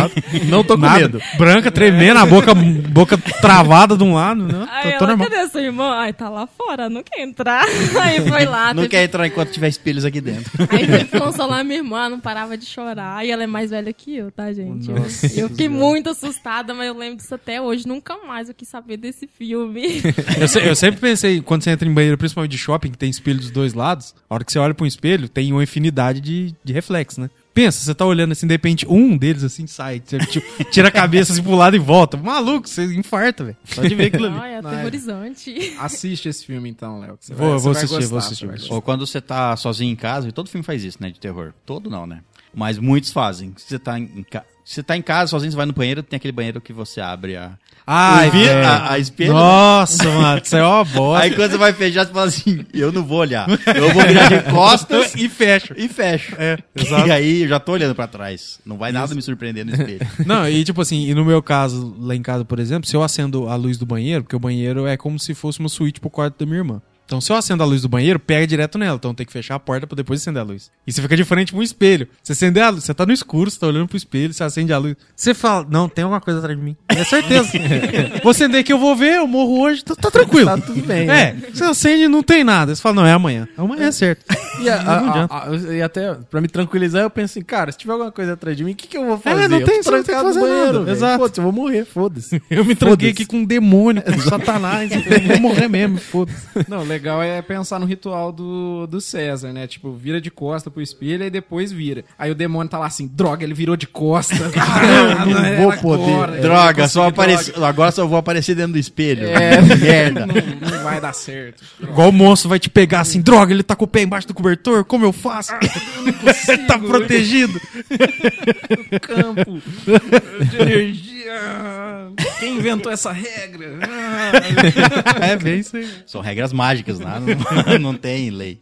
S4: Não tô com
S3: Nada.
S4: medo.
S3: Branca, tremendo, a boca, boca travada de um lado. Né?
S6: Aí
S3: Tô-
S6: ela,
S3: tô normal.
S6: cadê a sua irmã? Ai, tá lá fora, não quer entrar. Aí foi lá.
S1: Não
S6: teve-
S1: quer entrar enquanto tiver espelhos aqui dentro.
S6: Aí teve que consolar minha irmã, não parava de chorar. E ela é mais velha que eu, tá, gente? Eu- eu fiquei muito assustada, mas eu lembro disso até hoje. Nunca mais eu quis saber desse filme.
S3: Eu, se- eu sempre pensei, quando você entra em banheiro, principalmente de shopping, que tem espelho dos dois lados, a hora que você olha pra um espelho, tem uma infinidade de, de reflexos, né? Pensa, você tá olhando assim, de repente, um deles assim sai, você, tipo, tira a cabeça assim pro lado e volta. Maluco, você infarta, velho. Só de ver aquilo ali.
S6: Ai, é
S5: Não,
S6: aterrorizante.
S5: Assiste esse filme então, Léo. que você
S3: Vou-
S5: vai-
S3: vou
S5: você vai
S3: assistir,
S5: gostar,
S3: vou
S5: você
S3: assistir,
S5: vai
S3: vou
S5: gostar.
S1: Ou quando você tá sozinho em casa, e todo filme faz isso, né? De terror. Todo não, né? Mas muitos fazem. Se você tá em, em ca- se você tá em casa, sozinho, você vai no banheiro, tem aquele banheiro que você abre a,
S3: Ai,
S1: vi-
S3: velho.
S1: a, a espelho. né?
S3: Nossa, mano, isso é uma bosta.
S1: Aí quando você vai fechar, você fala assim, eu não vou olhar. Eu vou virar de costas
S3: e fecha.
S1: e fecho.
S3: É, exato.
S1: E aí eu já tô olhando pra trás. Não vai nada me surpreender no espelho.
S3: Não, e tipo assim, e no meu caso, lá em casa, por exemplo, se eu acendo a luz do banheiro, porque o banheiro é como se fosse uma suíte pro quarto da minha irmã. Então, se eu acendo a luz do banheiro, pega direto nela. Então, tem que fechar a porta pra depois acender a luz. E você fica de frente pra um espelho. Você acender a luz, você tá no escuro, você tá olhando pro espelho, você acende a luz. Você fala, não, tem alguma coisa atrás de mim. É certeza. vou acender que eu vou ver, eu morro hoje, tá, tá tranquilo.
S9: Tá tudo bem, né?
S3: É, você acende e não tem nada. Você fala, não, é amanhã. Amanhã é certo.
S9: E, a- a-
S3: Não adianta.
S9: a- a- e até pra me tranquilizar, eu penso assim, cara, se tiver alguma coisa atrás de mim, o que, que eu vou fazer?
S3: É, não
S9: eu
S3: tem-
S9: tô
S3: você não tem que
S9: trancado no
S3: fazer nada,
S9: banheiro, velho.
S3: exato.
S9: Foda-se, eu vou morrer, foda-se.
S3: Eu me tranquei
S9: Foda-se.
S3: aqui com um demônio, com um satanás. Eu falei, vou morrer mesmo, foda-se.
S5: Não, o legal é pensar no ritual do, do César, né? Tipo, vira de costa pro espelho e depois vira. Aí o demônio tá lá assim, droga, ele virou de costa. Ah,
S9: não
S5: era
S9: vou
S5: agora,
S9: poder.
S5: eu não
S1: droga,
S5: consegui,
S1: só apareci...
S5: droga.
S1: agora só vou aparecer dentro do espelho.
S5: É.
S1: Merda.
S5: Não, não vai dar certo.
S3: Igual o monstro vai te pegar assim, droga, ele tá com o pé embaixo do cobertor, como Ah, eu faço? Ele tá protegido.
S5: Campo de energia. Quem inventou essa regra? Ah.
S3: É bem isso aí.
S1: São regras mágicas, né? Não, não tem lei.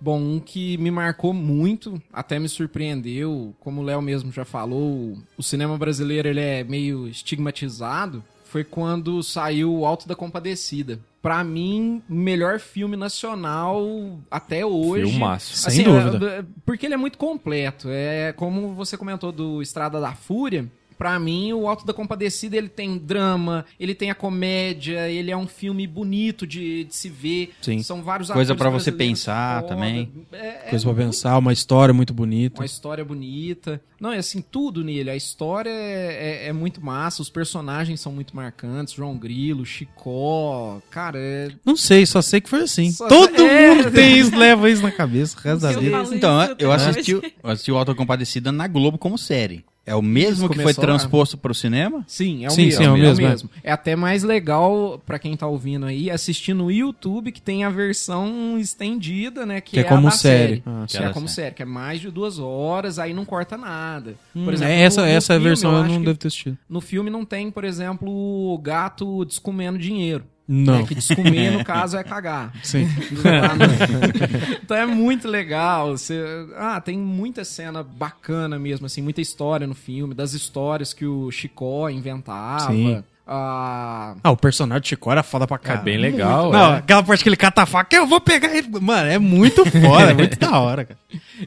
S5: Bom, um que me marcou muito, até me surpreendeu, como o Léo mesmo já falou, o cinema brasileiro ele é meio estigmatizado, foi quando saiu O Alto da Compadecida. Pra mim, melhor filme nacional até hoje.
S4: Filmaço.
S3: Sem dúvida.
S5: é- é- Porque ele é muito completo. É como você comentou do Estrada da Fúria. Pra mim, o Alto da Compadecida ele tem drama, ele tem a comédia, ele é um filme bonito de, de se ver.
S4: Sim.
S5: São vários
S1: Coisa
S5: atores
S1: pra você
S5: brasileiros
S1: pensar também.
S5: É, é
S3: Coisa pra pensar, uma história muito bonita.
S5: uma história bonita. Não, é assim, tudo nele. A história é, é- é muito massa, os personagens são muito marcantes. João Grilo, Chicó, cara, é...
S3: Não sei, só sei que foi assim.
S5: Só-
S3: Todo
S5: é.
S3: mundo tem isso, leva isso na cabeça, o resto da
S6: Eu
S3: vida.
S6: falo
S1: Então,
S6: isso até
S1: eu assisti,
S6: hoje.
S1: eu assisti o Auto Compadecida na Globo como série. É o mesmo que foi
S5: começou lá.
S1: transposto pro cinema?
S5: Sim, é o
S3: Sim,
S5: mesmo.
S3: sim, é o
S5: é,
S3: mesmo, é.
S5: É até mais legal pra quem tá ouvindo aí assistir no YouTube que tem a versão estendida, né? Que,
S3: Que é
S5: a
S3: como
S5: da
S3: série. Ah,
S5: que
S1: sim.
S5: é como
S1: Série.
S5: série, que é mais de duas horas, aí não corta nada.
S3: Hum,
S5: Por exemplo,
S3: é, essa
S5: no- no
S3: essa
S5: filme,
S3: versão eu
S5: acho
S3: não
S5: que
S3: devo ter assistido.
S5: No filme não tem, por exemplo, o gato descomendo dinheiro.
S3: Não,
S5: Né, que descomer, no caso, é cagar.
S3: sim.
S5: então é muito legal. Você... Ah, tem muita cena bacana mesmo, assim, muita história no filme, das histórias que o Chicó inventava.
S3: Sim.
S5: Ah,
S3: Ah, o personagem de Chicó era foda pra
S4: É
S3: caralho.
S4: bem legal.
S3: Não,
S4: é.
S3: aquela parte que ele cata a faca, eu vou pegar ele. Mano, é muito foda, é muito da hora, cara.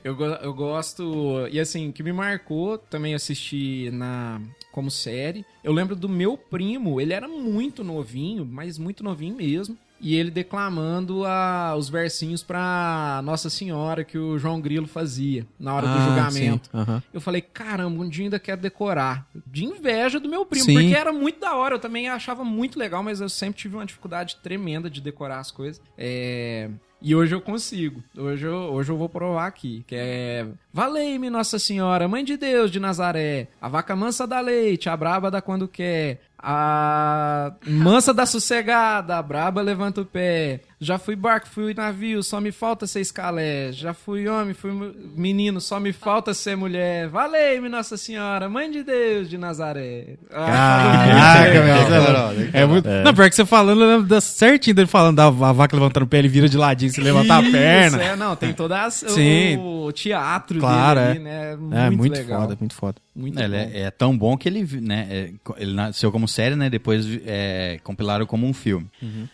S5: eu, go- eu gosto. E assim, o que me marcou também assisti na. como série. Eu lembro do meu primo, ele era muito novinho, mas muito novinho mesmo. E ele declamando a- os versinhos pra Nossa Senhora que o João Grilo fazia na hora
S3: Ah,
S5: do julgamento. Eu falei, caramba, um dia ainda quero decorar. De inveja do meu primo,
S3: Sim.
S5: porque era muito da hora. Eu também achava muito legal, mas eu sempre tive uma dificuldade tremenda de decorar as coisas. É, E hoje eu consigo. Hoje eu, hoje eu vou provar aqui. Que é. Valei-me, Nossa Senhora, Mãe de Deus de Nazaré. A vaca mansa dá leite, a braba dá quando quer. A mansa dá sossegada, a braba levanta o pé. Já fui barco, fui navio, só me falta ser escalé. Já fui homem, fui mu- menino, só me falta ser mulher. Valei-me, Nossa Senhora, Mãe de Deus de Nazaré. Ah,
S1: Ah,
S3: Caraca, É muito... Não, pior que você falando, eu lembro da certinho dele falando da a vaca levantando o pé, ele vira de ladinho, você levanta a
S5: Isso,
S3: perna.
S5: É, não, tem toda a,
S3: Sim.
S5: o teatro
S3: Claro,
S5: dele ali,
S3: é.
S5: né?
S3: É, muito
S5: legal.
S3: foda, muito foda.
S5: Muito
S1: Ele
S5: bom.
S1: é, é tão bom que ele, vi- né, é, co- ele nasceu como série, né? Depois é, compilaram como um filme.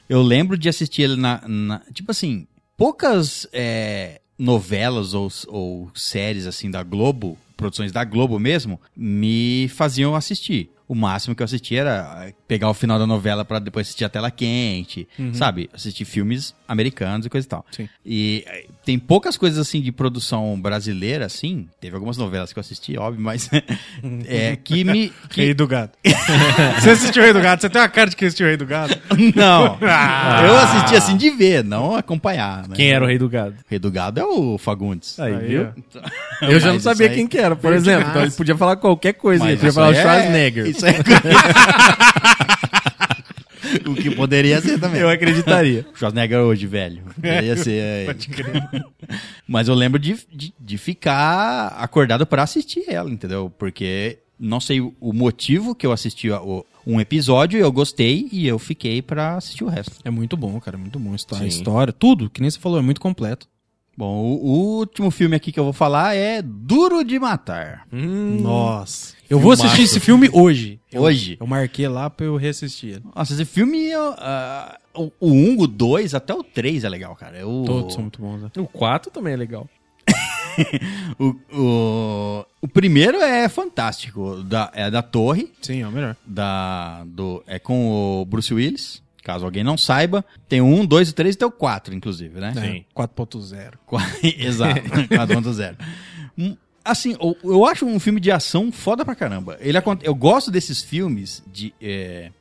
S1: Eu lembro de assistir ele na. na- tipo assim, poucas é, novelas ou, s- ou séries assim da Globo, produções da Globo mesmo, me faziam assistir. O máximo que eu assistia era ah, pegar o final da novela pra depois assistir a tela quente,
S4: Uhum.
S1: sabe? Assistir filmes americanos e coisa e tal.
S3: Sim.
S1: E eh, tem poucas coisas assim de produção brasileira, assim. Teve algumas novelas que eu assisti, óbvio, mas.
S4: Uhum.
S1: é, que me.
S3: Rei
S1: que-
S3: do Gado. você assistiu o Rei do Gado? Você tem uma cara de que assistiu o Rei do Gado?
S1: Não! Eu assisti assim de ver, não acompanhar. Né?
S4: Quem era o rei do gado?
S1: Rei do Gado é o Fagundes.
S4: Aí,
S3: Aí,
S4: viu?
S3: ó.
S9: Eu já não
S1: Mas
S9: sabia
S1: isso aí-
S9: quem que era, por exemplo. Então ele podia falar qualquer coisa. Ele
S1: Mas
S9: podia
S1: isso
S9: falar o
S1: aí é-
S9: Schwarzenegger.
S1: Isso é. o que poderia ser também.
S9: Eu acreditaria.
S1: Schwarzenegger hoje, velho. Poderia ser. é. Mas eu lembro de, de, de ficar acordado pra assistir ela, entendeu? Porque não sei o o motivo que eu assisti a- o- um episódio, eu gostei e eu fiquei pra assistir o resto.
S3: É muito bom, cara, muito bom. Histó-
S4: Sim.
S3: A história, tudo, que nem você falou, é muito completo.
S1: Bom, o, o último filme aqui que eu vou falar é Duro de Matar.
S3: Hum.
S4: Hum,
S3: Nossa. Eu vou assistir esse filme hoje.
S1: Hoje.
S3: Eu marquei lá pra eu reassistir ele.
S1: Nossa, esse filme. eu, ah, o, o 1, o 2, até o 3 é legal, cara. Eu,
S3: Todos são muito bons, né?
S4: O 4 também é legal.
S1: o, o, o primeiro é fantástico. Da, é da Torre.
S3: Sim, é o melhor.
S1: da do é com o Bruce Willis. Caso alguém não saiba, tem o um, dois, o três e tem o quatro, inclusive, né?
S4: Sim.
S3: É, 4.0.
S1: Qua- Exato, cada um do zero. Hum, Assim, eu, eu acho um filme de ação foda pra caramba. Ele, acon- eu gosto desses filmes de. é,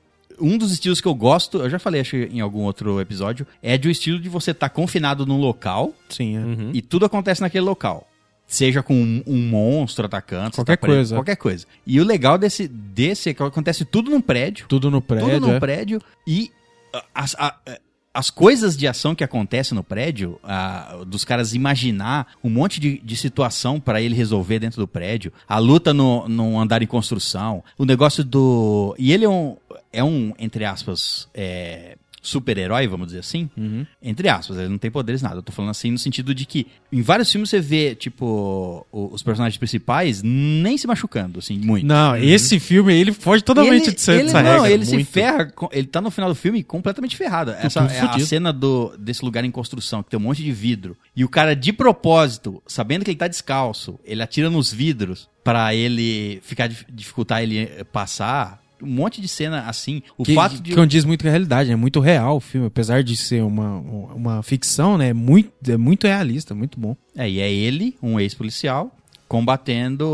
S1: um dos estilos que eu gosto, eu já falei acho, que em algum outro episódio, é de um estilo de você estar confinado num local
S3: Sim, é.
S1: Uhum. e tudo acontece naquele local. Seja com um, um monstro atacando, você tá
S3: Qualquer
S1: preso,
S3: coisa.
S1: qualquer coisa. E o legal desse, desse é que acontece tudo num prédio
S3: Tudo no prédio,
S1: tudo num
S3: é.
S1: prédio e ah, as, a- eh, as coisas de ação que acontecem no prédio, ah, dos caras imaginar um monte de, de situação pra ele resolver dentro do prédio, a luta no, num andar em construção, o negócio do. E ele é um, é um entre aspas, eh, super-herói, vamos dizer assim.
S3: Uhum.
S1: Entre aspas, ele não tem poderes nada. Eu tô falando assim no sentido de que em vários filmes você vê, tipo, o- os personagens principais nem se machucando, assim, muito.
S3: Não, esse filme aí, Uhum. ele foge totalmente
S1: Ele-
S3: de dessa
S1: ele,
S3: dessa
S1: não,
S3: regra. é
S1: ele se
S3: muito.
S1: ferra, com- ele tá no final do filme completamente ferrado. Essa
S3: tudo
S1: é a
S3: fudido.
S1: cena do, desse lugar em construção, que tem um monte de vidro. E o cara, de propósito, sabendo que ele tá descalço, ele atira nos vidros pra ele ficar, dif- dificultar ele eh, passar. Um monte de cena assim. O
S3: que,
S1: fato de.
S3: que condiz muito com a realidade, né? é muito real o filme, apesar de ser uma, uma ficção, né? É Muito, é muito realista, muito bom.
S1: É, e é ele, um ex-policial, combatendo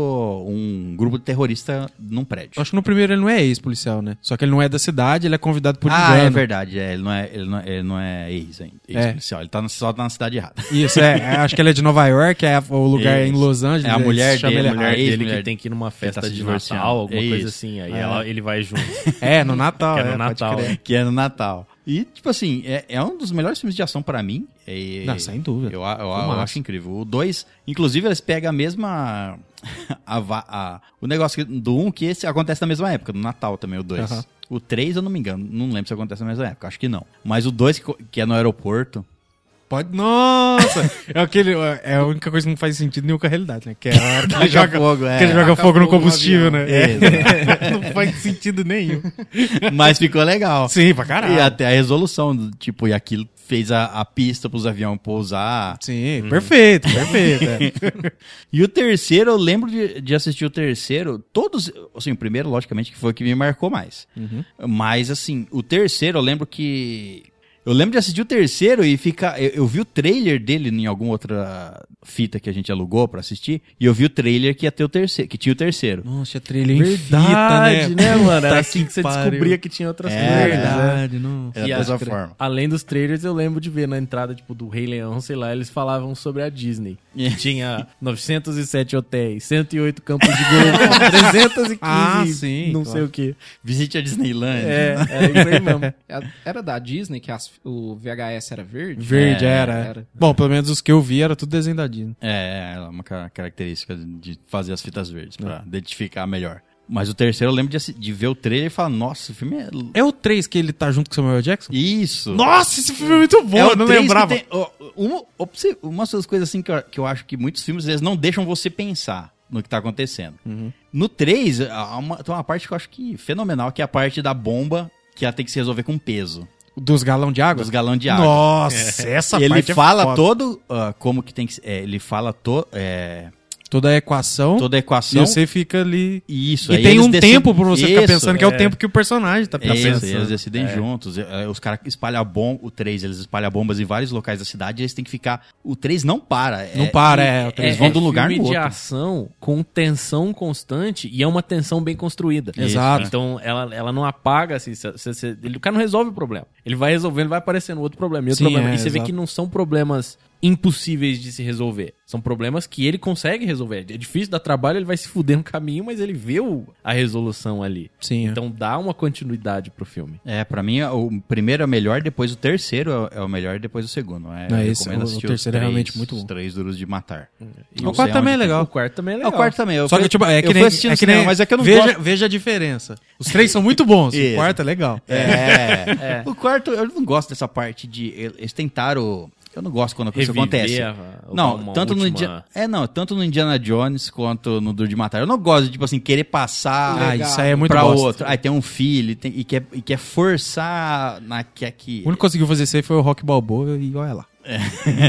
S1: um grupo de terrorista num
S3: Eu
S1: prédio.
S3: acho que no primeiro ele não é ex-policial, né? Só que ele não é da cidade, ele é convidado por
S1: ah, é
S3: engano.
S1: verdade. é, ele, não é, ele, não, ele não é ex ainda, ex-policial. Ele tá na- só tá na cidade errada.
S3: Isso, é. é, Acho que ele é de Nova York, é o lugar
S1: Isso.
S3: em Los Angeles.
S1: É a mulher
S3: se chama
S1: dele,
S3: ele-
S4: A mulher
S1: a
S4: dele
S1: ex-mulher
S4: que tem que ir numa festa
S1: tá se
S4: de
S1: divorciando.
S4: Natal, alguma
S1: É
S4: coisa
S1: isso.
S4: assim. Aí
S1: É.
S4: ela- ele vai junto.
S3: É, no Natal.
S4: Que é no
S3: é, pode
S4: Natal,
S3: crer.
S4: né?
S1: que é no Natal. E, tipo assim, é, é um dos melhores filmes de ação pra mim. E-
S3: Não, sem dúvida.
S1: Eu, a- eu, a- eu
S3: Filmaço.
S1: acho incrível. O 2, inclusive, eles pegam a mesma. a va- a- o negócio que- do 1 um, que esse acontece na mesma época, no Natal também, o 2.
S3: Aham.
S1: O 3, eu não me engano, não lembro se acontece na mesma época, acho que não. Mas o 2, que, co- que é no aeroporto.
S3: Pode. Nossa! é, aquele, é a única coisa que não faz sentido nenhum com a realidade, né? Que é a hora que ele joga,
S1: fogo,
S3: que ele joga
S5: Taca
S3: fogo no
S5: fogo no
S3: combustível, né?
S1: É,
S3: não faz sentido nenhum.
S1: mas ficou legal.
S3: Sim, pra
S1: E
S3: caralho.
S1: até a resolução, do tipo, e aquilo fez a, a pista pros aviões pousar.
S3: Sim,
S1: Uhum.
S3: perfeito, perfeito. é.
S1: E o terceiro, eu lembro de, de assistir o terceiro, todos. Assim, o primeiro, logicamente, que foi o que me marcou mais.
S3: Uhum.
S1: Mas, assim, o terceiro, eu lembro que. Eu lembro de assistir o terceiro e ficar. Eu, eu vi o trailer dele em alguma outra fita que a gente alugou pra assistir. E eu vi o trailer que ia ter o terceiro, que tinha o terceiro.
S3: Nossa,
S4: é
S3: trilha em fita, né?
S4: mano? Era
S3: Puta
S4: assim que você
S3: pariu.
S4: descobria que tinha outras
S1: É,
S4: coisas. né?
S3: Verdade, não.
S1: Era
S4: E
S1: dessa
S4: as-
S1: forma.
S4: Além dos trailers, eu lembro de ver na entrada, tipo, do Rei Leão, sei lá, eles falavam sobre a Disney.
S1: É.
S4: Que tinha 907 hotéis, 108 campos de golfe, 315
S3: Ah, sim,
S4: não
S3: claro.
S4: sei o que.
S1: Visite a Disneyland.
S4: É, era isso aí mesmo.
S5: Era- É Era da Disney que as- o VHS era verde?
S3: Verde
S1: É,
S3: era.
S5: era.
S3: Bom, pelo menos os que eu vi era tudo desenho da Disney.
S1: É, é uma ca- característica de fazer as fitas verdes,
S3: É.
S1: pra identificar melhor. Mas o terceiro eu lembro de, assi- de ver o trailer e falar, nossa, o filme é. l-
S3: É o 3 que ele tá junto com o Samuel Jackson?
S1: Isso!
S3: Nossa, esse filme é muito bom,
S1: É o
S3: eu não
S1: três que
S3: lembrava.
S1: tem- ó, uma, ó, pra você- uma das coisas assim que eu, que eu acho que muitos filmes eles não deixam você pensar no que tá acontecendo.
S3: Uhum.
S1: No 3, há uma, tem uma parte que eu acho que fenomenal, que é a parte da bomba que ela tem que se resolver com peso.
S3: Dos galão de água?
S1: Dos galão de água.
S3: Nossa, essa
S1: ele
S3: parte é
S1: fala
S3: foda.
S1: todo ah, como que tem que. se- é, ele fala to, é,
S3: toda a equação
S1: toda a
S3: e
S1: equação.
S3: você fica ali.
S1: Isso,
S3: E
S1: aí
S3: tem
S1: eles
S3: um
S1: decidem-
S3: tempo pra você ficar
S1: Isso,
S3: pensando que é o tempo que o personagem tá
S1: Isso,
S3: pensando.
S1: eles decidem juntos. É, Os caras espalham bomba. O 3, eles espalham bombas em vários locais da cidade e eles têm que ficar. O 3 não para. é-
S3: Não para, é. o três
S1: Eles vão do lugar
S4: filme
S1: no
S4: de
S1: outro.
S4: ação com tensão constante e é uma tensão bem construída.
S3: Exato.
S4: Então ela, ela não apaga, assim, cê- cê- cê- ele, o cara não resolve o problema. Ele vai resolvendo, vai aparecendo outro problema e outro
S3: Sim,
S4: problema.
S3: é,
S4: e você vê
S3: exato.
S4: que não são problemas impossíveis de se resolver. São problemas que ele consegue resolver. É difícil, dá trabalho, ele vai se fuder no caminho, mas ele vê o- a resolução ali.
S3: Sim, é.
S4: Então dá uma continuidade pro filme.
S1: É, pra mim, o primeiro é o melhor, depois o terceiro é o- é o melhor, depois o segundo. É,
S3: Não,
S1: eu
S3: esse-
S1: recomendo
S3: o- o
S1: assistir os
S3: terceiro é
S1: três,
S3: realmente muito bom.
S1: Os três duros de matar.
S3: O
S1: Não sei
S3: quarto também é
S1: onde
S3: legal.
S4: O quarto também é
S1: tem. É,
S4: legal.
S1: o quarto também. Eu
S3: Só
S1: fui-
S3: que, tipo, é
S1: eu
S3: que
S1: fui
S3: nem.
S1: assistir no
S3: é que nem-
S1: cinema, mas é que eu não
S3: veja,
S1: gosto.
S3: veja a diferença. Os três são muito bons.
S1: Isso.
S3: o quarto é legal.
S1: É, O quarto, eu não gosto dessa parte de. Eles tentaram. Eu não gosto quando isso
S4: Reviver
S1: acontece.
S4: a-
S1: Não,
S4: uma
S1: tanto no
S4: última-
S1: Indiana, é não, tanto no Indiana Jones quanto no Duro de Matar. Eu não gosto de tipo assim querer
S3: Ah,
S1: passar
S3: isso aí é muito
S1: pra
S3: bosta.
S1: outro. Aí tem um filho e, tem- e quer, e quer forçar na que aqui.
S3: O único que conseguiu fazer isso aí foi o Rock Balboa e olha lá.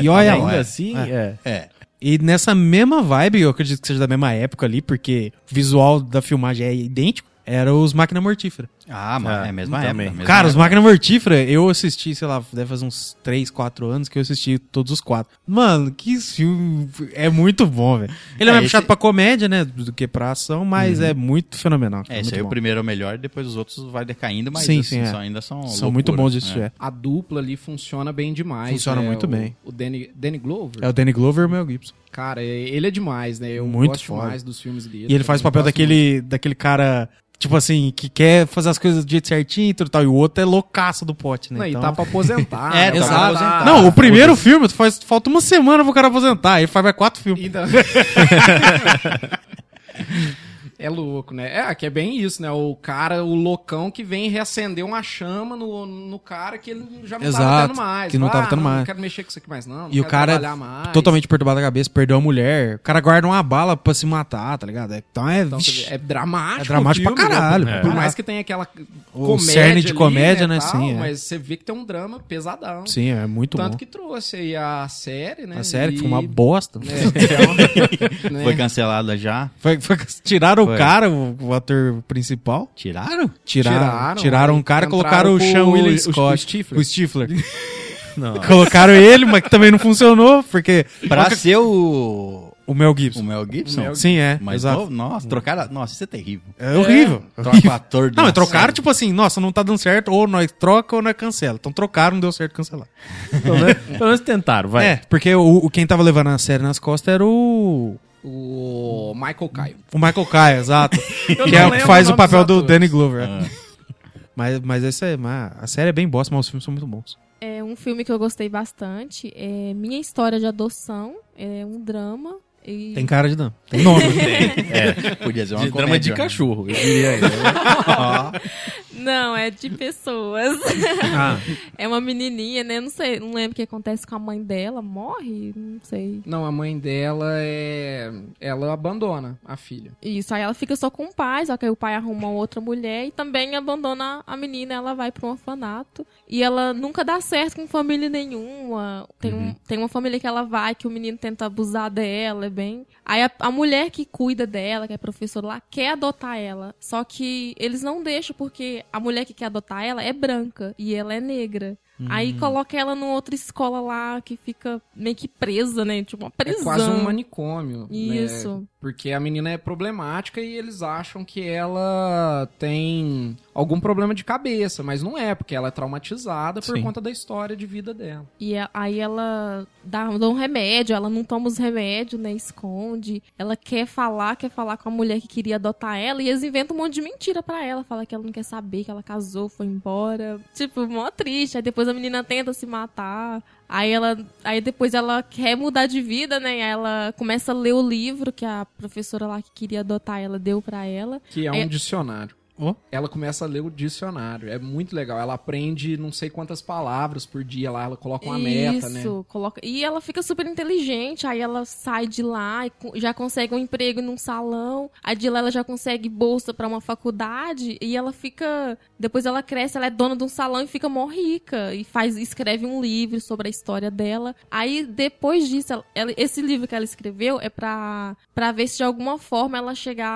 S3: E olha
S4: Ainda
S3: lá.
S4: assim, é.
S1: É.
S3: E nessa mesma vibe, eu acredito que seja da mesma época ali, porque o visual da filmagem é idêntico, era os Máquina Mortífera.
S1: Ah, mas é a mesma época.
S4: também.
S1: mesma
S3: Cara, os
S1: época.
S3: Máquina Mortífera, eu assisti, sei lá, deve fazer uns 3, 4 anos que eu assisti todos os quatro. Mano, que filme. É muito bom, velho. Ele
S1: É, esse-
S3: é, mais
S1: Uhum.
S3: puxado pra comédia, né? Do que pra ação, mas é muito fenomenal. cara,
S1: É, esse
S3: muito
S1: aí o
S3: bom.
S1: primeiro é o melhor, depois os outros vai decaindo, mas
S3: Sim,
S1: assim,
S3: sim, é.
S1: só ainda são
S3: São
S1: loucura,
S3: muito bons disso,
S1: né?
S3: é.
S5: A dupla ali funciona bem demais.
S3: Funciona
S5: né?
S3: muito
S5: O-
S3: bem.
S5: O Danny, Danny Glover,
S3: É o Danny Glover e o Mel Gibson.
S5: cara, ele é demais, né? Eu
S3: Muito
S5: gosto
S3: foda.
S5: demais dos filmes dele.
S3: E ele faz o
S5: também,
S3: papel
S5: gosto
S3: daquele, daquele cara, tipo assim, que quer fazer as coisas do jeito certinho e tudo e tal. E o outro é loucaço do pote, né?
S5: Não,
S3: Então-
S5: E tá pra aposentar.
S1: É,
S5: né?
S1: tá
S5: O cara
S1: pra aposentar.
S3: Não, o primeiro filme, tu faz, falta uma semana pro cara aposentar. Aí faz mais quatro filmes.
S5: Ainda- É louco, né? É, que é bem isso, né? O cara, o loucão que vem reacender uma chama no, no cara que ele já não tava
S3: Exato,
S5: tendo mais.
S3: que não
S5: Fala,
S3: tava tendo
S5: não, Não
S3: mais."
S5: quero mexer com isso aqui mais, não. não
S3: E o
S5: quero
S3: cara é
S5: trabalhar mais.
S3: totalmente perturbado da cabeça, perdeu a mulher. O cara guarda uma bala pra se matar, tá ligado? Então é.
S5: Então, você
S3: vixi,
S5: vê, é dramático.
S3: É dramático
S5: o filme,
S3: pra caralho,
S5: né?
S3: pra
S5: Por
S3: caralho.
S5: mais que tenha aquela
S3: O
S5: comédia.
S3: cerne de
S5: ali,
S3: comédia, né,
S5: tal,
S3: sim, é.
S5: Mas você vê que tem um drama pesadão.
S3: Sim, é muito
S5: Tanto
S3: bom.
S5: que trouxe aí a série, né?
S3: a série que
S5: e-
S3: foi uma bosta.
S5: né? É, então, né?
S1: Foi cancelada já?
S3: Foi, foi- tiraram
S1: Foi.
S3: o cara, o, o ator principal.
S1: Tiraram?
S3: Tiraram, tiraram,
S5: Tiraram,
S3: o cara,
S5: entraram
S3: colocaram o
S5: com
S3: Sean
S5: o-
S3: William
S5: o-
S3: Scott.
S5: o Stifler.
S3: O Stifler. Colocaram ele, mas que também não funcionou, porque
S1: Pra ser o,
S3: o Mel
S1: o
S3: Gibson.
S1: Mel Gibson?
S3: Sim, é.
S1: Mas,
S3: exato.
S1: no- nossa, trocaram... Nossa, isso é terrível.
S3: É horrível.
S1: Troca o ator de
S3: Não,
S1: uma
S3: mas trocaram,
S1: série.
S3: tipo assim, nossa, não tá dando certo, ou nós troca ou nós cancela. Então trocaram, não deu certo, cancelar.
S4: Pelo menos, pelo menos tentaram, vai.
S3: É, porque o, o- quem tava levando a série nas costas era o.
S5: O Michael Caio.
S3: O Michael Caio, exato.
S5: Eu
S3: que
S5: não
S3: é o que
S5: lembro
S3: faz
S5: o
S3: o
S5: nome dos
S3: papel do
S5: atores.
S3: Danny Glover. Mas, mas, esse é, mas a série é bem bosta, mas os filmes são muito bons.
S6: É um filme que eu gostei bastante. É Minha História de Adoção. É um drama. E...
S3: Tem cara de não. Tem nome.
S1: é, Podia ser tipo, uma
S4: Então é De drama de
S1: comédia.
S4: cachorro, eu diria ainda.
S6: Não, é de pessoas.
S3: Ah,
S6: É uma menininha, né? Não sei, não lembro o que acontece com a mãe dela. Morre? Não sei.
S5: Não, a mãe dela é. Ela abandona a filha.
S6: Isso, aí ela fica só com o pai, só que aí o pai arruma outra mulher e também abandona a menina, ela vai pra um orfanato. E ela nunca dá certo com família nenhuma. Tem,
S5: Uhum.
S6: um- tem uma família que ela vai, que o menino tenta abusar dela, é bem. Aí a, a mulher que cuida dela, que é professora lá, quer adotar ela. Só que eles não deixam, porque a mulher que quer adotar ela é branca e ela é negra. Aí
S5: Uhum.
S6: coloca ela numa outra escola lá que fica meio que presa, né? Tipo uma prisão.
S5: É quase um manicômio. né?
S6: Isso.
S5: Porque a menina é problemática e eles acham que ela tem algum problema de cabeça, mas não é, porque ela é traumatizada por
S3: Sim.
S5: conta da história de vida dela.
S6: E a- aí ela dá, dá um remédio, ela não toma os remédios, né? Esconde. Ela quer falar, quer falar com a mulher que queria adotar ela. E eles inventam um monte de mentira pra ela. Fala que ela não quer saber, que ela casou, foi embora. Tipo, mó triste. Aí depois a menina tenta se matar. Aí ela. Aí depois ela quer mudar de vida, né? Aí ela começa a ler o livro que a professora lá que queria adotar ela deu pra ela.
S5: Que é um
S6: É.
S5: dicionário.
S3: Ó.
S5: Ela começa a ler o dicionário. É muito legal. Ela aprende não sei quantas palavras por dia lá. Ela coloca uma meta, né?
S6: Isso, coloca. E ela fica super inteligente, aí ela sai de lá e co- já consegue um emprego num salão. Aí de lá ela já consegue bolsa pra uma faculdade e ela fica, depois ela cresce, ela é dona de um salão e fica mó rica e faz escreve um livro sobre a história dela. Aí depois disso, ela- ela- esse livro que ela escreveu é pra para ver se de alguma forma ela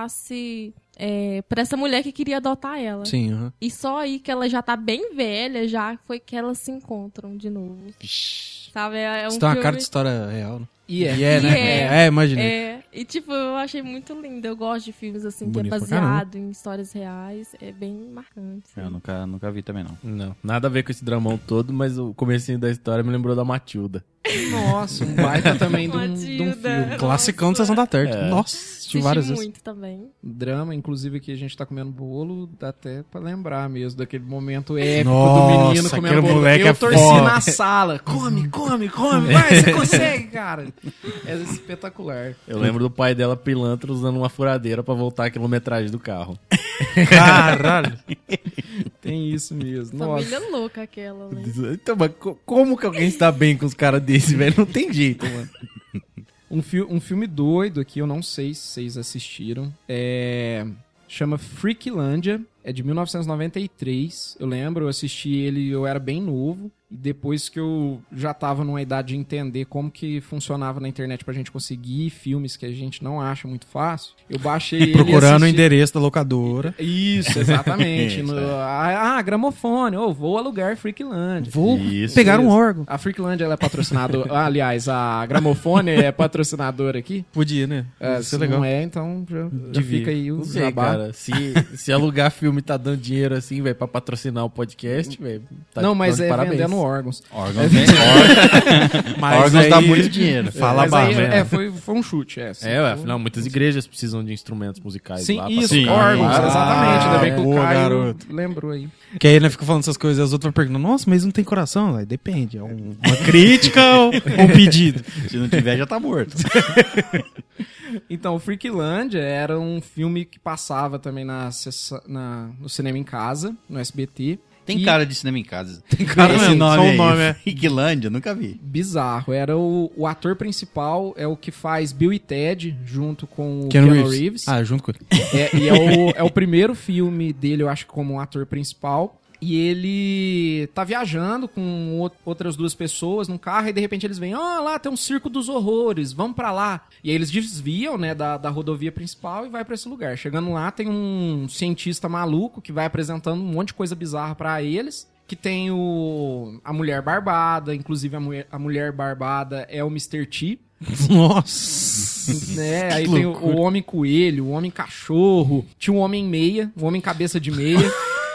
S6: chegasse é, pra essa mulher que queria adotar ela.
S3: sim, aham.
S6: E só aí que ela já tá bem velha, já foi que elas se encontram de novo.
S3: Vixe.
S6: Sabe? É, é um
S3: Isso tem uma
S6: filme-
S3: cara de história real, né?
S5: E é.
S3: E é,
S6: E
S3: né? É, imaginei.
S6: É, e tipo, eu achei muito lindo. Eu gosto de filmes assim,
S3: Bonito
S6: que é
S3: pra caramba.
S6: baseado em histórias reais. É bem marcante.
S1: Eu nunca, nunca vi também, não.
S4: Não, nada a ver com esse dramão todo, mas o comecinho da história me lembrou da Matilda.
S5: Nossa, um baita também de um, de um
S6: Matilda.
S5: filme.
S3: Classicão de Sessão da Tarde.
S4: É.
S3: Nossa, assisti
S6: Assisti
S3: várias vezes.
S6: muito também.
S5: Drama, inclusive, que a gente tá comendo bolo, dá até pra lembrar mesmo daquele momento épico do
S3: Nossa,
S5: menino comendo
S3: aquele
S5: bolo.
S3: moleque
S5: Eu
S3: é
S5: torci
S3: foda.
S5: na sala. Come, come, come, vai, você consegue, cara. É espetacular.
S4: Eu lembro do pai dela pilantra usando uma furadeira pra voltar a quilometragem do carro.
S3: Caralho.
S5: Tem isso mesmo. Nossa.
S6: Família louca aquela, né?
S4: Então, mas co- como que alguém está bem com os caras desse, velho? Não tem jeito, mano.
S5: Um, fi um filme doido aqui, eu não sei se vocês assistiram. É. Chama Freaklândia, é de 1993. Eu lembro, eu assisti ele, eu era bem novo. E depois que eu já tava numa idade de entender como que funcionava na internet pra gente conseguir filmes que a gente não acha muito fácil, eu baixei ele. e
S3: Procurando o
S5: assisti-
S3: endereço da locadora.
S5: Isso, exatamente. No- ah, ah, gramofone. Oh, vou alugar Freaklândia.
S3: Vou
S4: Isso,
S3: pegar um
S5: isso.
S3: órgão.
S5: A Freaklândia, ela é patrocinadora... aliás, a Gramofone é patrocinadora aqui.
S3: Podia, né?
S5: É,
S3: Isso
S5: se
S3: é legal.
S5: não é, então já, já fica aí o
S4: Não sei,
S5: jabá.
S4: cara. Se, se alugar filme tá dando dinheiro assim, velho, pra patrocinar o podcast, velho. tá
S5: não,
S4: de-
S5: mas
S4: tá de
S5: é
S4: parabéns.
S5: vendendo órgãos.
S1: Órgãos, tem, órgãos,
S3: Mas
S1: órgãos
S3: aí-
S1: dá muito dinheiro.
S3: Fala
S5: mas aí,
S3: barra.
S5: é, foi, foi um chute, é. sim.
S4: É, ué, afinal, muitas igrejas precisam de instrumentos musicais
S5: Sim,
S4: lá. pra
S5: isso,
S1: Sim.
S4: tocar. é.
S1: Ah,
S5: órgãos, um exatamente. Ainda bem que o
S3: boa,
S5: Caio
S3: garoto.
S5: lembrou aí.
S3: Que aí ele fica falando essas coisas e as outras vão perguntando, nossa, mas não tem coração? Aí depende, é um- uma crítica ou ou um pedido.
S1: Se não tiver, já tá morto.
S5: Então, o Freaklandia era um filme que passava também na, sessa- na- no cinema em casa, no SBT.
S1: Tem
S5: E-
S1: cara de cinema em casa. Tem
S3: cara
S1: Esse
S3: mesmo,
S1: nome
S3: só o
S1: aí,
S3: nome, é.
S1: Fricklândia, nunca vi.
S5: Bizarro. Era o, o ator principal, é o que faz Bill e Ted, junto com o
S3: Keanu
S5: Keanu
S3: Reeves.
S5: Reeves.
S3: Ah, junto com ele.
S5: É, e é o, é o primeiro filme dele, eu acho, como ator principal. E ele tá viajando com o- outras duas pessoas num carro e de repente eles vêm, ah, lá tem um circo dos horrores, vamos pra lá. E aí eles desviam, né, da, da rodovia principal e vai pra esse lugar. Chegando lá tem um cientista maluco que vai apresentando um monte de coisa bizarra pra eles. Que tem o, a Mulher Barbada, inclusive a mulher, a mulher Barbada é o Mr. T,
S3: Nossa.
S5: né? Aí tem o, o homem coelho, o homem cachorro, tinha um homem meia, um homem cabeça de meia.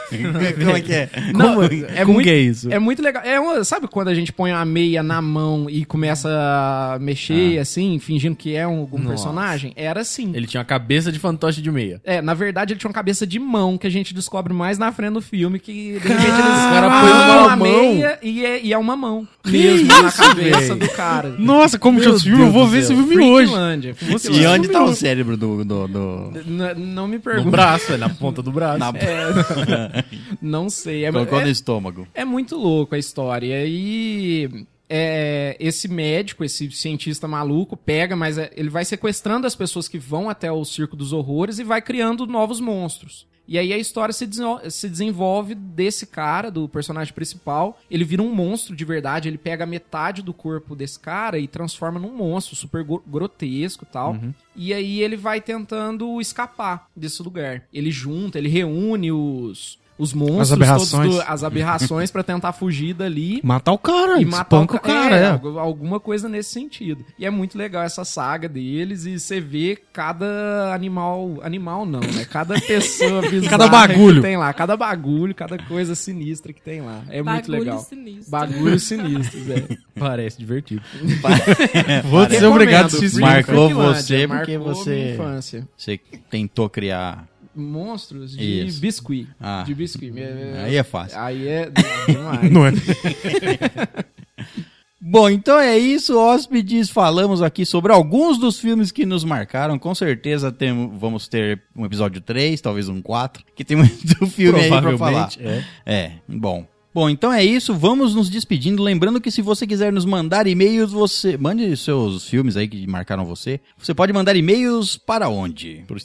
S1: Como é que é?
S5: Não, é
S4: Como
S5: muito
S4: que é isso?
S5: é muito legal. É uma- sabe quando a gente põe a meia na mão e começa a mexer assim, fingindo que é um, algum personagem? Era assim.
S4: Ele tinha uma cabeça de fantoche de meia.
S5: É, na verdade ele tinha uma cabeça de mão que a gente descobre mais na frente do filme que de repente eles
S4: Cara, põe
S5: põem uma,
S4: uma mão.
S5: meia e é, e é uma mão mesmo na cabeça do cara.
S3: Nossa, como chama esse filme? Eu vou ver esse filme hoje.
S5: Freaklândia.
S1: E onde tá o cérebro do... do, do-
S5: N- Não me
S4: No
S5: pergunte.
S4: braço, é na ponta do braço.
S1: Na...
S5: Não sei. É,
S1: Colocou
S5: é-
S1: no estômago.
S5: é muito louco a história. E é, esse médico, esse cientista maluco, pega, mas é, ele vai sequestrando as pessoas que vão até o Circo dos Horrores e vai criando novos monstros. E aí a história se, desenho- se desenvolve desse cara, do personagem principal. Ele vira um monstro de verdade. Ele pega metade do corpo desse cara e transforma num monstro super gro- grotesco e tal. E aí ele vai tentando escapar desse lugar. Ele junta, ele reúne os, os monstros, todos
S3: aberrações.
S5: do- as aberrações pra tentar fugir dali.
S3: Matar o cara,
S5: E matar o
S3: espanca
S5: ca-
S3: o cara.
S5: é,
S3: é.
S5: algu- alguma coisa nesse sentido. E é muito legal essa saga deles e você vê cada animal. Animal não, né? Cada pessoa bizarra
S3: Cada bagulho.
S5: que tem lá. Cada bagulho, cada coisa sinistra que tem lá. É muito
S6: Bagulho
S5: legal.
S6: sinistro.
S5: Bagulhos sinistros, é.
S9: Parece divertido.
S1: Vou
S3: é
S9: dizer obrigado,
S5: Recomendo.
S1: Marcou
S5: Freaklandia,
S1: você porque
S5: marcou
S1: você-
S5: minha infância.
S1: Você tentou criar.
S5: Monstros de
S1: Isso.
S5: biscuit.
S1: Ah.
S5: De biscuit. É-
S1: Aí é fácil.
S5: Aí é demais.
S3: Não é?
S1: Bom, então é isso, hóspedes. Falamos aqui sobre alguns dos filmes que nos marcaram. Com certeza temos, vamos ter um episódio 3, talvez um 4, que tem muito filme aí pra falar.
S9: Provavelmente, é.
S1: É, bom. Bom, então é isso, vamos nos despedindo. Lembrando que se você quiser nos mandar e-mails, você. Mande seus filmes aí que marcaram você. Você pode mandar e-mails para onde?
S4: Pro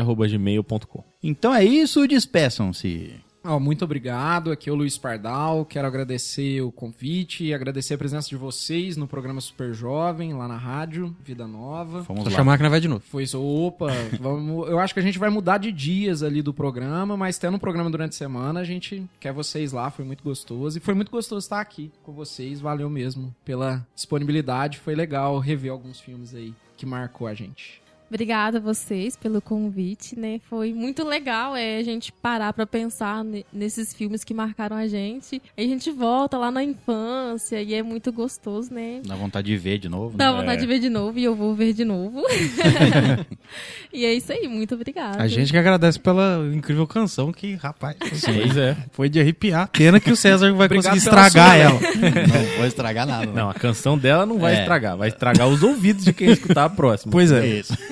S4: estalagemnerd.gmail.com.
S1: Então é isso, despeçam-se.
S5: Ó, muito obrigado, aqui é o Luiz Pardal. Quero agradecer o convite e agradecer a presença de vocês no programa Super Jovem, lá na rádio Vida Nova.
S1: Vamos
S3: Só
S1: lá.
S3: chamar que não vai de novo.
S5: Foi isso, opa, vamos, eu acho que a gente vai mudar de dias ali do programa, mas tendo um programa durante a semana, a gente quer vocês lá, foi muito gostoso. E foi muito gostoso estar aqui com vocês, valeu mesmo pela disponibilidade, foi legal rever alguns filmes aí que marcou a gente.
S6: Obrigada a vocês pelo convite, né? Foi muito legal é, a gente parar pra pensar ne- nesses filmes que marcaram a gente. Aí a gente volta lá na infância e é muito gostoso, né?
S1: Dá vontade de ver de novo. né?
S6: Dá vontade de ver de novo e eu vou ver de novo. e é isso aí, muito obrigada.
S3: A gente que agradece pela incrível canção que, rapaz,
S4: Pois é.
S3: foi de arrepiar. Pena que o César vai
S5: Obrigado
S3: conseguir
S5: pela
S3: estragar
S5: sua-
S3: ela.
S1: Não vou estragar nada. né?
S4: Não, a canção dela não vai
S1: É.
S4: estragar. Vai estragar os ouvidos de quem escutar a próxima.
S3: Pois é.
S1: Isso.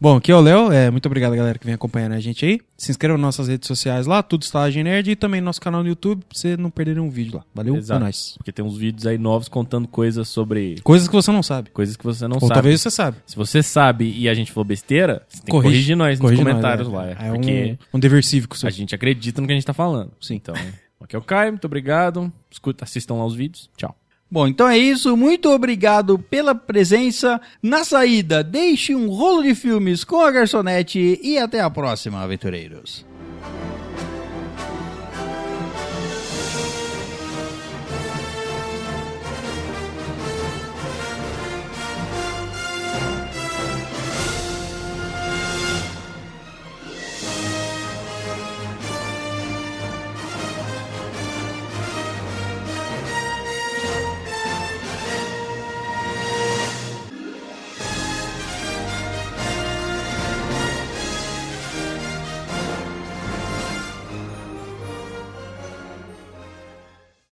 S3: Bom, aqui é o Léo. É, muito obrigado, galera, que vem acompanhando a gente aí. Se inscreva nas nossas redes sociais lá, tudo Estalagem Nerd, e também no nosso canal no YouTube, pra você não perder um vídeo lá. Valeu,
S4: Exato.
S3: é nóis.
S4: Porque tem uns vídeos aí novos contando coisas sobre
S3: Coisas que você não sabe.
S4: coisas que você não
S3: Ou
S4: sabe.
S3: talvez você sabe.
S4: Se você sabe e a gente falou besteira, você tem que corrigir nós
S3: corrige
S4: nos comentários
S3: nós,
S4: lá.
S3: é.
S4: É,
S3: É
S4: porque
S3: um, um dever cívico. seu.
S4: a gente acredita no que a gente tá falando. Sim. Então, aqui é o Caio, muito obrigado. Escuta, assistam lá os vídeos. Tchau.
S1: Bom, então é isso. Muito obrigado pela presença. Na saída, deixe um rolo de filmes com a garçonete e até a próxima, aventureiros.